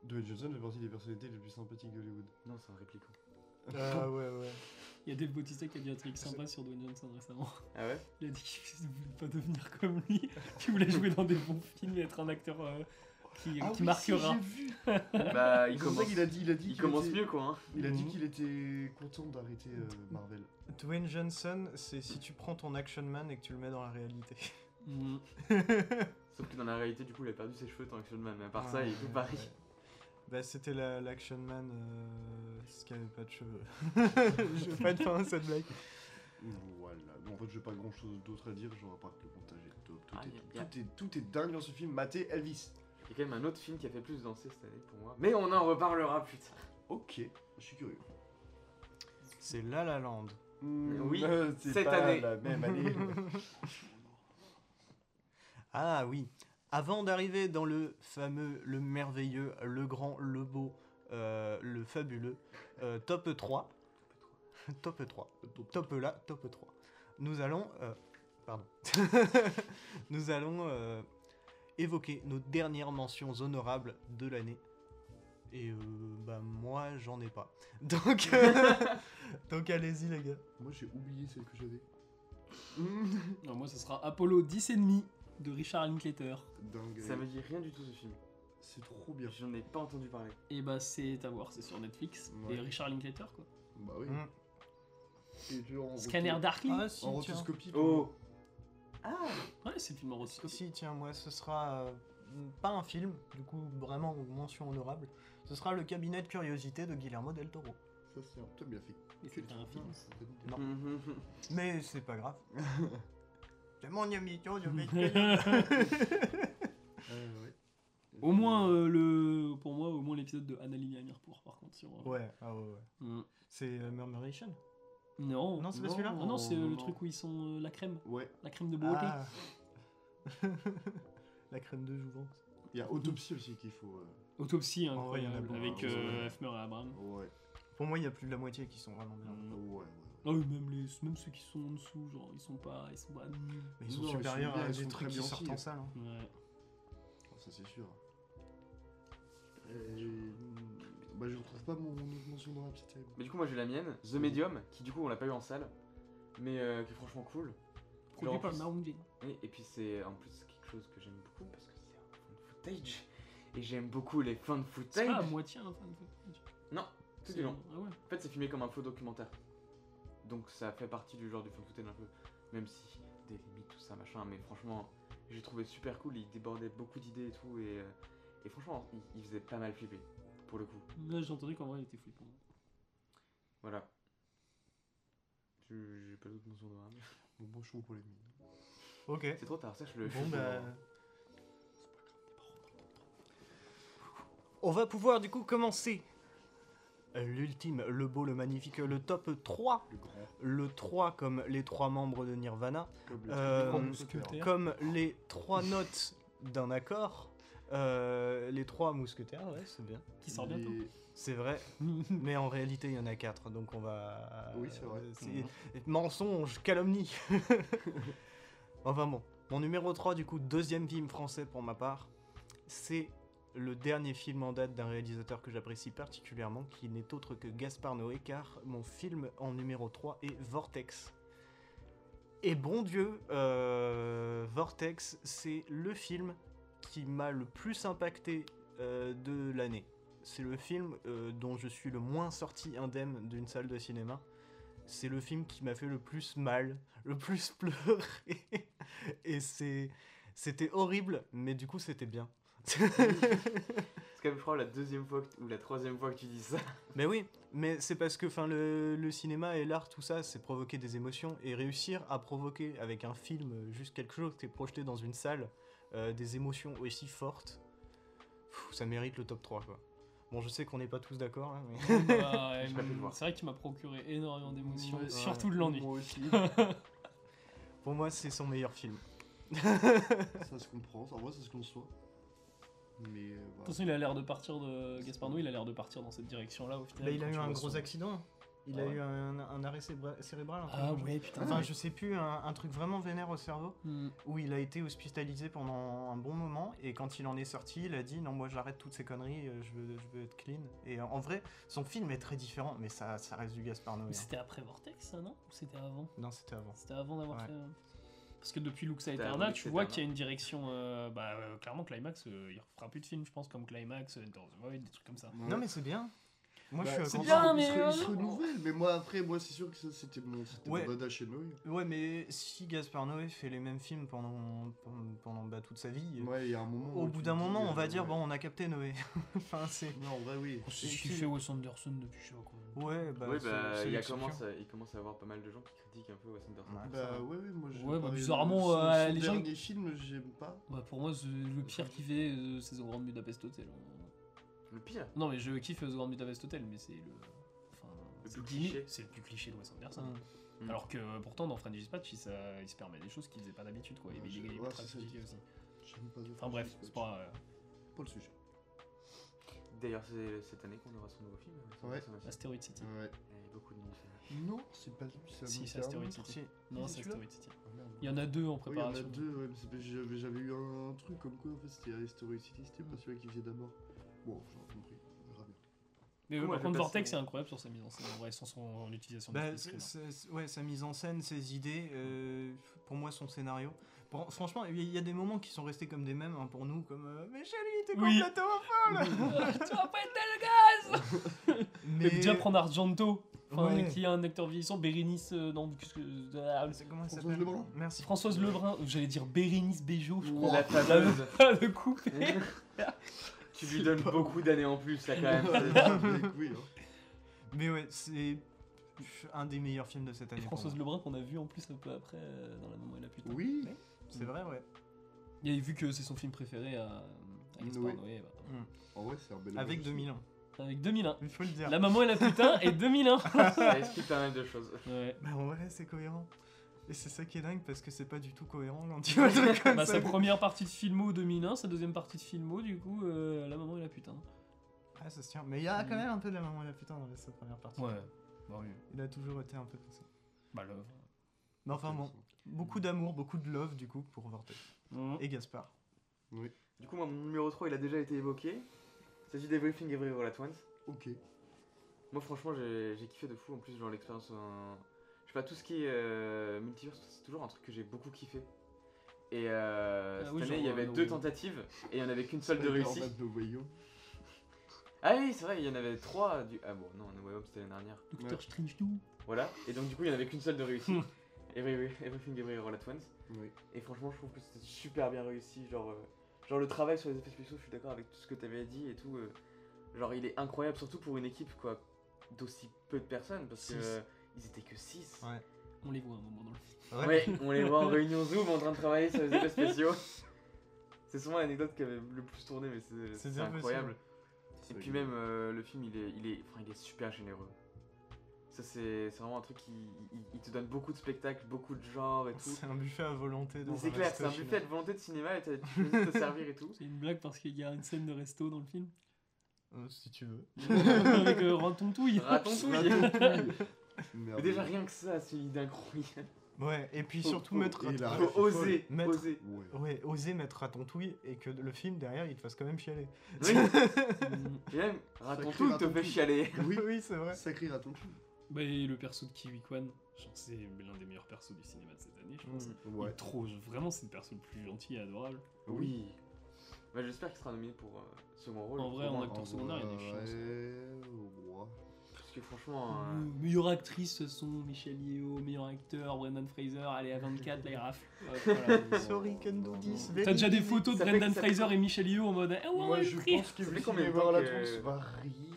Dwayne Johnson fait partie des personnalités les plus sympathiques d'Hollywood.
Non, c'est un répliquant.
Ah ouais, ouais.
Il y a Dave Bautista qui a dit un truc sympa sur Dwayne Johnson récemment.
Ah ouais
Il a dit qu'il ne voulait pas devenir comme lui, qu'il voulait jouer dans des bons films et être un acteur euh, qui,
Ah
qui
oui,
marquera.
si, j'ai vu.
Bah,
(laughs)
il
C'est pour ça
commence,
qu'il a dit, Ah, il a dit
il
qu'il
commence
était-
mieux quoi. Hein.
Il a dit
Mhm.
qu'il était content d'arrêter
(laughs)
euh, Marvel.
Dwayne Johnson, c'est si tu prends ton action man et que tu le mets dans la réalité.
Hmm.
Sauf que dans la réalité, du coup, il a perdu ses cheveux tant Action Man. Mais à part
Ouais,
ça, il est
ouais,
tout pareil.
ouais. (laughs) Bah, c'était la- l'action man euh, ce qui avait pas de cheveux. (laughs) Je vais pas être fin à cette blague.
Voilà. Bon, en fait, j'ai pas grand chose d'autre à dire, genre à part que le montage est top. Tout,
Ah,
est,
y a- y a-
tout est- tout est dingue dans ce film. Maté Elvis.
Il y a quand même un autre film qui a fait plus danser cette année pour moi. Mais on en reparlera plus tard.
Ok, je suis curieux.
C'est La La Land.
Mm,
Oui,
euh, (laughs) c'est
cette
pas
année.
La même
(laughs)
année.
Ah oui. Avant d'arriver dans le fameux, le merveilleux, le grand, le beau, euh, le fabuleux, euh, top 3, (laughs) top 3, top E là, top 3, nous allons, euh, pardon, (laughs) nous allons euh, évoquer nos dernières mentions honorables de l'année. Et euh, bah moi j'en ai pas. (laughs) Donc, euh, (laughs) donc allez-y les gars.
Moi, j'ai oublié celle que j'avais.
Non, moi, ce sera Apollo 10 et demi de Richard Linklater.
Dingue.
Ça me dit rien du tout ce film.
C'est trop bien.
J'en ai pas entendu parler.
Et bah, c'est à voir, c'est sur Netflix.
Ouais.
Et Richard Linklater, quoi.
Bah oui.
Mm.
Et tu en
Scanner
roto-
Darkly.
Ah, si
En rotoscopie.
Oh
Ouais, c'est le film en
Si,
rotoscopie.
Si, tiens, moi, ce sera euh, pas un film, du coup, vraiment mention honorable. Ce sera le cabinet de curiosité de Guillermo del Toro.
Ça, c'est un peu bien fait.
Et c'est un film.
Non. Mm-hmm.
Mais c'est pas (laughs) grave. C'est mon ami, tiens, (laughs) je vais-
Euh, ouais.
(laughs) Au moins, euh, le... pour moi, au moins l'épisode de Annalie à Mirpour, par contre. Sur... euh,
Ouais, ah ouais, ouais.
Hmm.
C'est euh, Murmuration
Non.
Non, c'est pas celui-là
Ah non, c'est euh,
non,
le
non.
truc où ils sont euh, la crème,
Ouais,
la crème de beauté.
Ah. (laughs) La crème de jouvence.
il y a Autopsie aussi qu'il faut. euh,
Autopsie,
En vrai, il y en a
incroyable,
beaucoup.
avec
Ouais.
euh, Hefner et Abraham.
Ouais.
Pour moi, il y a plus de la moitié qui sont vraiment bien.
Ouais,
Hmm.
ouais.
Ah oui, même, les... même ceux qui sont en dessous, genre, ils sont pas. Ils sont pas... nuls.
Mais ils sont
Non, ils sont
supérieurs
bien,
à
ils
des
sont
trucs
très
qui
bien
sortent
aussi.
en salle. hein.
Ouais.
Oh, Ça, c'est sûr. Euh, Bah, je retrouve pas mon mon autre mention dans la petite table.
Mais du coup, moi j'ai la mienne, The Medium, qui du coup on l'a pas eu en salle, mais euh, qui est franchement cool.
Produit
en
par
plus-
Naomi Jin.
Et, et puis c'est en plus quelque chose que j'aime beaucoup parce que c'est un fan footage. Et j'aime beaucoup les fins de
C'est
footage.
pas à moitié hein, un fan footage.
Non, tout
C'est-
du long.
Ah ouais.
En fait, c'est filmé comme un faux documentaire. Donc ça fait partie du genre du fan footage un peu. Même si des limites, tout ça, machin. Mais franchement, j'ai trouvé super cool. Il débordait beaucoup d'idées et tout. Et, euh, et franchement, il, il faisait pas mal flipper. Pour le coup.
Là, j'ai entendu qu'en vrai, il était flippant.
Voilà. Je- J'ai pas d'autres mentions honorables.
Bon, moi, je trouve pour les mines.
Ok.
C'est trop tard, sache le.
Bon, bah, On va pouvoir du coup commencer euh, l'ultime, le beau, le magnifique, le top 3.
Le grand.
Le 3 comme les trois membres de Nirvana,
Comme
Euh,
le
mousquetaire.
comme les trois notes d'un accord. euh, les trois mousquetaires, ouais, c'est bien.
qui sort bientôt.
(laughs)
C'est vrai, mais en réalité, il y en a quatre, donc on va.
Ah
euh,
Oui, c'est vrai.
c'est- Mensonge, calomnie. (laughs) enfin bon, mon numéro 3, du coup, deuxième film français pour ma part, c'est le dernier film en date d'un réalisateur que j'apprécie particulièrement, qui n'est autre que Gaspard Noé, car mon film en numéro 3 est Vortex. Et bon Dieu, euh, Vortex, c'est le film qui m'a le plus impacté euh, de l'année. C'est le film euh, dont je suis le moins sorti indemne d'une salle de cinéma. C'est le film qui m'a fait le plus mal, le plus (laughs) pleurer. Et c'est, c'était horrible, mais du coup c'était bien.
(laughs)
(laughs)
C'est quand même, je crois, la deuxième fois que- ou la troisième fois que tu dis ça.
mais oui, mais c'est parce que enfin le, le cinéma et l'art, tout ça, c'est provoquer des émotions et réussir à provoquer avec un film euh, juste quelque chose qui est projeté dans une salle euh, des émotions aussi fortes. Pff, ça mérite le top 3 quoi. Bon, je sais qu'on n'est pas tous d'accord, hein, mais. (laughs)
Bah,
J'ai pas pu le
euh,
voir.
c'est vrai qu'il m'a procuré énormément d'émotions,
Ouais,
surtout de l'ennui.
Moi aussi.
(laughs)
Pour moi, c'est son meilleur film.
ça se comprend. En vrai, ça se conçoit. Mais euh, voilà.
Attention, il a l'air de partir de. Gaspard Noé, il a l'air de partir dans cette direction-là au final.
Bah, il a
quand
eu
tu
un
vois
gros
son-
accident. Il
Ah
a
ouais.
eu un, un arrêt cébra- cérébral. un truc
Ah
comme ça.
ouais, putain.
Enfin, je sais plus, un, un truc vraiment vénère au cerveau,
Hmm.
où il a été hospitalisé pendant un bon moment, et quand il en est sorti, il a dit non, moi j'arrête toutes ces conneries, euh, je veux, je veux être clean. Et euh, en vrai, son film est très différent, mais ça, ça reste du Gaspard Noé.
Mais
hein.
C'était après Vortex, ça, non Ou c'était avant
Non, c'était avant.
C'était avant d'avoir
Ouais.
fait. euh, Parce que depuis Luxa
C'était
Eterna,
avant
tu
Lux
vois
Aeterna.
qu'il y a une direction. euh, bah, euh, clairement, Climax, euh, il refera plus de films, je pense, comme Climax, euh, Enter the Void, des trucs comme ça.
Ouais.
Non, mais c'est bien. Moi
Bah,
je suis
c'est
content.
bien,
il se-
mais, euh,
il se
non.
renouvelle. Mais moi, après, moi, c'est sûr que ça, c'était mon, c'était
Ouais.
mon dada chez Noé.
Ouais, mais si Gaspard Noé fait les mêmes films pendant, pendant, pendant, bah, toute sa vie,
Ouais, il y a un moment.
au
où tu
bout
te
d'un
dis,
moment,
euh,
on va dire
ouais.
bon, on a capté Noé. (laughs) enfin, c'est.
Non, en vrai, oui.
Oh, C'est
Et
ce qu'il
tu-
fait Wes Anderson depuis je sais pas combien de temps.
Ouais, bah,
oui,
c'est-
bah,
c'est
il, y a
l'exception.
commence à, il commence à avoir pas mal de gens qui critiquent un peu Wes Anderson.
Ouais.
Bah, ouais, ouais, moi, j'ai.
Ouais, bah,
pareil,
bizarrement,
son-
euh,
son
les gens-
dernier film, j'aime pas.
Bah, pour moi, c'est le pire qu'il fait, euh, c'est The Grand Budapest Hotel.
Le pire,
Non, mais je kiffe euh, The Grand Budapest Hotel, mais c'est le. Enfin,
Le
c'est
plus
limite-
cliché.
C'est le plus cliché de Wes Anderson.
Mm.
Mm.
Alors que euh, pourtant, dans French Dispatch, il, s'a- il se permet des choses qu'il faisait pas d'habitude, quoi.
Ouais,
il est-
je-
il est
ouais,
ultra
c'est ça.
critiqué aussi.
J'aime pas The
Enfin, bref,
French
c'est pas. euh,
Dispatch. Pas le sujet.
d'ailleurs, c'est cette année qu'on aura son nouveau film. son
Ouais.
personnage.
euh,
bah,
Asteroid City.
Ouais.
Il y a beaucoup de noms.
Non, c'est pas lui. c'est un
Si,
autre-
c'est
un
Asteroid
autre.
City.
Il
Non,
est
c'est
celui-là
Asteroid City.
Ah, merde.
Il y en a deux en
Oui, il y en
préparation.
a deux, ouais, mais c'est parce que j'avais, j'avais eu un, un truc comme quoi, en fait, c'était Asteroid City, c'était pas celui qui faisait d'abord. Bon, j'ai compris, on verra bien.
Mais euh,
Comment
par
elle
contre,
fait
Vortex,
passer-
c'est incroyable sur sa mise en scène, en vrai, sans son utilisation
Bah,
de
c'est- c'est- c'est- ouais, sa mise en scène, ses idées, euh, pour moi son scénario. Pour- franchement, il y, il y a des moments qui sont restés comme des mêmes pour nous, comme euh, Mais Charlie, t'es
Oui.
complètement
(laughs) tu vas pas être le gars
Mais,
Mais déjà prendre Argento, enfin,
Ouais.
qui est un acteur vieillissant, Bérénice, euh, non, qu'est-ce que- euh,
C'est- Comment elle
Françoise
s'appelle
Lebrun.
Merci.
Françoise Lebrun, euh, j'allais dire Bérénice Bejo, je crois. Ah,
(laughs)
La fameuse.
Pas de (laughs) couper.
tu lui donnes beaucoup d'années en plus, là, quand même.
(laughs)
Ah, (laughs) mec, oui, hein.
Mais ouais, c'est un des meilleurs films de cette
Et
année. pour
Françoise
moi.
Lebrun qu'on a vu en plus un peu après euh, dans La Maman et la Putain.
Oui,
C'est vrai, ouais.
Il avait vu que c'est son film préféré à, à Gaspard
Noé.
Noé, bah.
en vrai, c'est un bel
Avec
hommage.
2000 ans.
Avec 2001.
Il faut le dire.
La Maman et la Putain et 2001.
Ça explique pas mal de choses.
Ouais.
Bah, en vrai, c'est cohérent. Et c'est ça qui est dingue parce que c'est pas du tout cohérent quand
(laughs)
tu vois un truc comme
Bah,
ça.
sa première partie de filmo 2001, sa deuxième partie de filmo, du coup, euh, La Maman et la Putain.
Ah, ça se tient. Mais il y a quand
Mm.
même un peu de la maman et la putain dans cette première partie.
Bah oui.
Il a toujours été un peu comme ça.
Bah là.
Mais enfin bon,
Mm.
beaucoup d'amour, beaucoup de love du coup pour Vortex et Gaspard.
Du coup, moi, mon numéro 3, il a déjà été évoqué. Il s'agit d'Everything Everywhere at Once.
Ok.
Moi, franchement, j'ai j'ai kiffé de fou. En plus, genre, l'expérience en. Je sais pas, tout ce qui est euh, multivers, c'est toujours un truc que j'ai beaucoup kiffé. Et euh,
Ah
cette
oui,
année, il y
genre,
avait
euh,
deux
no-
tentatives et il y en
(laughs)
avait qu'une seule de réussite.
Spider-Man No Way Home.
Ah oui, c'est vrai, il y en avait trois. Du... Ah bon, non, No Way Home, c'était l'année dernière.
Docteur
Ouais.
Strange tout.
Voilà. Et donc, du coup, il y en avait qu'une seule
(laughs)
de réussite. Every- Everything Everywhere All at Once.
Oui.
Et franchement, je trouve que c'était super bien réussi. Genre, euh, genre le travail sur les effets spéciaux, je suis d'accord avec tout ce que tu avais dit et tout. euh, genre, il est incroyable, surtout pour une équipe quoi d'aussi peu de personnes parce que
Six.
euh, ils étaient que 6.
Ouais.
On les voit un moment dans le film.
Ouais. (laughs) on les voit en réunion Zoom en train de travailler sur les effets spéciaux. C'est souvent l'anecdote qui avait le plus tourné, mais c'est-
C'est
c'est
bien
incroyable. Et
Oui.
puis même euh, le film, il est, il est, enfin, il est super généreux. Ça c'est c'est vraiment un truc qui il, il te donne beaucoup de spectacles, beaucoup de genres et tout.
C'est un buffet à volonté. dans
Mais C'est
un
clair, c'est
resto
un
chinois.
buffet de volonté de cinéma et t'as- tu peux
(laughs)
juste te servir et tout.
C'est une blague parce qu'il y a une scène de resto dans le film.
Euh, si tu veux.
Avec euh, Ratouille. (laughs)
Ratatouille.
(laughs) Merde.
Mais déjà rien que ça, c'est d'incroyable.
Ouais, et puis
Faut-
surtout
Ah,
mettre.
faut- et oh. la-
raton-
Faut
folle.
oser,
Mettre-
(laughs)
oser.
Ouais.
Ouais, oser mettre Raton-touille et que le film derrière il te fasse quand même chialer.
Oui,
Mm.
et même
Sacré
Ratatouille te fait
Ratatouille.
chialer.
Oui,
oui c'est vrai.
sacré raton cul.
Bah, et le perso de Kiwi Kwan, genre, c'est l'un des meilleurs persos du cinéma de cette année, je pense. Il est
Mm. Ouais.
trop, vraiment, c'est le perso le plus gentil et adorable.
Oui. Bah, J'espère qu'il sera nominé pour euh, second rôle.
En vrai, en
Vraiment,
acteur
en
secondaire, il y a des
vrai,
chances.
ouais.
Parce que franchement, euh,
Mm.
Ouh, Meilleure actrice, ce sont Michel Yeo, meilleur acteur, Brendan Fraser, allez à 24, là, il rafle. Ouais, voilà.
Sorry, can do
non,
this.
non.
very
T'as déjà des
easy.
photos de
Ça fait-
Brendan
ça fait-
Fraser et Michel Yeo en mode Ah ouais,
Moi,
le
je
prix
pense que
Ça fait
le
combien de
cinéma à la
temps que-
tronce va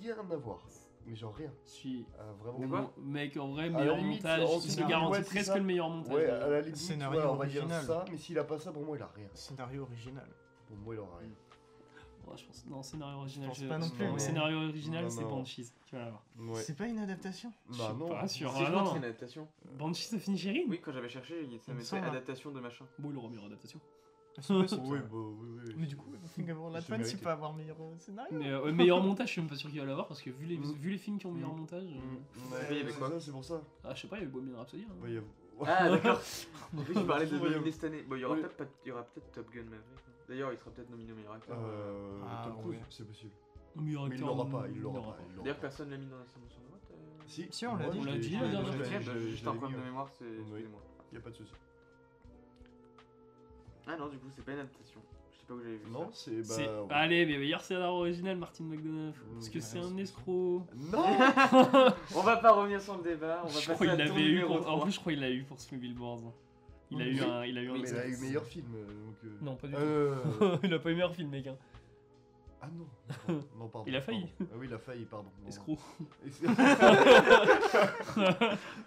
rien avoir. Mais genre rien.
Je suis.
Ah,
De
vraiment.
quoi
Oh, Mec, en vrai,
la
meilleur
limite,
montage.
en
Il se
scénario,
garantit
ouais, c'est
presque
ça.
le meilleur montage.
Ouais, à la limite,
Scénario
ouais, on va
original.
dire ça, mais s'il a pas ça, pour moi, il a rien.
Scénario original.
Pour moi, il aura rien.
Oh, je pense... Non, scénario original.
pense pas non
plus,
Le
mais-
scénario original,
Non,
c'est
non.
Banshees. Tu vas voir.
Mm.
Ouais.
C'est pas une
(laughs)
adaptation
je
Bah
suis
non.
pas
si je
sûr. Ah,
crois que
non.
c'est une adaptation.
Banshees of Inisherin
Oui, quand j'avais cherché, il- ça
Il me
mettait
semble.
adaptation de machin.
Bon, il aura meilleure adaptation.
Ah,
Oui, bah oui, oui.
Mais du coup,
Mm.
Fingerboard
C'est
Latman,
mérité.
c'est pas avoir meilleur euh, scénario.
Mais euh, ouais, meilleur montage, je suis même pas sûr qu'il va l'avoir parce que vu les,
Mm.
vu les films qui ont meilleur
Mm.
montage. euh,
Ouais, il y avait
c'est
quoi
ça, C'est pour ça.
Ah, je sais pas, il y a eu Bohemian Rhapsody. hein.
Bah, il y a-
Ah, d'accord.
(laughs)
En fait, je parlais de
Ouais.
nominé cette année. Bon, il y aura
Oui.
peut-être pas- il y aura peut-être Top Gun Maverick. hein. D'ailleurs, il sera peut-être nominé au meilleur acteur.
Euh,
Ah,
Tom Cruise,
ouais.
c'est possible.
Meilleur
Mais il
acteur,
l'aura pas, il
il
l'aura
l'aura
pas. il l'aura
D'ailleurs,
pas.
personne l'a mis dans la séance de vote. euh.
Si,
Si, on l'a
moi,
dit.
je
On l'a
l'ai-
dit,
je
la
l'ai-
dernière
je
fois.
l'ai-
Ok, bah,
je l'ai
Juste un
mis,
problème de
ouais.
mémoire, c'est.
Oui.
Excusez-moi.
Y a pas de souci.
Ah non, du coup, c'est pas une adaptation. Je sais pas où j'avais vu
Non,
ça.
c'est bah.
C'est-
ouais.
Allez, mais meilleur scénario original, Martin McDonough.
Mm,
Parce que
ouais,
c'est un
c'est-
escroc. (laughs)
Non
On va pas revenir sur le débat. On va
Je
passer
crois
à
qu'il
ton
l'avait eu.
numéro
Pour... En
3.
(laughs) plus, je crois qu'il l'a eu pour Smee Billboards. Il a
Oui.
eu un. Il a eu un.
Mais il a eu
Oscar.
meilleur film. euh, Donc, euh,
Non, pas du
euh,
tout. (laughs) il a pas eu meilleur film, mec. hein.
Ah
(laughs)
non, non, non, pardon.
Il a failli.
pardon. Ah oui, il a failli, pardon. non, non.
Escroc.
Et c'est-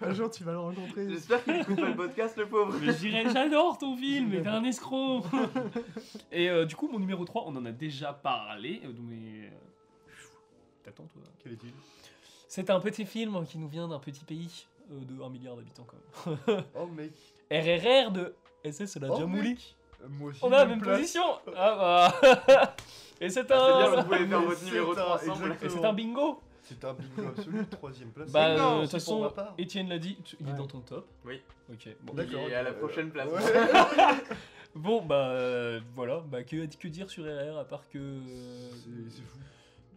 (laughs)
Un jour, tu vas le rencontrer.
J'espère qu'il écoute pas le podcast, le pauvre.
Mais je dirais, j'adore ton film, mais t'es un escroc. (laughs) Et euh, du coup, mon numéro 3, on en a déjà parlé. euh, donc, Mais. euh, T'attends, toi.
Quel est-il
C'est un petit film qui nous vient d'un petit pays euh, de 1 milliard d'habitants, quand même.
Oh mec,
RRR de SS la
Oh,
Jamouli.
euh, moi aussi.
On a la
même
même
place.
position. Ah bah. (laughs) Et c'est
C'est bien,
un.
vous pouvez faire
Mais
votre numéro
c'est
3
un-
ensemble.
Et
exactement.
c'est un bingo.
C'est un bingo absolu, troisième place.
Bah,
Mais
euh,
non,
de toute
c'est
façon,
pour ma part.
Étienne l'a dit. tu- Il est
Ouais.
dans ton top.
Oui.
Ok. Bon,
D'accord.
Et à la prochaine place.
Ouais.
(laughs)
Bon, bah euh, voilà. Bah que, que dire sur RR à part que. euh,
C'est c'est fou.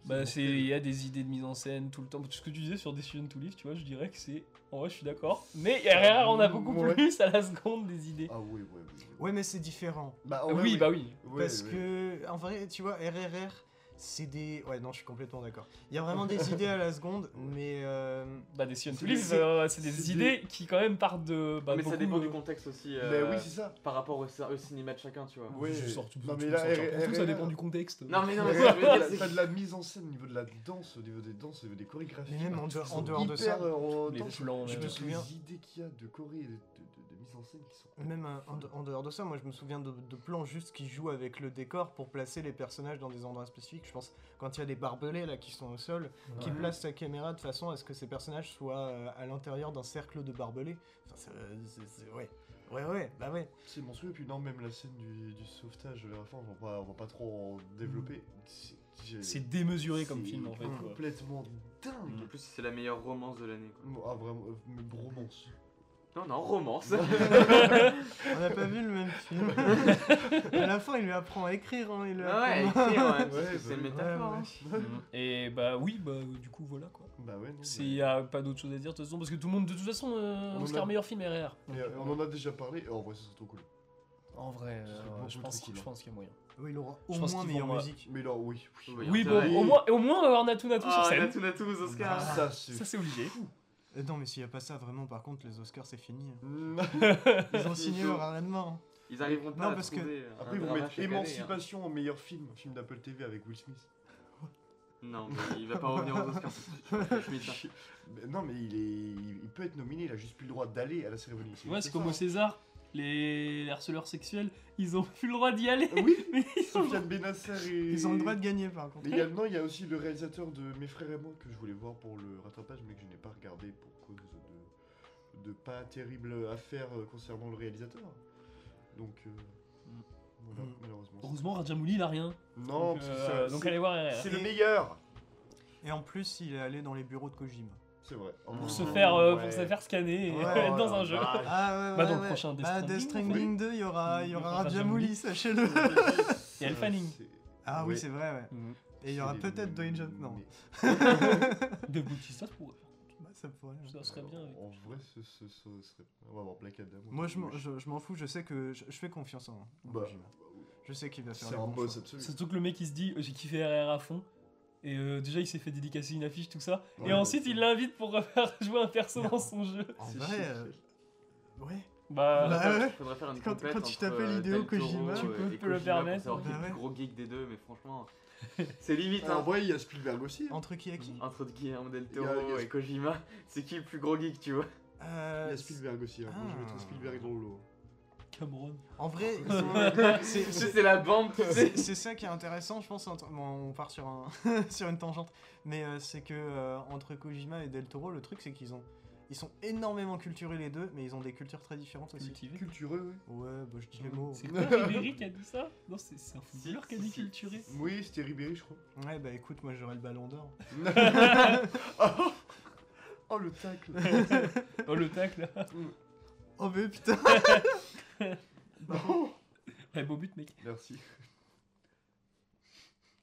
Bah c'est
mortel.
il y a des idées de mise en scène tout le temps. Tout ce que tu disais sur Decision to Live, tu vois, je dirais que c'est. En vrai, je suis d'accord. Mais RR, on a beaucoup
Ouais.
plus à la seconde des idées.
Ah oui, ouais, oui. oui.
Ouais, mais c'est différent.
Bah, en
oui,
vrai,
bah oui.
Ouais,
parce
ouais.
que, en vrai, tu vois, RRR, c'est des. Ouais, non, je suis complètement d'accord. Il y a vraiment des idées à la seconde, mais. euh,
Bah Decision to
C'est-
Live,
c'est-
euh, c'est des
c'est
idées qui quand même partent de. Bah,
Mais ça
beaucoup,
dépend
euh,
du contexte aussi.
Mais
euh,
oui, c'est (laughs) ça.
Par rapport au, au cinéma de chacun, tu vois.
Ouais.
Je sors, tu peux-
Non,
tu
mais
peux
là,
sortir pour tout, ça
RRR,
dépend du contexte.
Non, (laughs) mais non, mais
Mais
ce que je veux dire, c'est
T'as de la mise en scène au niveau de la danse, au niveau des danses, au niveau des chorégraphies.
Mais même en dehors, en
Ils sont
dehors de ça,
hyper, euh, en
Les
danse.
plans,
je
euh,
me suis- souviens-
Les idées qu'il y a de choré et de, de, de- de mise en scène qui sont.
même euh, en, de- en dehors de ça, moi je me souviens de, de plans juste qui jouent avec le décor pour placer les personnages dans des endroits spécifiques. Je pense quand il y a des barbelés là qui sont au sol, qui
Ouais.
place sa caméra de façon à ce que ces personnages soient euh, à l'intérieur d'un cercle de barbelés. Enfin, c'est, euh, c'est- c'est- ouais. Ouais, ouais, bah ouais.
C'est monstrueux. Puis non, même la scène du, du sauvetage à la fin, on va, on va pas trop en développer.
Mm.
C'est- j'ai-
C'est démesuré comme
c'est
film en fait. quoi. Mm.
complètement dingue.
En plus, c'est la meilleure romance de l'année. quoi.
Ah, vraiment, euh, même
(laughs)
romance.
Non, non, romance.
On n'a pas vu le même film. à la fin, il lui apprend à écrire. hein, il lui
Ah (laughs) ouais,
apprend-
écrire, ouais, parce
Ouais,
que c'est
bah
une
oui.
métaphore. hein.
Mhm. Et bah oui, bah du coup voilà quoi.
Bah ouais, non.
S'il y a pas d'autre chose à dire de toute façon, parce que tout le monde de toute façon, euh,
On
Oscar
a-
meilleur film RR.
mais- et, euh, on en a déjà parlé. et en vrai, ce serait trop cool.
En vrai,
Ce serait
euh,
beaucoup
je pense,
trop cool,
je
hein.
pense qu'il y a moyen.
Oui, il aura
Je
au
pense
moins
qu'ils
meilleure
vont, euh,
musique.
Mais là, oui.
Oui,
oui.
Oui,
c'est
bon,
vrai.
au moins, au moins euh, Ornatou Natou sur
Ah,
scène.
Natou Natou aux Oscars.
Ah,
Ça, c'est.
Ça c'est obligé.
Euh, non, mais s'il n'y a pas ça, vraiment, par contre, les Oscars, c'est fini. hein.
(laughs) Non.
Ils ont signé leur hein. arrêtement.
Ils arriveront pas
Non,
à
parce que-
trouver euh, un
Après, ils vont
drama
mettre
chaque année, hein.
Émancipation en meilleur film, film d'Apple TV avec Will
(laughs)
Smith.
Non, mais il va pas revenir aux Oscars. Je mets (laughs) ça.
Mais non, mais il, est, il- il peut être nominé, il a juste plus le droit d'aller à la cérémonie.
Ouais, c'est
ça.
comme au César, les les harceleurs sexuels, Ils ont plus le droit d'y aller.
Ah Oui,
(laughs) Mais ils ont-
Sofiane Benasser
(laughs)
et.
Ils ont le droit de gagner par contre.
Également, il y a aussi le réalisateur de Mes frères et moi que je voulais voir pour le rattrapage, mais que je n'ai pas regardé pour cause de, de pas terrible affaire euh, concernant le réalisateur. Donc, euh, voilà,
Mm.
malheureusement.
Heureusement, Rajamouli, il a rien.
Non,
donc,
parce que
euh,
ça-
donc
c'est-
allez voir RRR.
c'est le meilleur.
Et en plus, il est allé dans les bureaux de Kojima.
Ah
C'est vrai. Oh,
Pour
Pour
Mmh,
se faire, euh, pour
ouais.
se faire scanner et
(laughs)
(laughs)
Ouais, oh
être dans
ouais,
un jeu.
bah,
(laughs)
Ah ouais,
Bah, dans le prochain Death
bah, Death
Stranding,
Stranding 2, il y aura, il y
Il y
aura
aura
Rajamouli,
Rajamouli. (laughs)
sachez-le.
Et Elle Fanning.
C'est-
Ah oui,
Ouais.
c'est vrai, ouais. Et il y aura
c'est
peut-être
les-
Dwayne Johnson. Non,
mais-
De Gucci, ça se pourrait.
bah, ça pourrait. hein.
Ça serait bien.
En vrai, ce, ce- ce serait. On va avoir Black Adam.
Moi, je m'en- je je m'en fous, je sais que je, je fais confiance en, en
Bah,
Kojima. Je sais qu'il va faire
C'est
le
un
bon
boss
choix.
absolu.
Surtout que le mec il se dit euh, j'ai kiffé RR à fond. Et euh, déjà il s'est fait dédicacer une affiche, tout ça.
Ouais,
et ensuite
c'est-
il l'invite pour (laughs) faire jouer un perso
Non.
dans son jeu.
En
C'est
vrai,
chic.
euh, ouais.
Bah,
Bah, ouais.
Faudrait faire une
Quand-
compète
quand tu
entre,
t'appelles
euh,
Hideo
Del Toro,
Kojima,
tu
euh,
peux
et
te le
Kojima pour
permettre.
savoir qui est
Bah
le
ouais.
plus gros geek des deux, mais franchement, c'est limite.
En
hein.
vrai, il y a Spielberg aussi. hein.
Entre qui et qui
Entre Guillermo del
Ah Il y a- il y
Toro
a-
et Kojima, c'est qui le plus gros geek, tu vois
Euh,
Il y a Spielberg aussi. hein. Moi, je mettrais
Ah.
Spielberg dans le lot.
Cameron.
En vrai,
(laughs)
c'est- c'est-
Tu sais, C'est la bande, tu
(laughs)
sais.
C'est c'est ça qui est intéressant, je pense. entre- bon, on part sur, un- (laughs) sur une tangente, mais euh, c'est que euh, entre Kojima et Del Toro, le truc c'est qu'ils ont, ils sont énormément culturés les deux, mais ils ont des cultures très différentes aussi.
Cultivé.
Cultureux, oui.
Ouais, bah, je dis les mots.
C'est quoi Ribéry qui a dit ça Non, c'est c'est un footballeur qui a dit
si, si.
culturé.
Oui, c'était Ribéry, je crois.
Ouais, bah écoute, moi j'aurais le ballon d'or.
oh, oh,
(laughs)
le tacle.
Oh le tacle.
(laughs) Oh mais putain.
Non.
Eh, beau but mec.
Merci.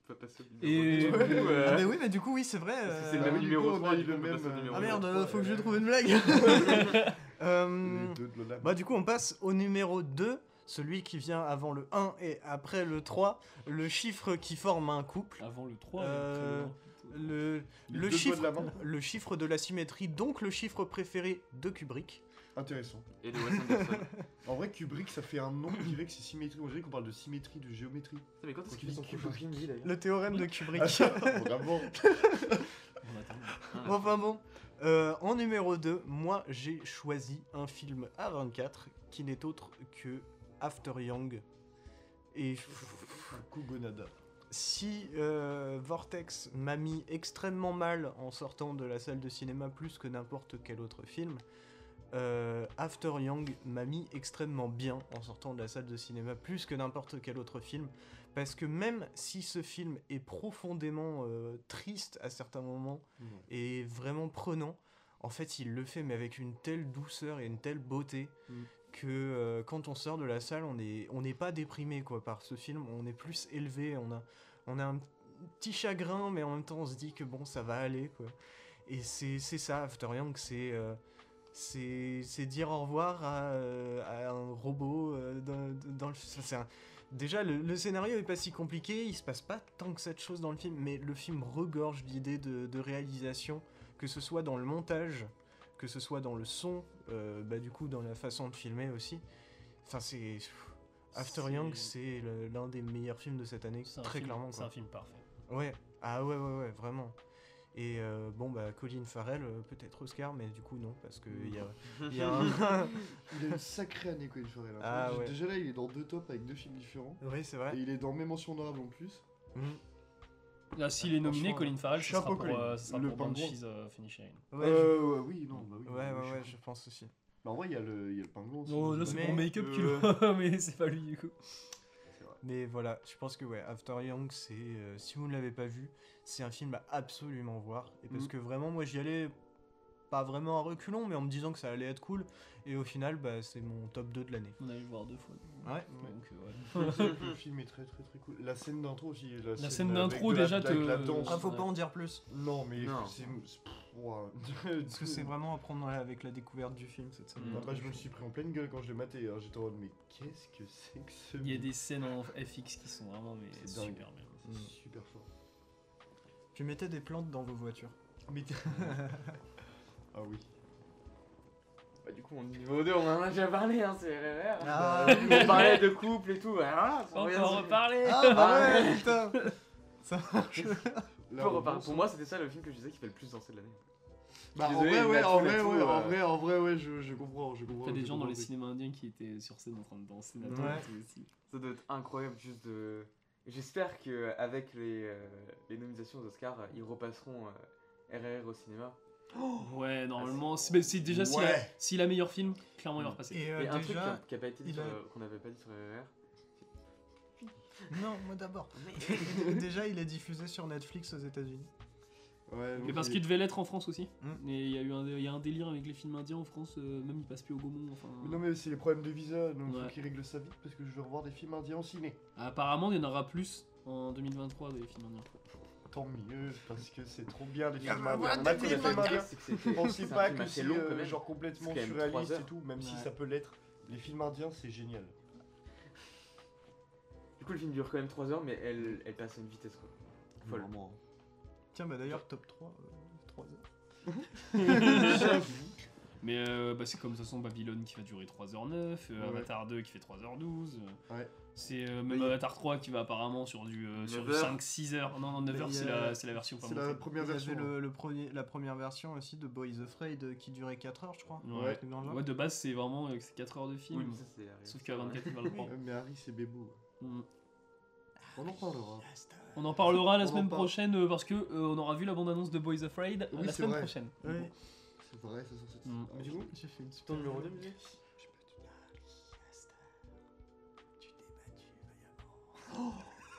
Faut passer au
Et-
numéro deux, du coup, euh,
Ah, mais oui, mais du coup oui, c'est vrai. euh,
C'est le même
Ah, du coup,
numéro
on a
3,
eu
du coup,
le
on peut passer au
même, euh,
numéro
Ah
numéro
merde,
trois,
euh, faut que je
ouais.
trouve une (laughs) blague. Euh,
Les deux de Lola.
Bah du coup on passe au numéro 2, celui qui vient avant le 1 et après le 3, le chiffre qui forme un couple,
Avant le 3.
Euh, le,
Les
le
deux
chiffre,
doigts de la main.
le chiffre de la symétrie, donc le chiffre préféré de Kubrick.
Intéressant.
Et de Wes Anderson. Tu
En vrai, Kubrick, ça fait un nom qui dirait que c'est symétrie. On dirait qu'on parle de symétrie, de géométrie.
sais, Mais quand est-ce
Parce
qu'il
qu'ils
s'en
sont
fout
toujours
d'ailleurs
Le théorème de Kubrick.
Ah, ça, (laughs) Vraiment.
Bon, (laughs) enfin bon. Euh, en numéro 2, moi j'ai choisi un film A24 qui n'est autre que After Young. Et
Kugonada.
si euh, Vortex m'a mis extrêmement mal en sortant de la salle de cinéma plus que n'importe quel autre film, euh, After Yang m'a mis extrêmement bien en sortant de la salle de cinéma plus que n'importe quel autre film, parce que même si ce film est profondément euh, triste à certains moments, et vraiment prenant. En fait, il le fait, mais avec une telle douceur et une telle beauté
Mm.
que euh, quand on sort de la salle, on n'est on n'est pas déprimé quoi par ce film. On est plus élevé. On a, on a un petit chagrin, mais en même temps, on se dit que bon, ça va aller quoi. Et c'est c'est ça, After Yang, c'est euh, c'est c'est dire au revoir à, euh, à un robot euh, dans, dans le. ça, c'est un- Déjà, le, le scénario est pas si compliqué, il se passe pas tant que cette chose dans le film, mais le film regorge d'idées de, de réalisation, que ce soit dans le montage, que ce soit dans le son, euh, bah du coup dans la façon de filmer aussi. Enfin, c'est pff, After
C'est-
Yang, c'est le- l'un des meilleurs films de cette année,
C'est un
très
film-
clairement.
C'est
quoi.
un film parfait.
Ouais, ah ouais, ouais, ouais, vraiment. Et euh, bon, bah, Colin Farrell, euh, peut-être Oscar, mais du coup, non, parce que il y a, il
(laughs)
y a un.
(laughs)
(laughs)
Il a une sacrée année, Colin Farrell. hein.
Ah,
Déjà-
ouais.
Déjà là, il est dans deux tops avec deux films différents.
oui, c'est vrai.
Et il est dans mes mentions honorables en plus.
Mhm.
Là, s'il est nominé, Colin Farrell, ce sera
chapeau,
pour,
Colin.
euh, ce sera
Le
pour
pingouin.
Banshees euh, Finishing.
Ouais,
euh, ouais, oui, non, bah oui.
je- ouais,
oui,
ouais,
je
ouais,
suis
je
con.
pense aussi.
Bah, en vrai, il y a le, il y a le pingouin aussi.
Non, Oh, là,
Bah,
c'est
Mais,
pour make-up qu'il
euh,
l'a, (laughs) mais c'est pas lui du coup.
c'est vrai.
Mais voilà, je pense que ouais, After Young, c'est euh, si vous ne l'avez pas vu, c'est un film à absolument voir. Et parce
Mhm.
que vraiment, moi, j'y allais pas vraiment à reculons, mais en me disant que ça allait être cool. Et au final, bah, c'est mon top 2 de l'année.
On a eu le voir deux fois. donc,
Ouais.
euh, ouais.
(laughs) le film est très très très cool. La scène d'intro aussi. La,
scène
avec
d'intro,
de la-
déjà,
avec
te-
la danse.
Ah, faut
Ouais.
pas en dire plus.
Non, mais
Non.
c'est. c'est- pff, ouah. Parce
Parce que c'est vraiment à prendre avec la découverte du film, cette scène.
Mhm.
Bah, bah, je me le suis pris en pleine gueule quand je l'ai maté. hein. J'étais en mode, mais qu'est-ce que c'est que ce.
Il y a
mec
des Mm. scènes en FX qui sont vraiment mais
C'est dingue.
super bien.
C'est super fort.
Tu mettais des plantes dans vos voitures.
Mais. ah oui.
Bah, du coup, on est numéro 2, on en a déjà parlé, hein, c'est RRR.
Ah,
On parlait de couple et tout, bah, voilà, ça
On
revient
peut en
sur-
reparler
Ah bah
Ah
ouais, putain Ça marche
On peut reparler. Pour moi, c'était ça le film que je disais qui fait le plus danser de l'année.
Bah, en
Désolé,
vrai,
il
ouais,
m'a
en
tout,
vrai,
m'a tout,
ouais,
euh.
en vrai, en vrai, ouais, je, je comprends, je comprends.
T'as des
je
gens dans les
comprends.
cinémas indiens qui étaient sur scène en train de danser. Nathan,
Ouais.
et tout aussi.
Ça doit être incroyable juste de. J'espère que avec les, euh, les nominations aux Oscars, ils repasseront euh, RRR au cinéma.
Ouais, normalement, c'est mais c'est déjà si, la,
Ouais.
si la meilleure film, clairement il va repasser.
Et euh,
Et un truc qui a-
déjà,
qui a pas été dit
il
sur,
a-
euh, qu'on n'avait pas dit sur RRR.
non, moi d'abord. (laughs) déjà, il est diffusé sur Netflix aux États-Unis.
Ouais,
Mais
donc,
parce
il-
qu'il devait l'être en France aussi.
Hmm.
Et il y a eu un, il y a un délire avec les films indiens en France, euh, même ils passent plus au Gaumont. Enfin,
Mais Non, mais c'est les problèmes de visa, donc faut
Ouais.
qu'ils règlent ça vite parce que je veux revoir des films indiens au ciné.
Apparemment, il y en aura plus en 2023 des films indiens.
Tant mieux, parce que c'est trop bien les
Il y a
films
un
indiens.
bon
On a que
film
les films
indien.
indiens.
C'est que c'était-
Pensez
c'est un
pas
film
que
assez
c'est
long,
euh,
quand même.
genre complètement
C'est quand même trois
surréaliste et
heures.
tout, même si
Ouais.
ça peut l'être. Les films indiens, c'est génial.
Du coup, le film dure quand même 3 heures, mais elle, elle passe à une vitesse quoi. Folle.
Vraiment.
Tiens, bah d'ailleurs, top 3. euh, 3 heures.
Mais euh, bah, c'est comme de toute façon Babylone qui va durer 3h09, euh,
Ouais.
Avatar 2 qui fait 3h12. euh,
Ouais.
C'est euh, même
Mais-
Avatar 3 qui va apparemment sur du, euh, sur du
9h.
5-6 heures. Non, non 9
Mais
heures
il y
c'est
a-
la, c'est la version pas
C'est la
montée.
première
Il y avait
version.
le, le premier, la première version aussi de Boys Afraid euh, qui durait 4 heures, je crois.
Ouais.
Un truc dans le genre.
Ouais, de base c'est vraiment 4 heures de film.
Oui,
Mmh.
mais ça, c'est arrivé.
Sauf qu'à 24 il va
(laughs)
le prendre.
Euh, Mais Harry, c'est bébou.
Mm.
On en parlera.
On en parlera la
On en
semaine
parle.
prochaine euh, parce que euh, on aura vu la bande-annonce de Boys Afraid euh,
Oui,
la
c'est
semaine
vrai.
prochaine.
Ouais.
C'est vrai, ça sort cette
Mm.
Mais du coup,
J'ai fait une
Ton
super
numéro
blague.
2 musique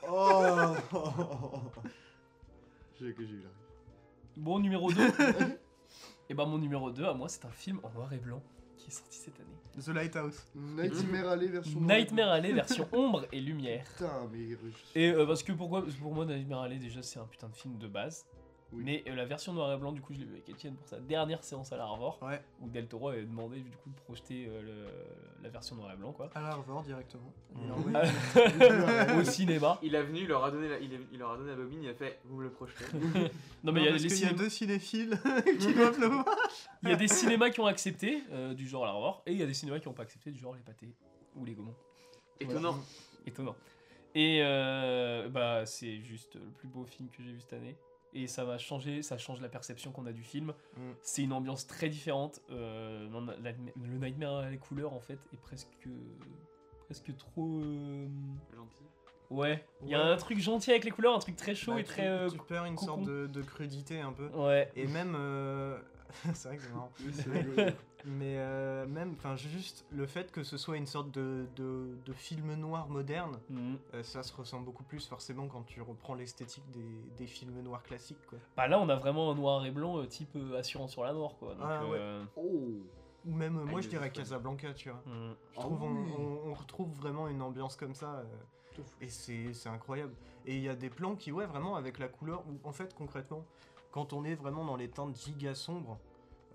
Oh J'ai que j'ai eu là.
Bon numéro
(laughs)
2. Et bah mon numéro 2 à moi c'est un film en noir et blanc qui est sorti cette année.
The Lighthouse.
Nightmare Alley version.
Nightmare Alley
(laughs)
version ombre et lumière.
Putain, mais. je suis-
Et euh, parce que pourquoi parce que Pour moi, Nightmare Alley, déjà, c'est un putain de film de base.
Oui.
Mais euh, la version noir et blanc, du coup, je l'ai vu avec Etienne pour sa dernière séance à l'Arvor,
Ouais,
où Del Toro avait demandé du coup de projeter euh, le- la version noir et blanc, quoi. Euh,
à la revoir directement.
Mm.
Il a
(laughs)
envoyé-
Au cinéma.
Il est venu, il leur a donné la, il, est- il leur a donné la bobine, il a fait Vous me
(laughs)
le projetez.
Non, mais il y, a
parce
les
qu'il Ah, y a
cinémas-
deux cinéphiles (laughs) qui doivent le voir.
il y a des cinémas qui ont accepté, euh, du genre l'Arvor, et il y a des cinémas qui n'ont pas accepté, du genre les pâtés ou les Gaumont.
Étonnant.
Étonnant. Et euh, bah, c'est juste le plus beau film que j'ai vu cette année. Et ça va changer, ça change la perception qu'on a du film.
Mm.
C'est une ambiance très différente. Euh, non, la- la- le Nightmare à les couleurs, en fait, est presque. presque trop. euh,
Gentil.
Ouais. Il y a
Ouais.
un truc gentil avec les couleurs, un truc très chaud
Bah,
et
tu-
très. euh,
tu, perds une
cocon.
sorte de, de crudité un peu.
Ouais.
Et même. euh, (laughs) c'est vrai que c'est marrant. Mais euh, même, enfin, juste le fait que ce soit une sorte de, de- de film noir moderne,
Mhm.
euh, ça se ressent beaucoup plus forcément quand tu reprends l'esthétique des, des films noirs classiques, quoi.
Bah là, on a vraiment un noir et blanc euh, type euh, assurance sur la mort, quoi. Donc,
Ah, ouais.
euh,
Oh
Ou même, euh, moi,
Ah,
je
il
dirais
est fun.
Casablanca, tu vois.
mhm.
Je trouve
Ah
on,
oui.
on- on retrouve vraiment une ambiance comme ça. euh,
Tout
et c'est c'est incroyable. Et il y a des plans qui, ouais, vraiment avec la couleur, ou en fait, concrètement, quand on est vraiment dans les teintes giga sombres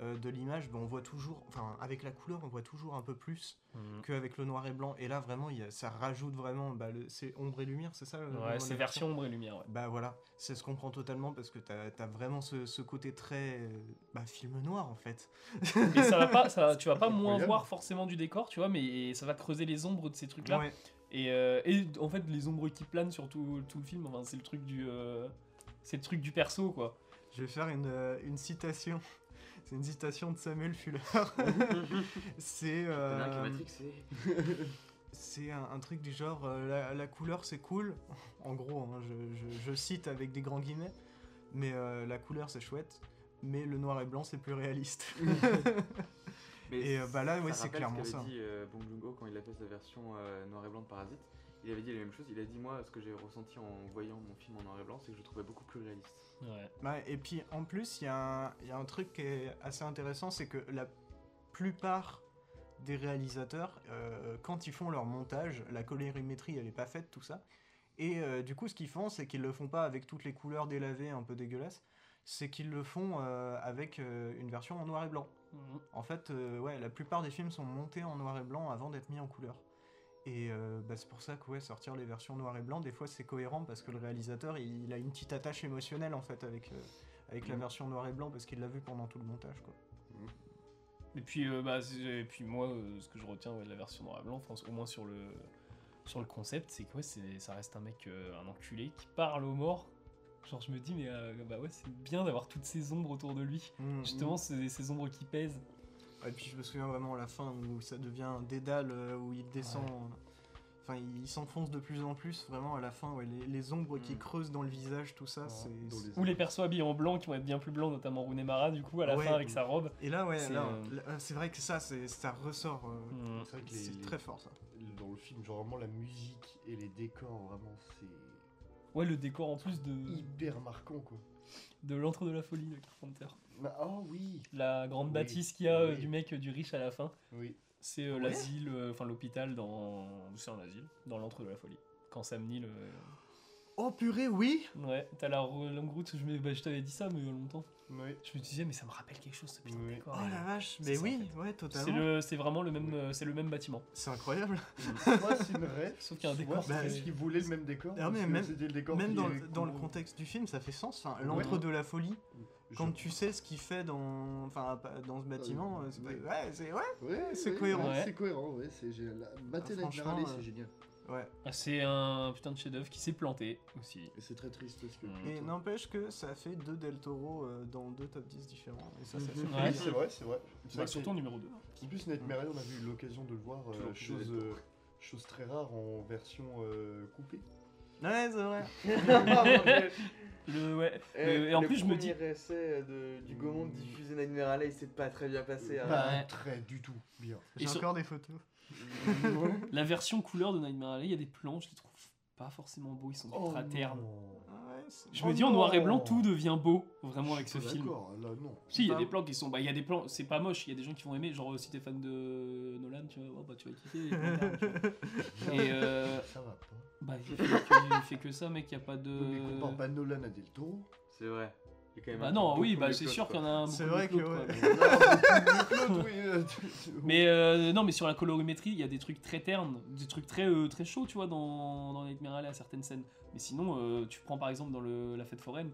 euh, de l'image, ben, on voit toujours, enfin, avec la couleur, on voit toujours un peu plus
Mhm.
qu'avec le noir et blanc. Et là, vraiment, il y a- ça rajoute vraiment, bah, le- c'est ombre et lumière, c'est ça euh, le- le nom de la
Ouais, c'est version ombre et lumière, ouais.
Bah voilà, ça se comprend totalement parce que t'as as vraiment ce, ce côté très euh, bah, film noir en fait.
Et ça va pas, ça, tu vas pas moins
Incroyable.
voir forcément du décor, tu vois, mais ça va creuser les ombres de ces trucs-là.
Ouais.
Et, euh, et en fait, les ombres qui planent sur tout, tout le film, enfin, c'est le truc du, euh, c'est le truc du perso, quoi.
Je vais faire une, euh, une citation. (laughs) C'est une citation de Samuel Fuller. (laughs) c'est
Il y en a un qui
euh,
est matrixé.
c'est un, un truc du genre euh, la, la couleur c'est cool. (laughs) En gros, hein, je, je- je cite avec des grands guillemets. Mais euh, la couleur c'est chouette. Mais le noir et blanc c'est plus réaliste.
Mais
Et, euh, bah là, ouais,
rappelle
c'est
ce
clairement
qu'avait
ça.
dit euh, Bong Joon-ho quand il a fait sa version euh, noir et blanc de Parasite. Il avait dit la même chose. Il a dit Moi, ce que j'ai ressenti en voyant mon film en noir et blanc, c'est que je le trouvais beaucoup plus (laughs) réaliste.
Ouais.
Ouais, et puis en plus, il y, a un- il y a un truc qui est assez intéressant, c'est que la plupart des réalisateurs, euh, quand ils font leur montage, la colorimétrie elle est pas faite, tout ça. Et euh, du coup, ce qu'ils font, c'est qu'ils le font pas avec toutes les couleurs délavées un peu dégueulasses, c'est qu'ils le font euh, avec euh, une version en noir et blanc. En fait, euh, ouais, la plupart des films sont montés en noir et blanc avant d'être mis en couleur. Et euh, bah, c'est pour ça que ouais, sortir les versions noir et blanc, des fois c'est cohérent parce que le réalisateur il, il a une petite attache émotionnelle en fait avec, euh, avec la
Mhm.
version noir et blanc parce qu'il l'a vu pendant tout le montage. Quoi.
Et puis, euh, bah, c'est- et puis moi, euh, ce que je retiens ouais, de la version noir et blanc, enfin, au moins sur le, sur le concept, c'est que ouais, c'est, ça reste un mec, euh, un enculé qui parle aux morts Genre, je me dis, mais euh, bah ouais, c'est bien d'avoir toutes ces ombres autour de lui.
Mm,
Justement, c'est ces ombres qui pèsent.
mm. Et puis je me souviens vraiment à la fin où ça devient un dédale, euh, où il descend. euh, Enfin, il il s'enfonce de plus en plus, vraiment à la fin, ouais, les, les ombres qui
Mm.
creusent dans le visage, tout ça,
Ah,
c'est.
dans
c'est-
les-
Ou les persos habillés en blanc qui vont être bien plus blancs, notamment Runemara, du coup, à la
Ouais.
fin avec sa robe.
Et là, ouais,
C'est,
là,
euh,
là, c'est vrai que ça, c'est- ça ressort. euh,
Hmm.
C'est vrai que Mm. les-
C'est très fort ça.
Dans le film, genre vraiment la musique et les décors, vraiment, c'est
Ouais, le décor en plus de,
hyper marquant quoi.
de l'antre de la folie de Carpenter.
Bah, oh oui
La grande
Oui,
bâtisse qu'il y a euh,
oui.
du mec euh, du riche à la fin,
Oui.
c'est euh,
Ouais.
l'asile, euh, enfin l'hôpital dans. C'est un asile, dans l'antre de la folie. Quand Sam Neill. euh,
Oh purée, oui
Ouais, t'as la re- longue route, je, me- bah, je t'avais dit ça, mais il y a longtemps.
Oui.
Je me disais, mais ça me rappelle quelque chose ce putain de
Oui.
décor.
Oh la vache,
C'est
mais
ça, en
oui, ouais,
C'est
totalement.
le, c'est vraiment le même, euh, c'est le même bâtiment.
C'est incroyable.
Soit c'est une rêve,
Sauf qu'il y a un
soit
décor
bah, c'est
très-
parce qu'ils voulaient le même décor.
Mhm. Ah,
parce
mais
que
même-
c'était le décor
Même
qui
dans,
est-
le- dans le
qu'on-
contexte du film, ça fait sens. Enfin,
Ouais.
L'antre de la folie,
Je-
quand tu sais ce qu'il fait dans, enfin, pas- dans ce bâtiment,
oui.
euh, c'est ouais, c'est ouais.
Ouais,
c'est
ouais,
cohérent.
ouais, C'est cohérent, ouais. C'est génial. La- Mater
Ah,
la
franchement,
Gnarlée,
euh,
c'est génial.
ouais.
Ah, C'est un putain de chef-d'œuvre qui s'est planté aussi.
Et c'est très triste parce que.
Mm.
Et n'empêche que ça fait deux Del Toro euh, dans deux top 10 différents. Et ça, ça fait
Mhm.
plaisir.
Ouais.
Oui, c'est vrai, c'est vrai. C'est
Bah,
vrai que-
surtout en numéro 2.
En plus, Nightmare, on a eu l'occasion de le voir, euh,
Toujours plus
chose,
de-
euh, chose très rare en version euh, coupée.
Ouais, c'est vrai.
Le, ouais. Euh, et en plus, je me dis- Mmh.
euh, Le premier essai euh, de- du Gaumont de diffuser Nightmare Alley, c'est pas très bien
Ah,
passé. hein.
Pas
Ouais.
très du tout bien.
J'ai
Et sur-
encore des photos.
La version couleur de Nightmare Alley, il y a des plans, je les trouve pas forcément beaux, ils sont ultra ternes.
Oh, non.
Ah Ouais, c'est-
Je
(laughs)
Oh
me dis en noir et
non.
blanc, tout devient beau, vraiment,
Je
avec
suis
ce
pas
film.
D'accord, là non.
Si, il y a
Bah-
des plans qui sont. Bah, il y a des plans, c'est pas moche, il y a des gens qui vont aimer. Genre, euh, si t'es fan de Nolan, tu vas, oh, bah, tu vas kiffer. les plans ternes, tu vois.
(laughs)
Et euh,
Ça va pas.
bah, il fait, que- il fait que ça, mec, il y a pas de.
Mais compare pas Nolan à Del Toro.
C'est vrai. Il y a quand même
Bah,
un-
non, oui,
beaucoup
bah,
de
c'est
plot,
sûr
quoi.
qu'il y en a un.
C'est
beaucoup
vrai
de
que,
plot,
ouais.
quoi, mais-
Mais
Mais euh, non, mais sur la colorimétrie, il y a des trucs très ternes, des trucs très, euh, très chauds, tu vois, dans, dans Nightmare Alley à certaines scènes. Mais sinon, euh, tu prends par exemple dans le, la fête foraine,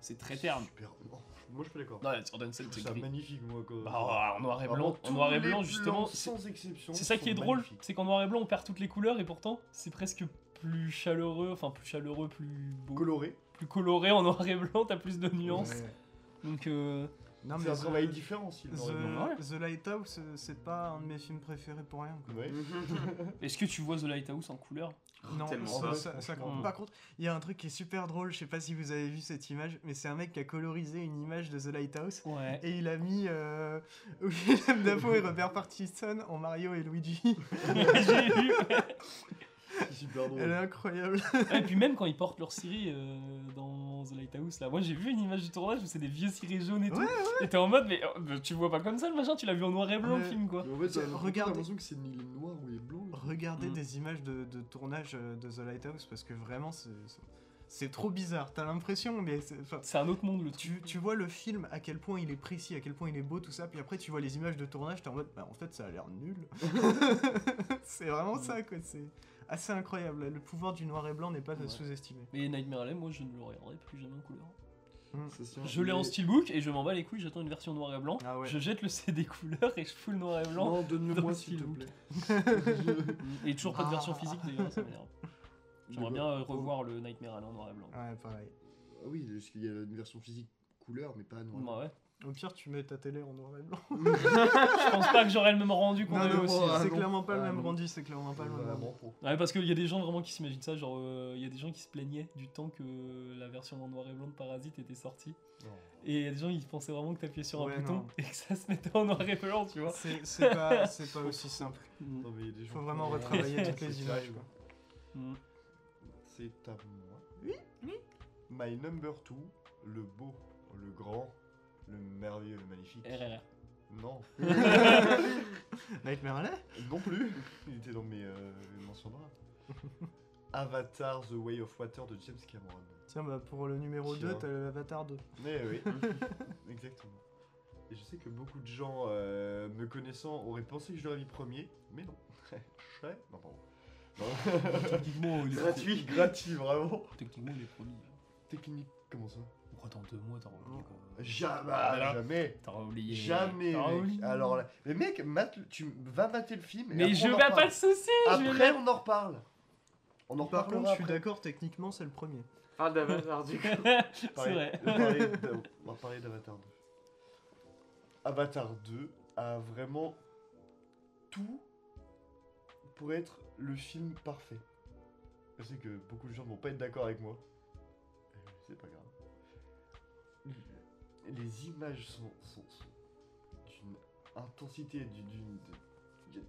c'est très terne.
Super. non, Moi je suis pas d'accord.
Non, sur certaines scènes,
Je
c'est
trouve ça
gris.
magnifique moi quand.
Bah, en noir et
Vraiment,
blanc, en
tous
noir et
les
blanc,
plans,
justement. C'est
Sans exception.
c'est ça qui
sont
est drôle,
magnifiques.
c'est qu'en noir et blanc, on perd toutes les couleurs et pourtant, c'est presque plus chaleureux, enfin plus chaleureux, plus beau,
Coloré.
plus coloré en (laughs) noir et blanc, t'as plus de nuances.
Ouais.
Donc, euh,
Non,
C'est un
The-
travail différent si
The,
le noir et blanc.
Ouais.
The Lighthouse, euh, c'est pas un de mes films préférés pour rien. quoi.
Ouais.
(laughs)
(laughs) est-ce que tu vois The Lighthouse en couleur
Non,
tellement
ça,
pas,
ça- ça
franchement.
compte. Par contre, il y a un truc qui est super drôle, je sais pas si vous avez vu cette image, mais c'est un mec qui a colorisé une image de The Lighthouse
Ouais.
et il a mis euh, (laughs) William Dafoe et Robert Pattinson en Mario et Luigi.
(laughs) J'ai vu,
C'est super drôle.
Elle est incroyable.
Ouais, et puis même quand ils portent leur ciré euh, dans The Lighthouse, là, moi j'ai vu une image du tournage où c'est des vieux cirés jaunes et tout.
Ouais,
Et t'es en mode, mais oh, bah, tu le vois pas comme ça le machin, tu l'as vu en noir et blanc le
Ouais.
film quoi.
Mais en fait,
C'est-
t'as
regardez.
l'impression que c'est ni les noirs ou les blancs.
Regardez
Mm.
des images de, de tournage euh, de The Lighthouse parce que vraiment, c'est- c'est- c'est trop bizarre. T'as l'impression, mais c'est- enfin,
C'est un autre monde le truc.
tu, tu vois le film, à quel point il est précis, à quel point il est beau, tout ça, puis après tu vois les images de tournage, t'es en mode, bah en fait ça a l'air nul. c'est vraiment ça, quoi, c'est assez incroyable. Le pouvoir du noir et blanc n'est pas
Ouais.
sous-estimé.
Mais Nightmare Alley, moi je ne le regarderai plus jamais en couleur.
Ça se tient.
Je l'ai en
Mais-
steelbook et je m'en bats les couilles, j'attends une version noir et blanc.
Ah ouais.
Je jette le CD couleur et je fous le noir et blanc.
Non,
dans le
donne-le-moi s'il te
steelbook.
(laughs)
plaît.
Et toujours pas de version
Ah.
physique d'ailleurs, ça m'énerve. J'aimerais
Mais
bien
bah,
euh, revoir le Nightmare Alley en noir et blanc.
Ouais, pareil.
Ah oui, parce qu'il y a une version physique couleur, mais pas noir.
Bah ouais.
Au pire, tu mets ta télé en noir et blanc.
(laughs)
Je pense pas que j'aurais le même rendu qu'on
(laughs) Non,
a eu
non,
aussi.
bon, ah,
c'est
non.
clairement pas le
Ah,
même
non.
rendu, c'est clairement pas le même rendu.
Vraiment, pour-
Ouais, parce qu'il y a des gens vraiment qui s'imaginent ça, genre euh, il y a des gens qui se plaignaient du temps que la version en noir et blanc de Parasite était sortie. Et il y a des gens qui pensaient vraiment que t'appuyais sur un
Ouais,
bouton
non.
(laughs) et que ça se mettait en noir et blanc, tu vois.
C'est- C'est pas, c'est pas aussi simple.
Non, mais il y a des gens
Faut
qui-
vraiment
Ouais, (laughs)
retravailler
c'est
toutes les
clair.
images, quoi.
Mm.
C'est à moi.
Oui, oui.
My number two, le beau, le grand, le merveilleux, le magnifique.
RRR.
Non,
Nightmare Alley
non plus. (laughs) Il était dans mes euh, mes mentions noires.
(laughs)
Avatar The Way of Water de James Cameron.
Tiens, bah pour le numéro
Tiens.
2, t'as l'Avatar 2.
Mais oui, (laughs) exactement. Et je sais que beaucoup de gens euh, me connaissant auraient pensé que je l'aurais mis premier, mais non. (laughs) Ouais, non, pardon. Non.
Techniquement, il
gratuit, gratuit, vraiment.
Techniquement, il est promis.
Technique, comment ça
Pourquoi dans deux mois, t'auras
oublié,
Jamais,
Voilà.
jamais,
T'auras oublié.
jamais.
T'auras
mec.
oublié.
Alors là, mais mec, mate le- tu vas mater le film. et
Mais
après,
je
on en
vais pas
reparle.
le souci, je vais
Après,
mettre-
on en reparle. On en
Par
parle
contre, je suis d'accord, techniquement, c'est le premier.
Ah, d'avatar du
(laughs)
coup.
c'est vrai. (laughs)
On va parler d'Avatar 2. Avatar 2 a vraiment tout pour être le film parfait. Je sais que beaucoup de gens ne vont pas être d'accord avec moi. Euh, C'est pas grave. Les images sont, sont- sont d'une intensité, d'une. d'une- de-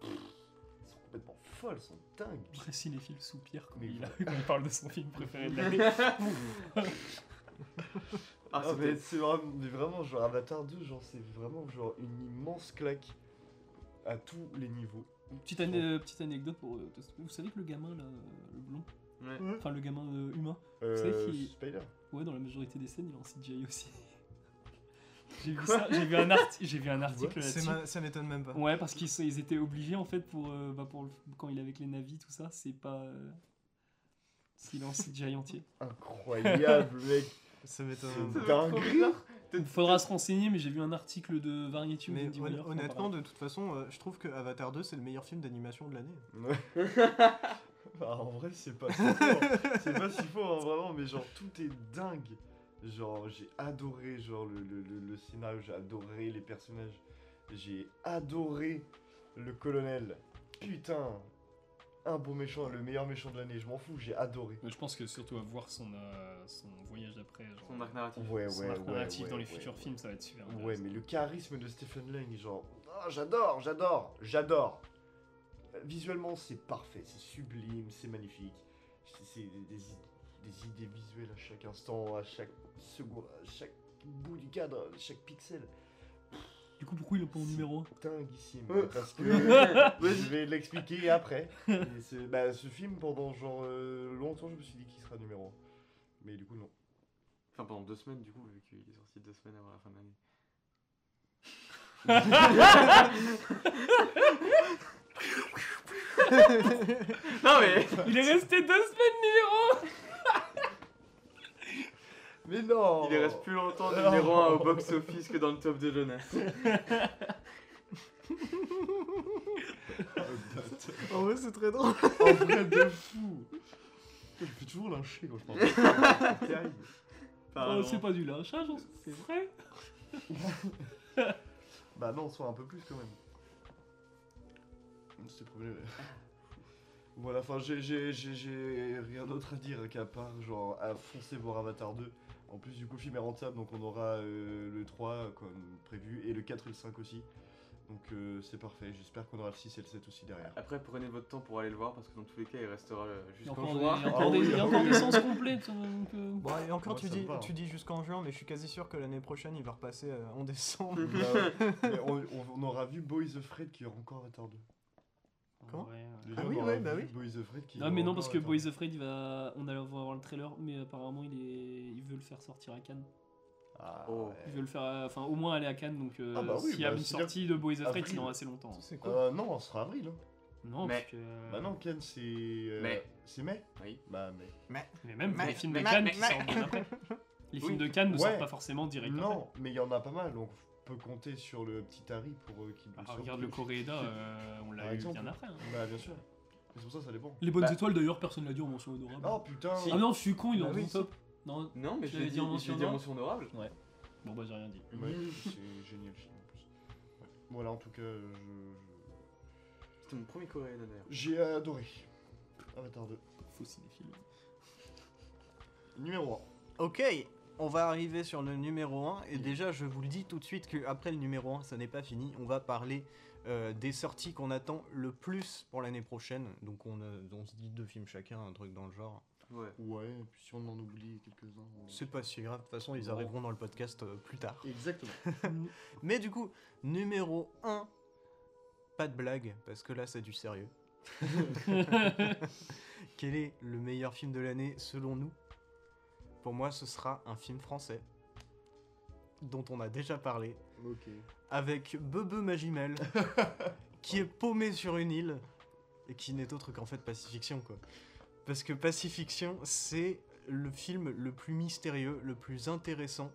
Pff, Elles sont complètement folles, elles sont dingues.
(laughs) Bref, cinéphile soupire quand
Mais
il, (laughs)
vous-
a- quand il parle de son film préféré de
(laughs)
l'année.
Ah,
Ah,
c'était-
mais c'est vraiment, mais vraiment, genre Avatar 2, genre c'est vraiment genre une immense claque à tous les niveaux.
petite, ane- euh, petite anecdote pour. euh, vous savez que le gamin là, euh, le blond,
Ouais.
enfin le gamin euh, humain,
Euh,
savez qu'il-
Spider.
ouais, dans la majorité des scènes, il est en CGI aussi. (laughs) j'ai vu ça, j'ai vu un, arti- j'ai vu un article
C'est
là-dessus.
ma- Ça m'étonne même pas.
Ouais, parce qu'ils se- ils étaient obligés en fait pour, euh, bah, pour le- quand il est avec les navis, tout ça, c'est pas. euh, S'il est (laughs) en CGI entier.
Incroyable, mec.
Ça
C'est
m'étonne même
Ça
pas.
me
dingue.
fait trop bizarre.
Il faudra se renseigner, mais j'ai vu un article de Variety ou
Mais
d'Indie
hon-
Wire qui en parlait.
honnêtement, de toute façon, euh, je trouve que Avatar 2, c'est le meilleur film d'animation de l'année.
Bah, en vrai, c'est pas si fort. C'est pas si fort, hein, vraiment, mais genre tout est dingue. Genre, j'ai adoré genre le, le, le- le scénario, j'ai adoré les personnages, j'ai adoré le colonel. Putain, un beau méchant, le meilleur méchant de l'année, je m'en fous, j'ai adoré.
Mais Je pense que surtout à voir son, euh, son voyage après, genre,
Son
(laughs)
arc narratif.
Ouais, ouais,
son
ouais.
arc narratif
ouais,
dans les
ouais,
futurs
ouais.
films, ça va être super.
Ouais, mais le charisme de Stephen Lang, genre, Ah, j'adore, j'adore, j'adore. Euh, Visuellement, c'est parfait, c'est sublime, c'est magnifique. C'est- C'est des, des i- des idées visuelles à chaque instant, à chaque seconde, à chaque bout du cadre, à chaque pixel.
Du coup, pourquoi il est pas au numéro 1
Dinguissime.
Euh.
Parce
(laughs)
que je vais l'expliquer après. Et ce, bah, ce film, pendant genre euh, longtemps, je me suis dit qu'il sera numéro 1. Mais du coup, non.
Enfin, pendant deux semaines, du coup, vu qu'il est sorti deux semaines avant la fin de l'année. non, mais.
Il est resté deux semaines numéro
Mais non
Il reste plus longtemps
Non.
numéro 1 au box-office que dans le top de jeunesse.
(laughs)
(laughs)
En vrai, c'est très drôle.
En vrai de fou Je suis toujours lynché quand je parle. C'est terrible.
Ah
Oh, C'est pas du lynchage, hein, c'est vrai
Bah non, soit un peu plus quand même. C'était problème. Voilà, enfin j'ai- j'ai j'ai- j'ai rien d'autre à dire qu'à part genre à foncer voir Avatar 2. En plus du coup le film est rentable donc on aura euh, le 3 comme prévu et le 4 et le 5 aussi. Donc euh, c'est parfait, j'espère qu'on aura le 6 et le 7 aussi
(laughs)
derrière.
Après, prenez votre temps pour aller le voir parce que dans tous les cas, il restera euh,
Il y a
jusqu'en
encore des,
juin.
il y a encore des-
Ah oui,
il y a
ah
encore
oui.
des séances complètes. hein, donc, euh,
Bon, et encore,
Moi,
tu,
ça me
dis,
va, hein.
tu dis jusqu'en juin, mais je suis quasi sûr que l'année prochaine, il va repasser euh, en (laughs) décembre.
Bah ouais. Mais on, on- on aura vu Boys of Fred qui aura encore Avatar 2.
Comment
ouais, ouais.
Déjà,
Ah
on
oui,
aura
ouais,
vu
bah oui.
Boys of Fred qui
Non
aura
mais non
encore
parce que
Avatar 2.
Boys of Raid il va on allait voir le trailer mais apparemment il est il veut le faire sortir à Cannes.
Ah,
Oh.
ouais.
Il veut le faire euh, enfin au moins aller à Cannes donc euh,
Ah bah oui,
s'il y a
bah,
une
c'est-à-dire
sortie de Boys of Raid
avril.
sinon assez longtemps.
C'est cool.
Euh, non, ce sera avril. hein.
Non
Mais-
parce que
Bah non, Ken, c'est. euh,
Mais.
C'est mai
Oui.
Bah, mais.
mais même pour
Mais-
les films de
mais-
Cannes
mais-
qui
mais-
sortent bien
(laughs)
après. Les films
Oui.
de Cannes ne sortent
Ouais.
pas forcément direct après.
Non, mais il y en a pas mal, donc on peut compter sur le petit Harry pour euh, qu'il.
Ah,
sur-
regarde le Coréda
(laughs)
euh, on
Par
l'a eu
exemple.
bien après. hein.
Bah, bien sûr. Mais c'est pour ça, ça dépend.
Les bonnes
Bah.
étoiles d'ailleurs personne l'a dit en mention honorable.
Oh putain
Si.
Ah non je suis con il est
Bah
en
oui,
mention top. Non
(laughs) Non, mais
Tu
je
l'avais
l'ai
dit
dit
en
en
mention honorable
mention honorable.
bon bah j'ai rien dit.
Ouais, c'est génial, le film, en plus. Ouais. Voilà, en tout cas, euh, je.
C'était mon premier coréen d'ailleurs.
je- J'ai adoré. Avatar 2.
Faux cinéphile.
Numéro
Ok, on va arriver sur le numéro 1. Et déjà, je vous le dis tout de suite qu'après le numéro 1, ça n'est pas fini. On va parler euh, des sorties qu'on attend le plus pour l'année prochaine. Donc, on, euh, on se dit deux films chacun, un truc dans le genre.
Ouais.
1. Ouais, puis si on en oublie quelques-uns. on-
C'est pas si grave. De toute façon, ils
Bon.
arriveront dans le podcast euh, plus tard.
Exactement.
Mais du coup, numéro 1, pas de blague, parce que là c'est du sérieux. Quel est le meilleur film de l'année selon nous Pour moi, ce sera un film français dont on a déjà parlé,
ok.
avec Bebe Magimel, qui est paumé sur une île, et qui n'est autre qu'en fait Pacifiction, quoi. Parce que Pacifiction, c'est le film le plus (laughs) mystérieux, le plus intéressant,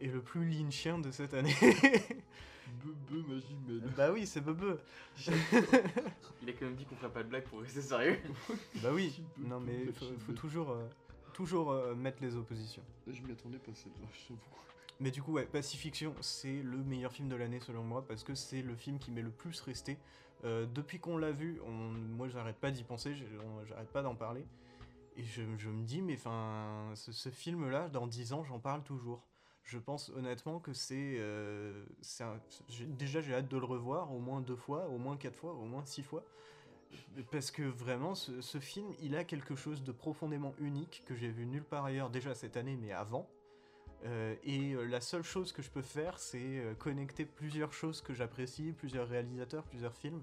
et le plus lynchien de cette année.
Bebe magie mêle.
(laughs) Bah oui, c'est Bebe.
(laughs)
Il a quand même dit qu'on ferait pas de blague pour rester sérieux.
Bah oui. Non mais faut, faut toujours, euh, toujours euh, mettre les oppositions.
Je m'y attendais pas celle-là, je t'avoue.
Mais du coup, ouais, Pacifiction, c'est le meilleur film de l'année selon moi parce que c'est le film qui m'est le plus resté. Euh, depuis qu'on l'a vu, on, moi j'arrête pas d'y penser, j'ai- on- j'arrête pas d'en parler. Et je, je me dis, mais enfin, ce, ce film-là, dans 10 ans, j'en parle toujours. Je pense honnêtement que c'est. euh, c'est un- j'ai- déjà, j'ai hâte de le revoir au moins deux fois, au moins quatre fois, au moins six fois. Parce que vraiment, ce, ce film, il a quelque chose de profondément unique que j'ai vu nulle part ailleurs, déjà cette année, mais avant. Euh, et euh, la seule chose que je peux faire, c'est euh, connecter plusieurs choses que j'apprécie, plusieurs réalisateurs, plusieurs films,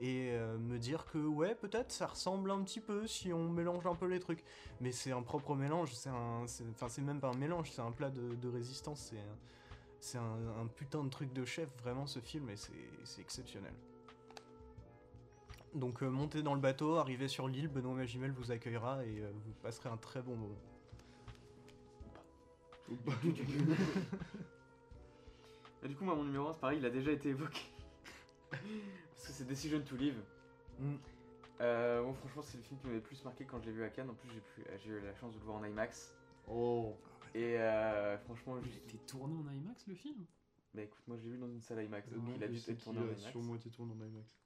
et euh, me dire que ouais, peut-être ça ressemble un petit peu si on mélange un peu les trucs. Mais c'est un propre mélange, c'est un, c'est- enfin c'est même pas un mélange, c'est un plat de, de résistance, c'est un, c'est un- un putain de truc de chef vraiment ce film et c'est c'est exceptionnel. Donc euh, montez dans le bateau, arrivez sur l'île, Benoît Magimel vous accueillera et euh, vous passerez un très bon moment.
Et Ah, du coup, moi, mon numéro 1, c'est pareil, il a déjà été évoqué. Parce que c'est Decision to Live.
Mm.
Euh, bon, franchement, c'est le film qui m'avait le plus marqué quand je l'ai vu à Cannes. En plus, j'ai pu- euh, j'ai eu la chance de le voir en IMAX.
Oh.
Et euh, franchement,
Il
juste.
a été tourné en IMAX le film
Bah écoute, moi, je l'ai vu dans une salle IMAX. Donc,
Non,
il a
je
dû
sais
être
qu'il
tourné en
a
IMAX.
sûrement été tourné en IMAX.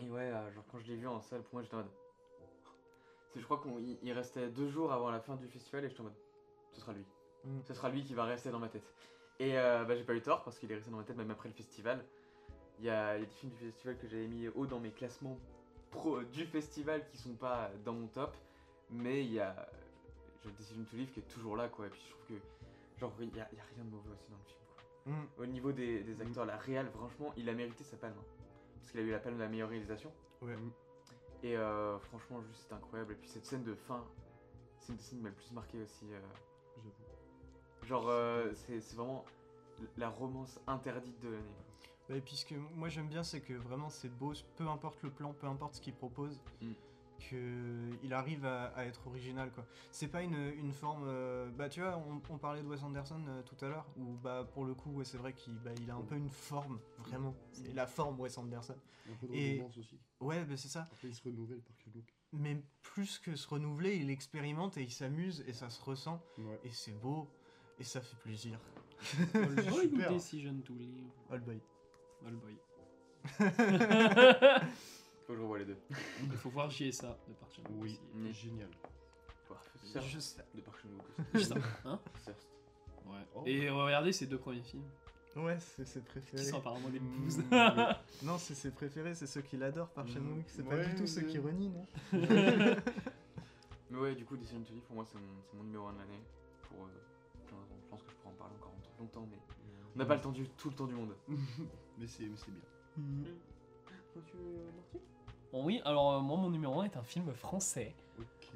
Et ouais, euh, genre quand je l'ai vu en salle, pour moi j'étais en mode. C'est- Je crois qu'il il restait deux jours avant la fin du festival et j'étais en mode. Ce sera lui.
Mm.
Ce sera lui qui va rester dans ma tête. Et euh, bah, j'ai pas eu tort parce qu'il est resté dans ma tête même après le festival. Il y a, il y a des films du festival que j'avais mis haut dans mes classements pro, du festival qui sont pas dans mon top. Mais il y a. Je décide tout livre qui est toujours là quoi. Et puis je trouve que. Genre, il y a, il y a rien de mauvais aussi dans le film quoi.
Mm.
Au niveau des, des acteurs, la réal, franchement, il a mérité sa palme. hein. Parce qu'il a eu la palme de la meilleure réalisation.
Ouais.
Et euh, franchement, juste c'est incroyable. Et puis cette scène de fin, c'est une des scènes qui m'a le plus marqué aussi. euh.
J'avoue.
Genre, euh, c'est c'est vraiment la romance interdite de l'année.
Bah, et puis ce que moi j'aime bien, c'est que vraiment c'est beau, peu importe le plan, peu importe ce qu'il propose,
Mm.
que qu'il arrive à, à être original quoi. C'est pas une, une forme. euh, bah tu vois, on, on parlait de Wes Anderson euh, tout à l'heure, où bah pour le coup, ouais, c'est vrai qu'il bah, il a un peu une forme, vraiment. C'est la forme Wes Anderson.
Un peu de
Et-
redondance aussi.
Ouais, bah, c'est ça.
Après, il se renouvelle par quelconque.
Mais plus que se renouveler, il expérimente et il s'amuse et ça se ressent
Ouais.
et c'est beau et ça fait plaisir.
Boy ou
(laughs) super.
Decision to Live
All boy.
Oh le boy.
Faut que je revoie les deux.
Il faut voir JSA de Park Chan-wook
Oui,
aussi.
Mm.
génial.
Thirst
Juste-
de Park Chan-wook.
(laughs)
Juste un- hein
Thirst.
Ouais.
Oh.
Et regardez ces deux premiers films,
Ouais, Mm. c'est c'est préféré.
qui sont apparemment
(laughs)
des bouses.
Non, c'est ses préférés, c'est ceux qu'il adore par
Mm.
Shenmue, c'est pas
Ouais,
du tout ceux
ouais.
qui renient, non
Mais ouais, du coup, Decision to Live, pour moi, c'est mon, c'est mon numéro 1 de l'année. Pour euh, plein de raisons. Je pense que je pourrais en parler encore longtemps, mais on n'a pas le temps du, tout le temps du monde.
(laughs) Mais c'est mais c'est bien.
Bon oui, alors euh, moi mon numéro 1 est un film français.
Ok.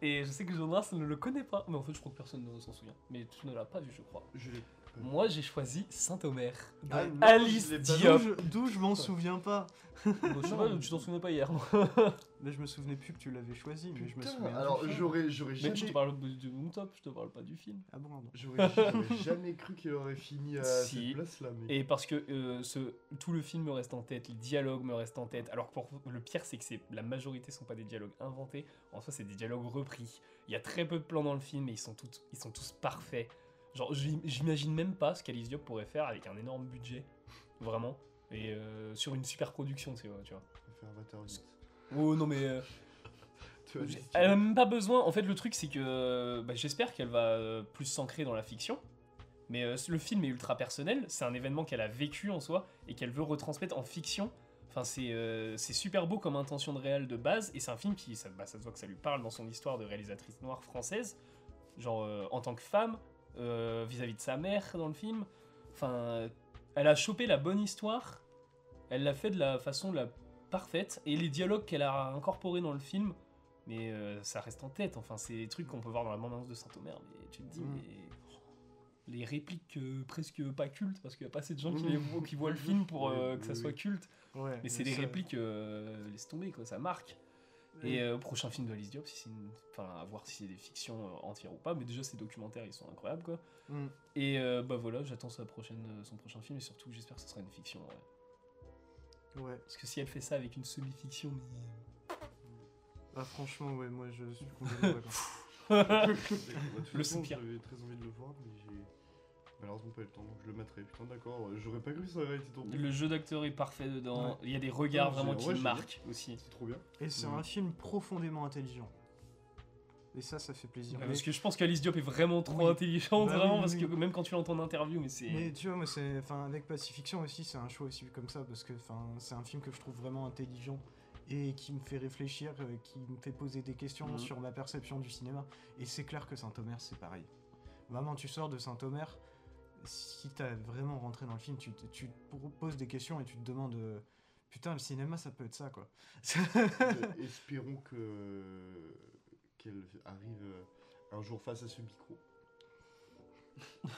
Et je sais que Jonas ne le connaît pas, mais en fait je crois que personne ne s'en souvient. Mais tu ne l'as pas vu je crois.
Je l'ai.
Moi j'ai choisi Saint-Omer. de
Ah, non,
Alice
je l'ai pas-
Diop.
D'où je- D'où je m'en souviens pas.
Bon, je sais pas, tu t'en souvenais pas hier. moi.
Mais je me souvenais plus que tu l'avais choisi, mais je me
Putain,
souviens.
alors
du film.
j'aurais j'aurais
Mais je te
jamais
parle de mon top, je te parle pas du film.
Ah bon, pardon.
j'aurais j'aurais jamais cru qu'il aurait fini à
Si.
cette place là mais
Et parce que euh, ce, tout le film me reste en tête, les dialogues me restent en tête. Alors que pour, le pire, c'est que c'est, la majorité sont pas des dialogues inventés. En soi, c'est des dialogues repris. Il y a très peu de plans dans le film et ils sont, toutes, ils sont tous parfaits. Genre, j'im- j'imagine même pas ce qu'Alice Diop pourrait faire avec un énorme budget. Vraiment. Et euh, sur une super production, tu vois. Tu vois.
on va faire Avatar 8.
Oh non, mais. euh,
Tu vois,
j'ai- Ah,
juste-
elle (laughs) a même pas besoin. En fait, le truc, c'est que bah, j'espère qu'elle va euh, plus s'ancrer dans la fiction. Mais euh, le film est ultra personnel. C'est un événement qu'elle a vécu en soi et qu'elle veut retransmettre en fiction. Enfin, c'est euh, c'est super beau comme intention de réel de base. Et c'est un film qui, ça, bah, ça se voit que ça lui parle dans son histoire de réalisatrice noire française. Genre, euh, en tant que femme, euh, vis-à-vis de sa mère dans le film. Enfin, euh, elle a chopé la bonne histoire. Elle l'a fait de la façon la parfaite. Et les dialogues qu'elle a incorporés dans le film mais euh, ça reste en tête. Enfin, c'est des trucs qu'on peut voir dans la bande-annonce de Saint-Omer. Mais tu te dis,
Mm.
mais. oh, Les répliques euh, presque pas cultes, parce qu'il n'y a pas assez de gens qui, les voient, qui
(laughs)
voient le film pour euh,
Mm. Oui,
que ça
oui,
soit
oui.
culte.
Ouais,
Mais c'est des
ça-
répliques, euh, laisse tomber, quoi, ça marque. Et euh, prochain film de Alice Diop, si c'est une- enfin, à voir si c'est des fictions euh, entières ou pas, mais déjà ces documentaires ils sont incroyables quoi.
Mm.
Et euh, bah voilà, j'attends sa prochaine, euh, son prochain film et surtout j'espère que ce sera une fiction. ouais.
Ouais.
Parce que si elle fait ça avec une semi-fiction,
Ah, franchement, ouais, moi je suis complètement d'accord.
(laughs) mais-
(laughs)
le
soupir.
J'avais très envie de le voir, mais j'ai malheureusement pas eu le temps, donc je le mettrai. Putain, d'accord, ouais, j'aurais pas cru que ça aurait été tourné.
le jeu d'acteur est parfait dedans. Il y a des regards
Ouais,
vraiment
c'est-
qui
ouais,
me
c'est
marquent aussi.
C'est trop bien.
Et c'est
Mm.
un film profondément intelligent. Et ça, ça fait plaisir.
Ouais,
Mais-
Parce que je pense qu'Alice Diop est vraiment trop
Oui.
intelligente,
Bah oui,
vraiment,
oui,
parce que
oui.
même quand tu l'entends en interview, mais c'est. (laughs)
Mais tu vois, moi, c'est, enfin, avec Pacifiction aussi, c'est un choix aussi comme ça, parce que, enfin, c'est un film que je trouve vraiment intelligent et qui me fait réfléchir, euh, qui me fait poser des questions
Mhm.
sur ma perception du cinéma. Et c'est clair que Saint-Omer, c'est pareil. Vraiment, tu sors de Saint-Omer, si t'as vraiment rentré dans le film, tu, te- tu te poses des questions et tu te demandes, euh, putain, le cinéma, ça peut être ça, quoi. (laughs)
(laughs)
Euh, Espérons que qu'elle arrive euh, un jour face à ce micro.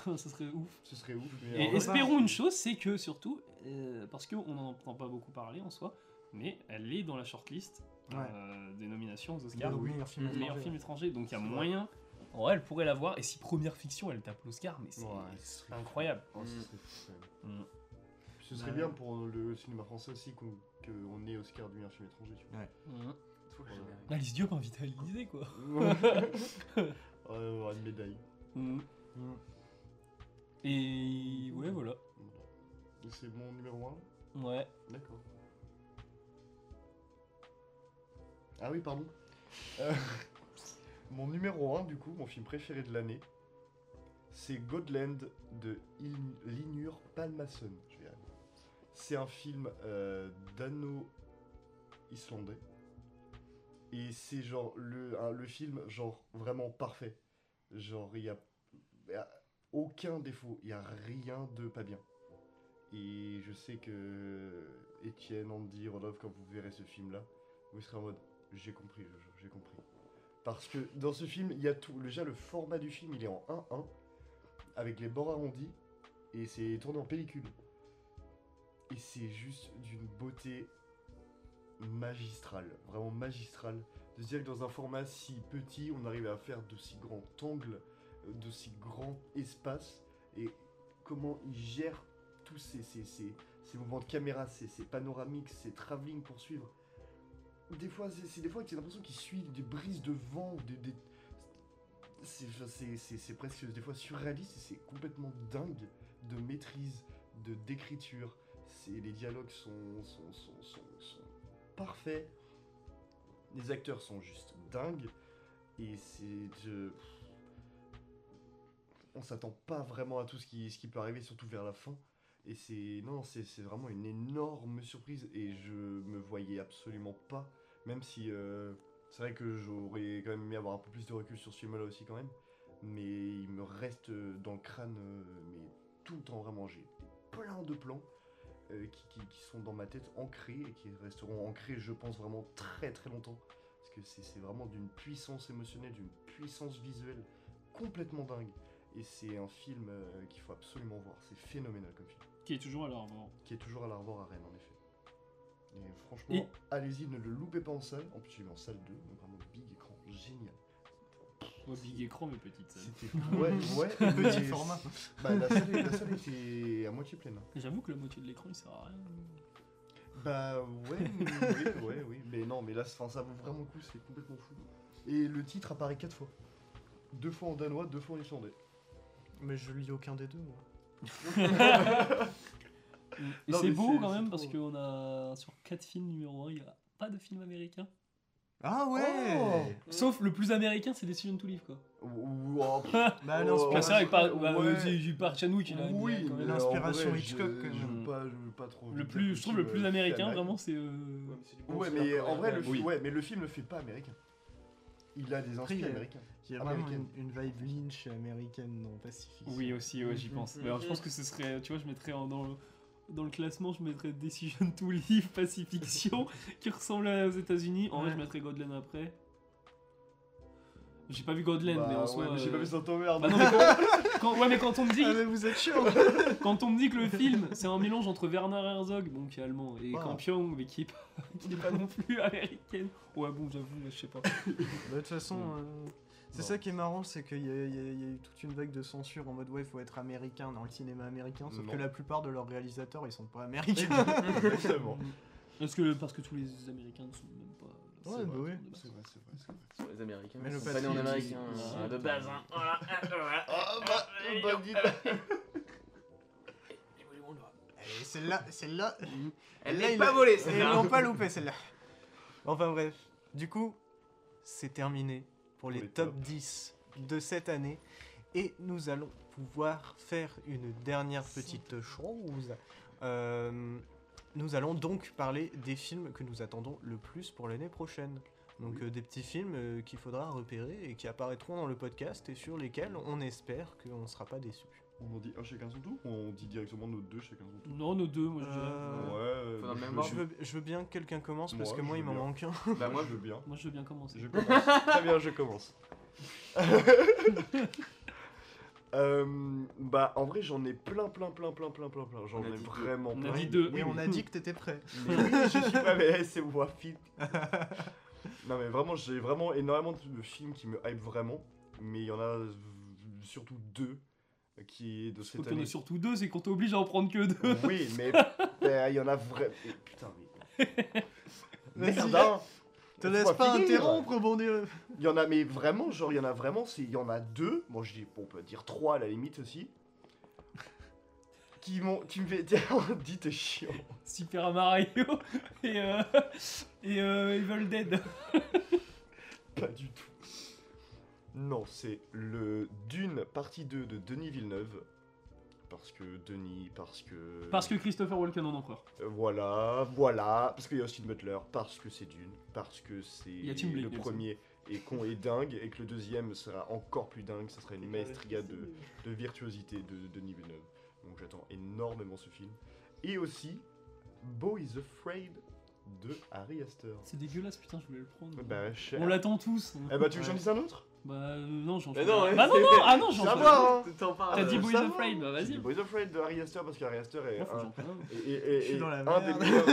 ça serait ouf.
Ce serait ouf. mais
Et
alors-
espérons une chose, c'est que surtout, euh, parce qu'on n'en entend pas beaucoup parler en soi, mais elle est dans la shortlist euh, des nominations aux Oscars.
Le
Oui.
meilleur film
Le
étranger.
meilleur film étranger, donc il y a
C'est vrai.
moyen. En vrai, elle pourrait l'avoir, et si première fiction, elle tape l'Oscar, mais c'est
Ouais, ce serait-
incroyable.
Oh, ce serait fou, quand même.
Mm.
Ce serait
Ouais.
bien pour le cinéma français aussi qu'on qu'on ait Oscar du meilleur film étranger. tu vois.
Mm.
Tout le générique.
Alice Diop invite à l'idée, quoi. (laughs)
(laughs) On va avoir Euh, une médaille.
Mm.
Et ouais, voilà.
Voilà. Et C'est mon numéro 1
Ouais.
D'accord. Ah oui, pardon. Euh, (laughs) mon numéro 1, du coup, mon film préféré de l'année, c'est Godland de Il- Linur Palmason. Je vais y arriver. C'est un film euh, dano-islandais. Et c'est genre le, un- le film, genre vraiment parfait. Genre, il n'y a, y a aucun défaut, il n'y a rien de pas bien. Et je sais que Étienne, Andy, Rodolphe, quand vous verrez ce film-là, vous serez en mode j'ai compris, Jojo, j'ai compris. Parce que dans ce film, il y a tout. Déjà, le format du film, il est en 1-1, avec les bords arrondis, et c'est tourné en pellicule. Et c'est juste d'une beauté magistrale, vraiment magistrale. De se dire que dans un format si petit, on arrive à faire d'aussi grands angles, euh, d'aussi grands espaces, et comment il gère tous ces, ces, ces- ces mouvements de caméra, ces, ces panoramiques, ces travelling pour suivre. Des fois, c'est c'est des fois que j'ai l'impression qu'il suit des brises de vent, des. des- c'est- enfin, C'est c'est- c'est presque des fois surréaliste et c'est complètement dingue de maîtrise, de d'écriture. C'est- Les dialogues sont, sont, sont, sont- sont parfaits. Les acteurs sont juste dingues. Et c'est. je- On s'attend pas vraiment à tout ce qui, ce qui peut arriver, surtout vers la fin. Et c'est non, c'est c'est vraiment une énorme surprise et je me voyais absolument pas, même si euh, c'est vrai que j'aurais quand même aimé avoir un peu plus de recul sur ce film-là aussi quand même, mais il me reste euh, dans le crâne, euh, mais tout le temps vraiment j'ai des- plein de plans euh, qui, qui- qui sont dans ma tête ancrés et qui resteront ancrés, je pense vraiment très très longtemps, parce que c'est c'est vraiment d'une puissance émotionnelle, d'une puissance visuelle complètement dingue. Et c'est un film euh, qu'il faut absolument voir, c'est phénoménal comme film
Qui est toujours alors
qui est toujours à la revoir à Rennes en effet. Et franchement, allez-y, ne le loupez pas en salle. En plus, il est en salle 2, donc vraiment big écran, génial.
big écran, mais petite salle.
C'était ouais, ouais,
(laughs) Petit
mais-
format.
Bah, la, salle, la salle était à moitié pleine. hein.
J'avoue que la moitié de l'écran, il sert à rien.
Bah ouais, oui, ouais, oui. Mais non, mais là, c'est- enfin, ça vaut vraiment le coup, c'est complètement fou. Et le titre apparaît 4 fois. Deux fois en danois, deux fois en islandais.
Mais je lis aucun des deux, moi.
(laughs) Et
Non,
c'est
mais
beau
c'est-
quand
c'est
même
trop
parce
beau.
qu'on a sur 4 films numéro 1, il n'y a pas de film américain.
Ah ouais
Sauf le plus américain, c'est Decision to Live quoi.
Oh. Ou- ou- oh, pff,
Bah, l'inspiration-
Bah, c'est vrai que par,
ouais.
bah, euh, c'est Gilles Parchanou qui l'a mis,
oui,
quand même.
mais
l'inspiration
en vrai,
Hitchcock,
je-
quand même.
Je veux pas, je veux pas trop.
Le plus, je trouve le plus américain, vraiment, c'est. euh,
Ouais, mais c'est du bon
Ouais,
cinéma
mais en
coréen.
vrai, le,
Oui.
fi- ouais, mais le film ne fait pas américain. Il a des inspirations
euh,
américains.
Il y a vraiment une,
Américaine.
une vibe Lynch américaine dans Pacific.
Oui, aussi, ouais, j'y
Mhm,
pense.
mhm.
Mais alors, je pense que ce serait. Tu vois, je mettrais en- dans le. Dans le classement, je mettrais Decision to Live, (laughs) Pacifiction, qui ressemble à- aux États-Unis. En vrai, je
Ouais.
mettrais Godland après. J'ai pas vu Godland, mais
Bah,
en soi.
ouais, mais j'ai
euh,
pas vu Saint-Omer. (laughs)
Bah non,
donc-
mais, quand- ouais, mais quand on me dit,
Ah, mais vous êtes chiant
hein.
quand on me dit que le film, c'est un mélange entre Werner Herzog, bon, qui est allemand, et
Wow.
Campion, mais qui est, pas, qui est pas non plus américaine. Ouais, bon, j'avoue, je sais pas.
(laughs) Bah, De toute façon,
Mm.
euh, c'est
Bon.
ça qui est marrant, c'est qu'il y, a- il y a- il y a eu toute une vague de censure en mode ouais, faut être américain dans le cinéma américain, sauf
Non.
que la plupart de leurs réalisateurs ils sont
(laughs)
pas américains.
Exactement.
Parce que, parce que tous les Américains ne sont même pas.
Ouais,
c'est
bah
vrai,
ouais.
de base.
C'est vrai, c'est vrai, c'est vrai.
Sur les Américains.
Mais
ils
le
sont pas nés en
patriotisme,
Amérique, hein,
c'est-
euh, de base. Hein. Voilà, voilà.
Ah bah,
euh,
bah,
euh,
dis
Les voulez-vous, là
Et (laughs) celle-là, celle-là,
Elle
Là,
n'est
il
pas
a- (laughs)
volée,
ils
celle-là.
l'ont pas loupé celle-là. Enfin bref, du coup, c'est terminé pour les,
les
top
tops.
10 de cette année. Et nous allons pouvoir faire une dernière petite chose. Euh, nous allons donc parler des films que nous attendons le plus pour l'année prochaine. Donc euh, des petits films euh, qu'il faudra repérer et qui apparaîtront dans le podcast et sur lesquels on espère qu'on ne sera pas déçu.
On en dit un chacun son tour ou on dit directement nos deux chacun son tour
Non, nos deux, moi je dirais.
Euh,
Ouais,
faut dans le
je-
même ordre.
Je veux, je veux bien que quelqu'un commence parce
Moi,
que moi
je
il m'en
veux bien.
manque un.
Bah, moi,
je veux bien.
Moi je veux bien commencer.
Je commence. Très bien, je commence. (laughs) Euh, bah en vrai j'en ai plein plein plein plein plein plein plein j'en
On a
ai
dit deux.
vraiment
On a
plein
dit deux.
Oui,
Et on a
oui.
dit que t'étais prêt.
Mais oui, je suis pas mais c'est moi fit. (laughs) non mais vraiment, j'ai vraiment énormément de films qui me hype vraiment, mais il y en a euh, surtout deux qui est de
Faut
cette
qu'il y en
année.
ait surtout deux, c'est qu'on t'oblige à en prendre que deux.
Oui,
(laughs)
mais bah, il y en a vraiment. Putain, mais.
(laughs) Vas-y.
Merde, hein.
Te
Laisse-moi
laisse pas
finir.
interrompre, bon Dieu.
Il y en a, mais vraiment, genre, il y en a vraiment, c'est- il y en a deux, moi je dis, on peut dire trois à la limite aussi, qui m'ont, qui me (laughs) fait, dit t'es chiant.
(laughs) Super Mario et, euh, et euh, Evil Dead.
Pas du tout. Non, c'est le Dune partie 2 de Denis Villeneuve. Parce que Denis, parce que.
Parce que Christopher Walken en empereur.
Euh, Voilà, voilà. Parce qu'il y a Austin Butler, parce que c'est Dune, parce que c'est.
y a Tim Blake,
Le
Nelson.
premier est con et dingue, et que le deuxième sera encore plus dingue. Ça sera une maestriga de, de virtuosité de Denis Villeneuve. Donc j'attends énormément ce film. Et aussi, Bo is Afraid de Harry Astor.
C'est dégueulasse, putain, je voulais le prendre.
Bah, cher.
On l'attend tous.
Eh bah, tu veux que j'en
Ouais.
dise un autre
Bah euh, non, j'en
Bah
fais
non,
pas.
ouais,
Bah non,
c'est-
non, ah non, j'en
Ça
fais
va,
pas.
hein
T'en parles.
T'as dit
Euh,
Boys
ça
Afraid, bah
J'ai dit
vas-y.
Boys Afraid de Harry Astor parce que Harry Astor est
Ouais, faut que
un,
j'en prenne un.
et- et-
Je suis
et-
dans la
un des
merde. (laughs)
meilleurs,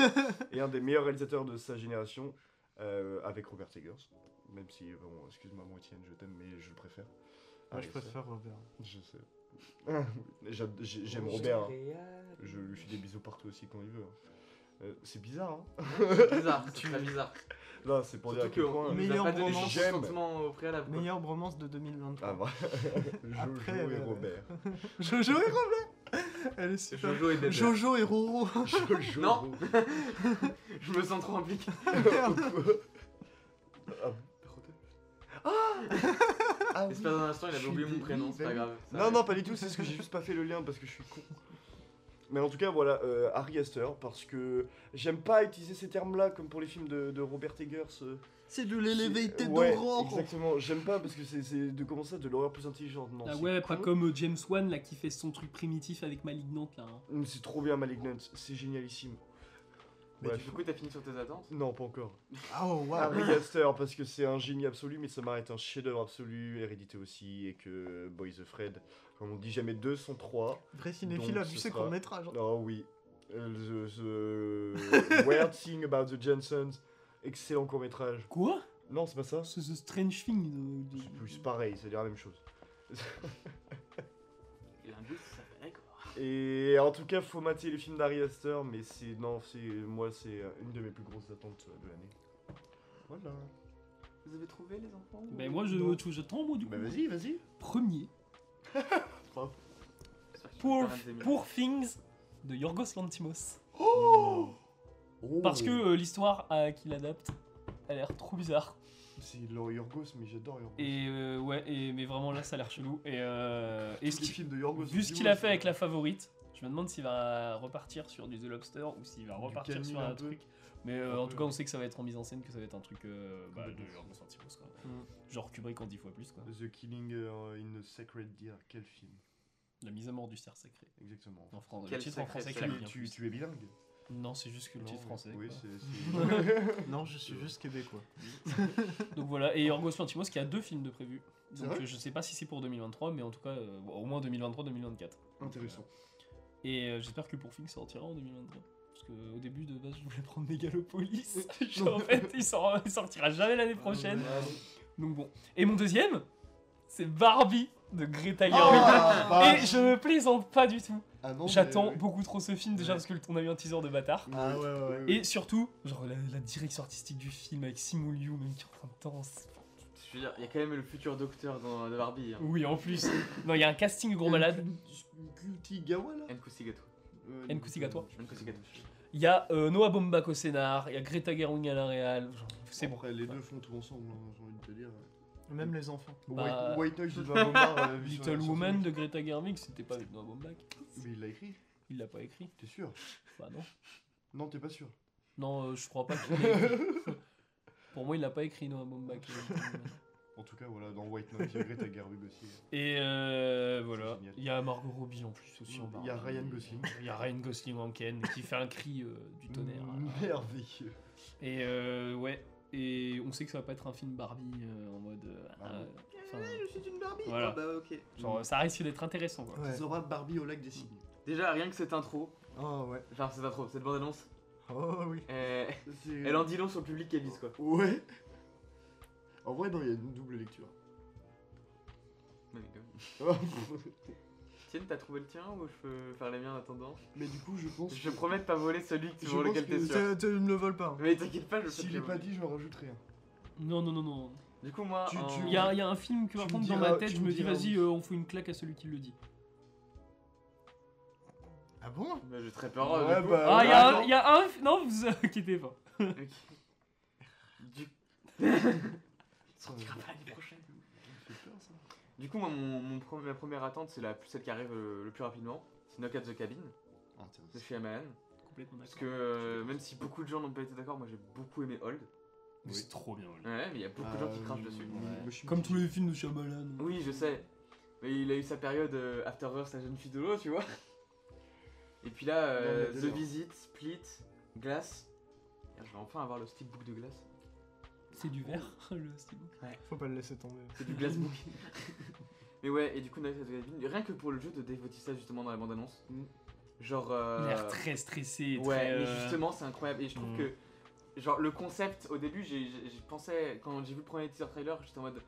et un des meilleurs réalisateurs de sa génération euh, avec Robert Eggers. Même si, euh, bon, excuse-moi, mon Étienne, je t'aime, mais je le préfère.
Moi, Ah,
Harry
je
Astor.
préfère Robert.
Je sais. (laughs) J'a- j'ai- J'aime Robert. hein. Je lui fais des bisous partout aussi quand il veut. hein. Euh, c'est bizarre, hein
C'est bizarre, c'est très bizarre.
Là, c'est pour dire à
Surtout
quel
qu'on
point. euh,
met-
nous a
meilleur
pas donné
roman.
ce
J'aime.
sentiment au préalable. quoi.
Meilleure bromance de 2023.
Ah, bah. (laughs) Jojo
Après,
et
euh, (laughs)
Robert.
Jojo et Robert Elle est super.
Jojo et Dead.
Jojo et Roro
Jojo.
Non.
Robert.
Je me sens trop (laughs) impliqué.
Ah, ah oui.
J'espère dans un instant, il avait
Je
oublié
suis
mon prénom, c'est
débile.
pas grave. ça
Non,
arrive.
non, pas du tout, c'est parce que j'ai juste pas fait le lien parce que je suis con. Mais en tout cas, voilà, euh, Harry Astor, parce que j'aime pas utiliser ces termes-là comme pour les films de, de Robert Eggers. euh,
C'est de
c'est-
l'élévité
ouais,
d'aurore
Exactement, j'aime pas parce que c'est c'est de comment ça, de l'horreur plus intelligente. Non,
Ah
c'est
ouais, pas
con.
comme euh, James Wan là qui fait son truc primitif avec Malignante là. hein.
Mm, C'est trop bien, Malignant, c'est génialissime.
Mais
Bref.
du coup, t'as fini sur tes attentes
Non, pas encore.
Oh waouh
Harry Astor, parce que c'est un génie absolu, mais ça m'arrête un chef-d'œuvre absolu, Hérédité aussi, et que Boys the Fred, comme on dit jamais deux sont trois.
Vrai cinéphile a
Donc,
vu
ce
ses
sera-
courts-métrages. hein.
Oh oui. Euh, (laughs) The, the Weird Thing About the Jensons. Excellent court-métrage.
Quoi
Non, c'est pas ça
C'est The Strange Thing. euh, de- de-
C'est plus pareil, c'est la même chose.
Il a un goût, ça fait d'accord.
Et en tout cas, faut mater les films d'Harry Astor, mais c'est. Non, c'est. Moi, c'est une de mes plus grosses attentes euh, de l'année. Voilà.
Vous avez trouvé les enfants
Bah moi je
Non.
tu- j'attends moi du coup.
Bah vas-y, vas-y.
Premier.
J'espère qu'il
Poor,
va faire un des
Poor Things de Yorgos Lantimos.
Oh
Parce que euh, l'histoire euh, qu'il adapte, elle a l'air trop bizarre.
C'est Laure Yorgos, mais j'adore Yorgos.
Et euh, ouais, et, mais vraiment là, ça a l'air chelou. Et, euh, et ce
Tous les
qui-
films de Yorgos.
vu ce qu'il a fait avec la favorite, je me demande s'il va repartir sur du The Lobster ou s'il va
Du
repartir
Camille
sur
un
un
peu.
truc. Mais euh,
Un
en
peu,
tout cas, on
ouais.
sait que ça va être en mise en scène, que ça va être un truc euh, bah, de
Complètement.
Yorgos Lanthimos, quoi.
Mm.
Genre Kubrick en 10 fois plus quoi.
The Killing euh, in a Sacred Deer, quel film
La mise à mort du cerf sacré.
Exactement.
En français,
Quel
le titre en
sacré
français
cerf.
claque
Tu,
bien
tu-
plus.
tu es bilingue
Non, c'est juste que le
Non,
titre
oui.
français.
Oui,
quoi.
c'est- c'est.
hein. Non, je suis juste québécois.
Donc voilà, et Yorgos Lanthimos qui a deux films de prévu.
C'est
Donc
vrai
euh, je sais pas si c'est pour 2023, mais en tout cas, euh, bon, au moins 2023-2024.
Intéressant.
Et euh, j'espère que pour Fink sortira en 2023. Parce que au début de base, je voulais prendre Megalopolis. (laughs) Genre, en fait, il, sort- il sortira jamais l'année
Euh,
prochaine. Donc bon. Et mon deuxième, c'est Barbie de Greta Gerwig.
Ah,
et
vache.
je ne plaisante pas du tout.
Ah non, mais-
J'attends
ouais.
beaucoup trop ce film déjà
Ouais.
parce que on a eu un teaser de bâtard.
Ah ouais, ouais, ouais.
Et surtout, genre la, la direction artistique du film avec Simon Liu, même qui est en train de danser.
Je veux dire, il y a quand même le futur docteur dans, de Barbie. Hein.
Oui, en plus. non, il y a un casting gros malade.
Kutigawa là
Nkusigato.
Euh,
Nkusigato.
Nkusigato.
Il y a euh, Noah Baumbach au scénar, il y a Greta Gerwig à la réal. genre, C'est bon.
Après, les deux font tout ensemble, hein, j'ai envie de te dire.
Même les enfants.
Bah,
White, White Noise de Van Bombar, euh, vu sur-
Little
sur-
Woman de Greta Gerwig, c'était pas avec Noah Baumbach.
Mais il l'a écrit,
Il l'a pas écrit.
t'es sûr
Bah non.
Non, t'es pas sûr.
Non, euh, je crois pas qu'il l'ait
(laughs)
écrit. Pour moi, il l'a pas écrit Noah Baumbach.
En tout cas, voilà, dans White Noise, il y a Greta Gerwig aussi.
Et euh, voilà.
C'est génial.
Il y a Margot Robbie en plus aussi. en
Il
Barbie.
y a Ryan Gosling. Mm.
Il y a Ryan Gosling en Ken qui fait un cri euh, du tonnerre.
Merveilleux.
Et euh, ouais, et on sait que ça va pas être un film Barbie euh, en mode. euh,
Barbie.
euh, enfin,
Eh, Je suis une Barbie.
Voilà. Ah
bah ok.
genre, ça risque d'être intéressant quoi.
Ouais.
Zora Barbie au lac des signes.
Déjà rien que cette intro,
Oh ouais.
genre cette intro, cette bande annonce,
Oh oui.
C'est-
elle en dit long sur le public qu'elle vise quoi.
Ouais. En vrai, non, il y a une double lecture.
Ouais, mais comme- Tiens, t'as trouvé le tien ou je peux faire les miens en attendant
(laughs) Mais du coup, je pense.
Je
que-
promets de pas voler celui que tu
Je
pour
pense
lequel
que
t'es sûr.
Te- te- ne le vole pas. hein.
Mais t'inquiète pas, je sais
S'il
que
est
j'ai
pas
voulu.
dit, je hein. rajoute rien.
Non, non, non, non.
Du coup, moi,
Tu-
en-
tu-
Il y a, il y a un film que
Tu
par
me
contre, dans
diras-
ma tête,
tu
je
me
me dis
diras
vas-y,
oui.
euh, on fout une claque à celui qui le dit.
Ah bon
Bah, j'ai très peur. euh,
Ouais,
du coup.
bah,
ah, il y a,
attends.
un- il y a un. Non, vous (laughs) inquiétez pas.
Ok. Du... Sortira pas l'année prochaine. Du coup, moi, mon, mon pre- ma première attente, c'est la celle qui arrive euh, le plus rapidement. C'est Knock at the Cabin
Ah,
de
Intéressant.
Shyamalan.
Complètement
Parce que euh, même si beaucoup de gens n'ont pas été d'accord, moi j'ai beaucoup aimé Old.
Mais c'est
trop bien.
Ouais, mais il y a beaucoup de gens qui crachent dessus.
Euh,
Comme tous les films de Shyamalan.
Oui, je sais. Mais il a eu sa période euh, After Earth, la jeune fille de l'eau, tu vois. Et puis là, euh,
Non, mais
The
délire.
Visit, Split, Glass. Merde, Je vais enfin avoir le steelbook de glace.
C'est du verre, (laughs) le steelbook.
Faut pas le laisser tomber.
C'est du glass
(laughs)
book. mais ouais, et du coup, Night at the Cabin, rien que pour le jeu de Dave Bautista, justement, dans la bande-annonce.
Mm.
Genre. euh,
Il a l'air très stressé.
Ouais,
très,
mais
euh,
justement, c'est incroyable. Et je trouve
Mm.
que, genre, le concept, au début, j'ai j'ai- j'ai pensais, quand j'ai vu le premier teaser trailer, j'étais en mode,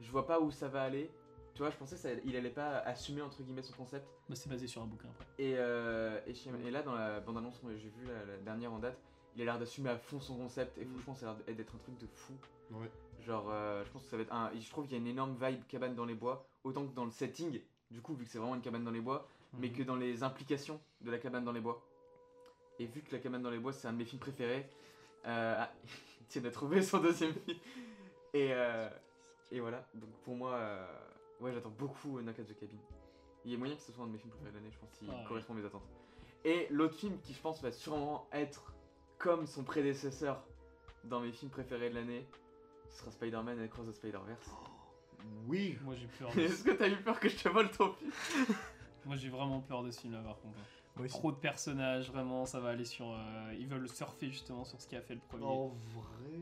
je vois pas où ça va aller. Tu vois, je pensais qu'il allait pas assumer, entre guillemets, son concept.
bah, c'est basé sur un bouquin après.
Et, euh, et, chez- et là, dans la bande-annonce que j'ai vue, la, la dernière en date, il a l'air d'assumer à fond son concept. Et franchement, ça a l'air d'être un truc de fou.
Ouais.
Genre, euh, je pense que ça va être un. Je trouve qu'il y a une énorme vibe cabane dans les bois, autant que dans le setting, du coup, vu que c'est vraiment une cabane dans les bois, mais que dans les implications de la cabane dans les bois. Et vu que la cabane dans les bois, c'est un de mes films préférés, euh, (laughs) ah, Étienne a trouvé son deuxième film. Et, euh, et voilà, donc pour moi, euh, ouais, j'attends beaucoup euh, Knock at the Cabin. Il y a moyen que ce soit un de mes films préférés de l'année, je pense, s'il
Ah ouais.
correspond à mes attentes. Et l'autre film qui, je pense, va sûrement être comme son prédécesseur dans mes films préférés de l'année, ce sera Spider-Man Across the Spider-Verse.
Oui.
Moi j'ai peur. de-
(laughs) Est-ce que t'as eu peur que je te vole ton film
Moi j'ai vraiment peur de ce film là par contre.
Moi aussi.
Trop de personnages, vraiment, ça va aller sur. euh, ils veulent surfer justement sur ce qui a fait le premier.
Oh.
En vrai.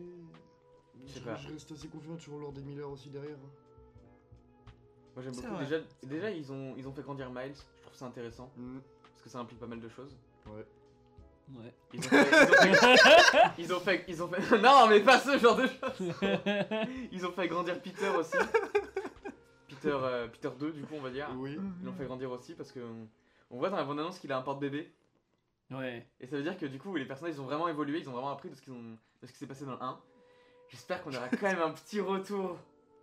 Je sais
Je,
pas.
je reste assez confiant, toujours Lord des Miller aussi derrière. hein.
Moi j'aime
C'est
beaucoup.
vrai.
Déjà, déjà ils, ont, ils ont fait grandir Miles, je trouve ça intéressant,
Mm.
parce que ça implique pas mal de choses.
Ouais. (laughs)
Ils ont fait, ils
(laughs)
ont fait, ils ont fait, ils ont fait- non mais pas ce genre de choses. Ils ont fait grandir Peter aussi. Peter, euh, Peter 2 du coup on va dire.
Oui.
Ils l'ont fait grandir aussi parce que on, on voit dans la bande annonce qu'il a un porte-bébé.
ouais.
Et ça veut dire que du coup les personnages ils ont vraiment évolué, ils ont vraiment appris de ce, qu'ils ont, de ce qui s'est passé dans le 1. J'espère qu'on aura quand même un petit retour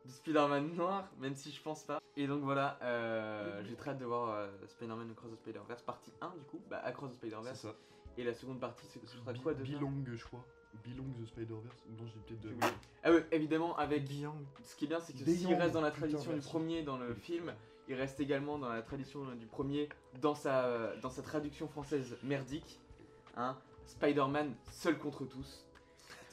de Spider-Man noir, même si je pense pas. Et donc voilà, euh, j'ai très hâte de voir euh, Spider-Man Across the Spider-Verse, partie 1 du coup, bah Across the
C'est
Spider-Verse.
ça.
Et la seconde partie, c'est ce sera quoi de
Belong, je crois. Belong the Spider-Verse. Non, j'ai peut-être de.
Oui.
(laughs)
Ah oui, évidemment, avec.
Guillaume.
Ce qui est bien, c'est que
Des
s'il
Yang,
reste dans la
putain,
tradition du
merci.
premier dans le film, il reste également dans la tradition euh, du premier dans sa, euh, dans sa traduction française merdique. Hein Spider-Man seul
(laughs)
contre tous.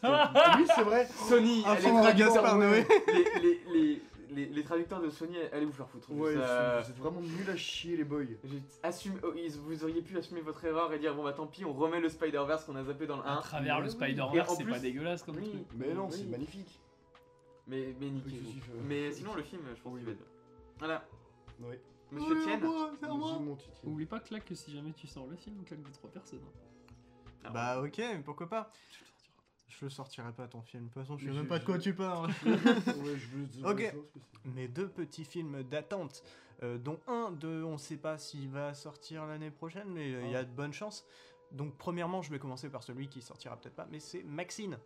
Ah oui, c'est vrai.
Sony,
Un
elle
fond
est
à Gaspard
traduite en-
Noé.
les, les, les, les, les traducteurs de Sony, allez vous faire foutre.
Ouais,
Ça-
vous êtes vraiment nuls à chier, les boys.
j'ai- euh, assume- oh, ils- vous auriez pu assumer votre erreur et dire bon bah tant pis, on remet le Spider-Verse qu'on a zappé dans le
À
1.
travers
oui,
le
oui.
Et
Spider-Verse,
en
c'est
plus-
pas dégueulasse comme
Oui,
truc.
Mais non,
oui.
c'est magnifique.
Mais, mais niquez
Oui, je suis, euh,
Mais sinon, le film, je pense
Oui.
qu'il va être bien. Voilà,
Ouais.
monsieur Tien.
Vas-y, mon petit Étienne.
Oublie pas, Claque, que si jamais tu sors le film, Claque de trois personnes. hein.
Bah ok, mais pourquoi pas
Tu le sortiras pas.
Je le sortirai pas ton film, de toute façon je
Mais
sais même
j'ai-
pas de quoi
j'ai-
tu parles.
(laughs) ouais, je veux dire,
Ok.
je pense que c'est-
Mes deux petits films d'attente, euh, dont un de on sait pas s'il va sortir l'année prochaine, mais euh, il y a de bonnes chances. Donc premièrement, je vais commencer par celui qui sortira peut-être pas, mais c'est Maxine,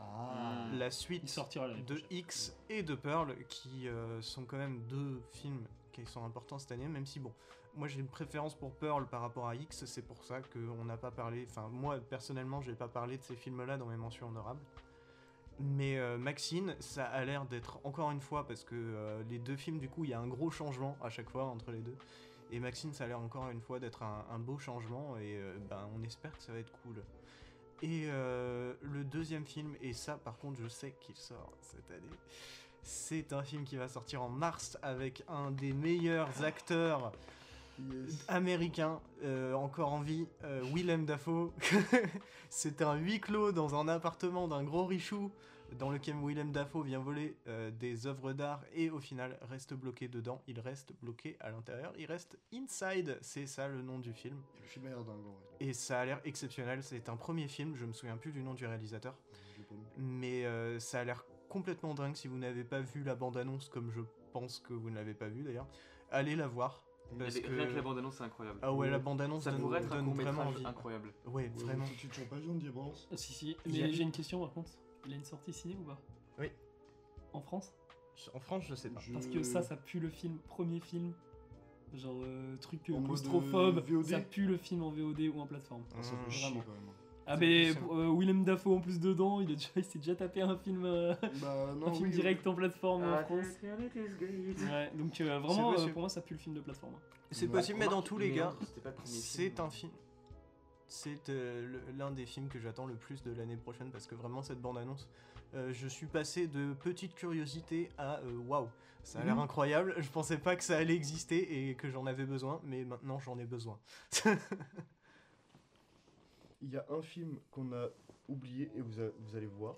Ah.
Mm.
la suite
Il sortira l'année
de
prochaine.
X et de Pearl, qui euh, sont quand même deux films qui sont importants cette année, même si bon, moi j'ai une préférence pour Pearl par rapport à X, c'est pour ça qu'on n'a pas parlé, enfin moi personnellement j'ai pas parlé de ces films-là dans mes mentions honorables. Mais euh, Maxine, ça a l'air d'être encore une fois, parce que euh, les deux films du coup il y a un gros changement à chaque fois entre les deux. Et Maxine, ça a l'air encore une fois d'être un, un beau changement et euh, ben, on espère que ça va être cool. Et euh, le deuxième film, et ça par contre je sais qu'il sort cette année, c'est un film qui va sortir en mars avec un des meilleurs acteurs
Yes.
américains euh, encore en vie, euh, Willem Dafoe. (laughs) c'est un huis clos dans un appartement d'un gros richou dans lequel Willem Dafoe vient voler euh, des œuvres d'art et au final reste bloqué dedans. Il reste bloqué à l'intérieur, il reste inside, c'est ça le nom du film.
Je suis meilleur dingue, en vrai.
Et ça a l'air exceptionnel, c'est un premier film, je me souviens plus du nom du réalisateur
Je l'ai pas non plus.
mais euh, ça a l'air complètement dingue si vous n'avez pas vu la bande-annonce comme je pense que vous ne l'avez pas vu d'ailleurs. Allez la voir. Parce
Allez, Rien que la
que...
bande-annonce, c'est incroyable.
Ah ouais, la bande-annonce
Ça
donne,
pourrait être un
donne
court
vraiment
métrage
envie.
incroyable.
Ouais,
Ouais,
vraiment.
Tu tu pas besoin de dire balance.
Si, si.
Il y a-
Mais j'ai une question par contre. Il a une sortie ciné ou pas
Oui.
En France
En France, je sais pas.
Je-
Parce que ça, ça pue le film, premier film. Genre euh, truc euh,
En mode,
claustrophobe.
euh, VOD?
Ça pue le film en VOD ou en plateforme.
Ah, ça fait
Mmh.
chier
Vraiment.
quand même.
Ah,
C'est
mais
possible.
pour, euh, Willem Dafoe en plus dedans, il, a déjà, il s'est déjà tapé un film, euh,
Bah
un
non,
film
oui. Ah,
direct en plateforme
Bah,
en France.
C'est
Ouais, donc euh, vraiment,
possible.
euh, pour moi, ça pue le film de plateforme. hein.
C'est
Non.
possible, mais
Ah,
dans tous les cas, c'est un film. C'est euh, le- l'un des films que j'attends le plus de l'année prochaine parce que vraiment cette bande-annonce, euh, je suis passé de petite curiosité à euh, waouh, ça a l'air
Mhm.
incroyable. Je pensais pas que ça allait exister et que j'en avais besoin, mais maintenant j'en ai besoin.
Il y a un film qu'on a oublié et vous, a- vous allez voir.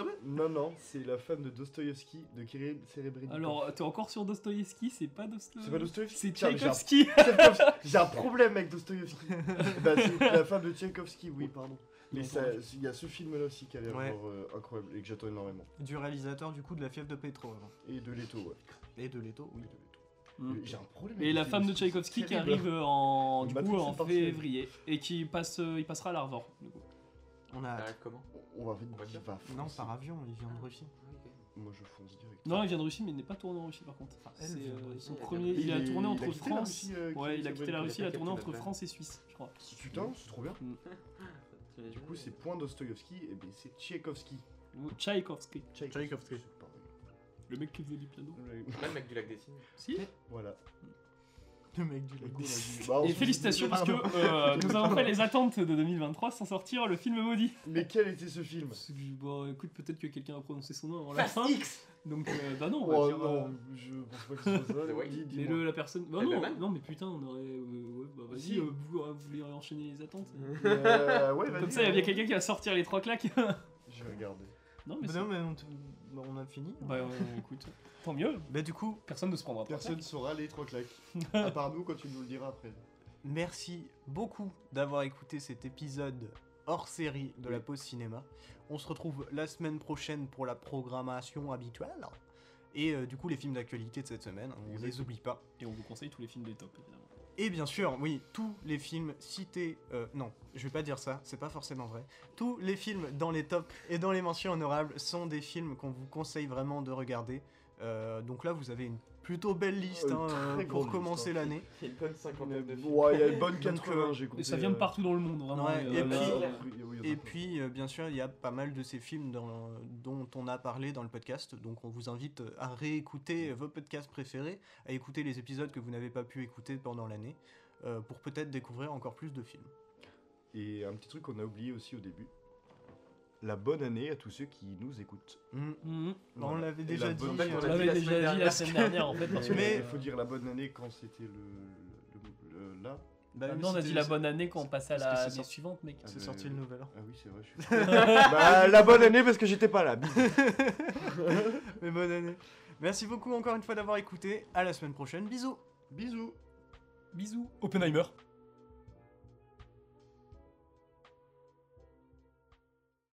Ah
non, non, c'est La femme de Dostoïevski de Kirill Serebrennikov.
Alors, t'es encore sur Dostoïevski, c'est pas
C'est pas
Dostoïevski.
Dostoïevski
C'est
Tiens, mais j'ai un- (laughs)
Tchaïkovski
Tchaïkovski. J'ai un problème avec
(laughs)
Dostoïevski. bah, c'est la femme de Tchaïkovski, oui, pardon. Mais ça- il y a ce film-là aussi qui a l'air
Ouais.
genre, euh, incroyable et que j'attends énormément.
Du réalisateur du coup de La fièvre de Pétrole.
Et de Leto, ouais.
Et de Leto, oui.
Oui, de Leto.
Mm.
J'ai un problème
Et
avec
la
ce
femme de
film, c'est
Tchaïkovski qui
terrible.
arrive euh, en, du
Matrix
coup, en
est parti.
février et qui passe, euh, il passera à l'Arvor. du coup.
On a hâte.
Ah, Comment Ah,
On va,
On va
il
dire.
va
Non,
foncer.
par avion, il vient de Russie.
Moi, je fonce direct.
Non, il vient de Russie, mais il n'est pas tourné en Russie par contre.
elle
C'est
vient de
euh,
Russie,
son
elle vient
premier.
de
Il a
est-
tourné entre
quitté la
France.
Russie, euh,
Ouais,
Kirill
il a quitté la
Serebrennikov.
Russie, il a
Captain
tourné entre
Batman.
France et Suisse, je crois.
Putain, c'est trop bien.
Et
Du coup, c'est point Dostoïevski, et bien c'est Tchaïkovski.
Ou Tchaïkovski,
Tchaïkovski.
le mec qui faisait du piano.
Pareil.
Pas le mec du lac des signes.
Si. (laughs)
Voilà.
Le mec du lac.
Bah,
Et
ensuite,
félicitations parce que euh, nous avons fait les attentes de 2023 sans sortir le film maudit.
Mais quel était ce
Bah,
film
Bon, écoute, peut-être que quelqu'un a prononcé son nom avant
Bah,
la fin.
X
Donc, euh, bah non, on va
Oh
dire, euh,
non, je pense
(laughs)
pas que ce soit
The
ça.
Whale.
Dis-
Mais
dis-moi.
le, la personne. Bah
Eh
non,
ben, man.
non, mais putain, on aurait. euh, ouais, bah vas-y,
Si.
euh, vous, euh, vous voulez enchaîner les attentes.
Euh, ouais,
(laughs)
vas-y,
Comme ça, il y a bien
vas-y.
quelqu'un qui va sortir les trois claques. (laughs)
Je vais regarder.
non, mais
Bah
c'est.
non, mais on, te- bah, on a fini.
(laughs) Bah euh, écoute, tant mieux,
Bah du coup,
personne ne se prendra trois
Personne saura les trois
(laughs)
claques. À part nous quand tu nous le diras après.
Merci beaucoup d'avoir écouté cet épisode hors série de la pause cinéma. On se retrouve la semaine prochaine pour la programmation habituelle. Et euh, du coup, les films d'actualité de cette semaine, on ne les
Exactement.
oublie pas.
claques. Et on vous conseille tous les films des tops, évidemment.
Et bien sûr, oui, tous les films cités. euh, non, je vais pas dire ça, c'est pas forcément vrai. Tous les films dans les tops et dans les mentions honorables sont des films qu'on vous conseille vraiment de regarder. Euh, donc là, vous avez une plutôt belle liste
Une
hein,
très
euh, pour
grande
commencer
liste, hein.
l'année.
Il y a une bonne cinquantaine de films.
Ouais, il y a une bonne
Donc,
80,
euh,
j'ai compté.
Et ça vient de
euh,
partout dans le monde, vraiment.
Ouais, et
là,
puis-
euh,
oui, oui, il y en a
Et
plein.
puis, euh, bien sûr, il y a pas mal de ces films dans- dont on a parlé dans le podcast. Donc, on vous invite à réécouter vos podcasts préférés, à écouter les épisodes que vous n'avez pas pu écouter pendant l'année, euh, pour peut-être découvrir encore plus de films.
Et un petit truc qu'on a oublié aussi au début. la bonne année à tous ceux qui nous écoutent.
Mm.
Mhm.
On
Voilà.
l'avait
Et
déjà
la
dit.
bonne
blague,
euh,
on
On l'avait déjà
la semaine
dit la
dernière.
semaine dernière en fait. Parce que,
(laughs) Mais
Mais-
il faut dire la bonne année quand c'était le, le- le- le- là.
bah oui,
non, on a
c'était-
dit la bonne année quand on passe à
parce que c'est
l'année
sorti-
suivante, mec. Euh,
Ah,
Euh.
C'est
le-
sorti le nouvel an.
Ah oui, c'est vrai. Je
(laughs)
suis... bah, la bonne année parce que j'étais pas là.
(laughs) Mais bonne année. Merci beaucoup encore une fois d'avoir écouté. À la semaine prochaine. Bisous.
Bisous.
Bisous. Oppenheimer.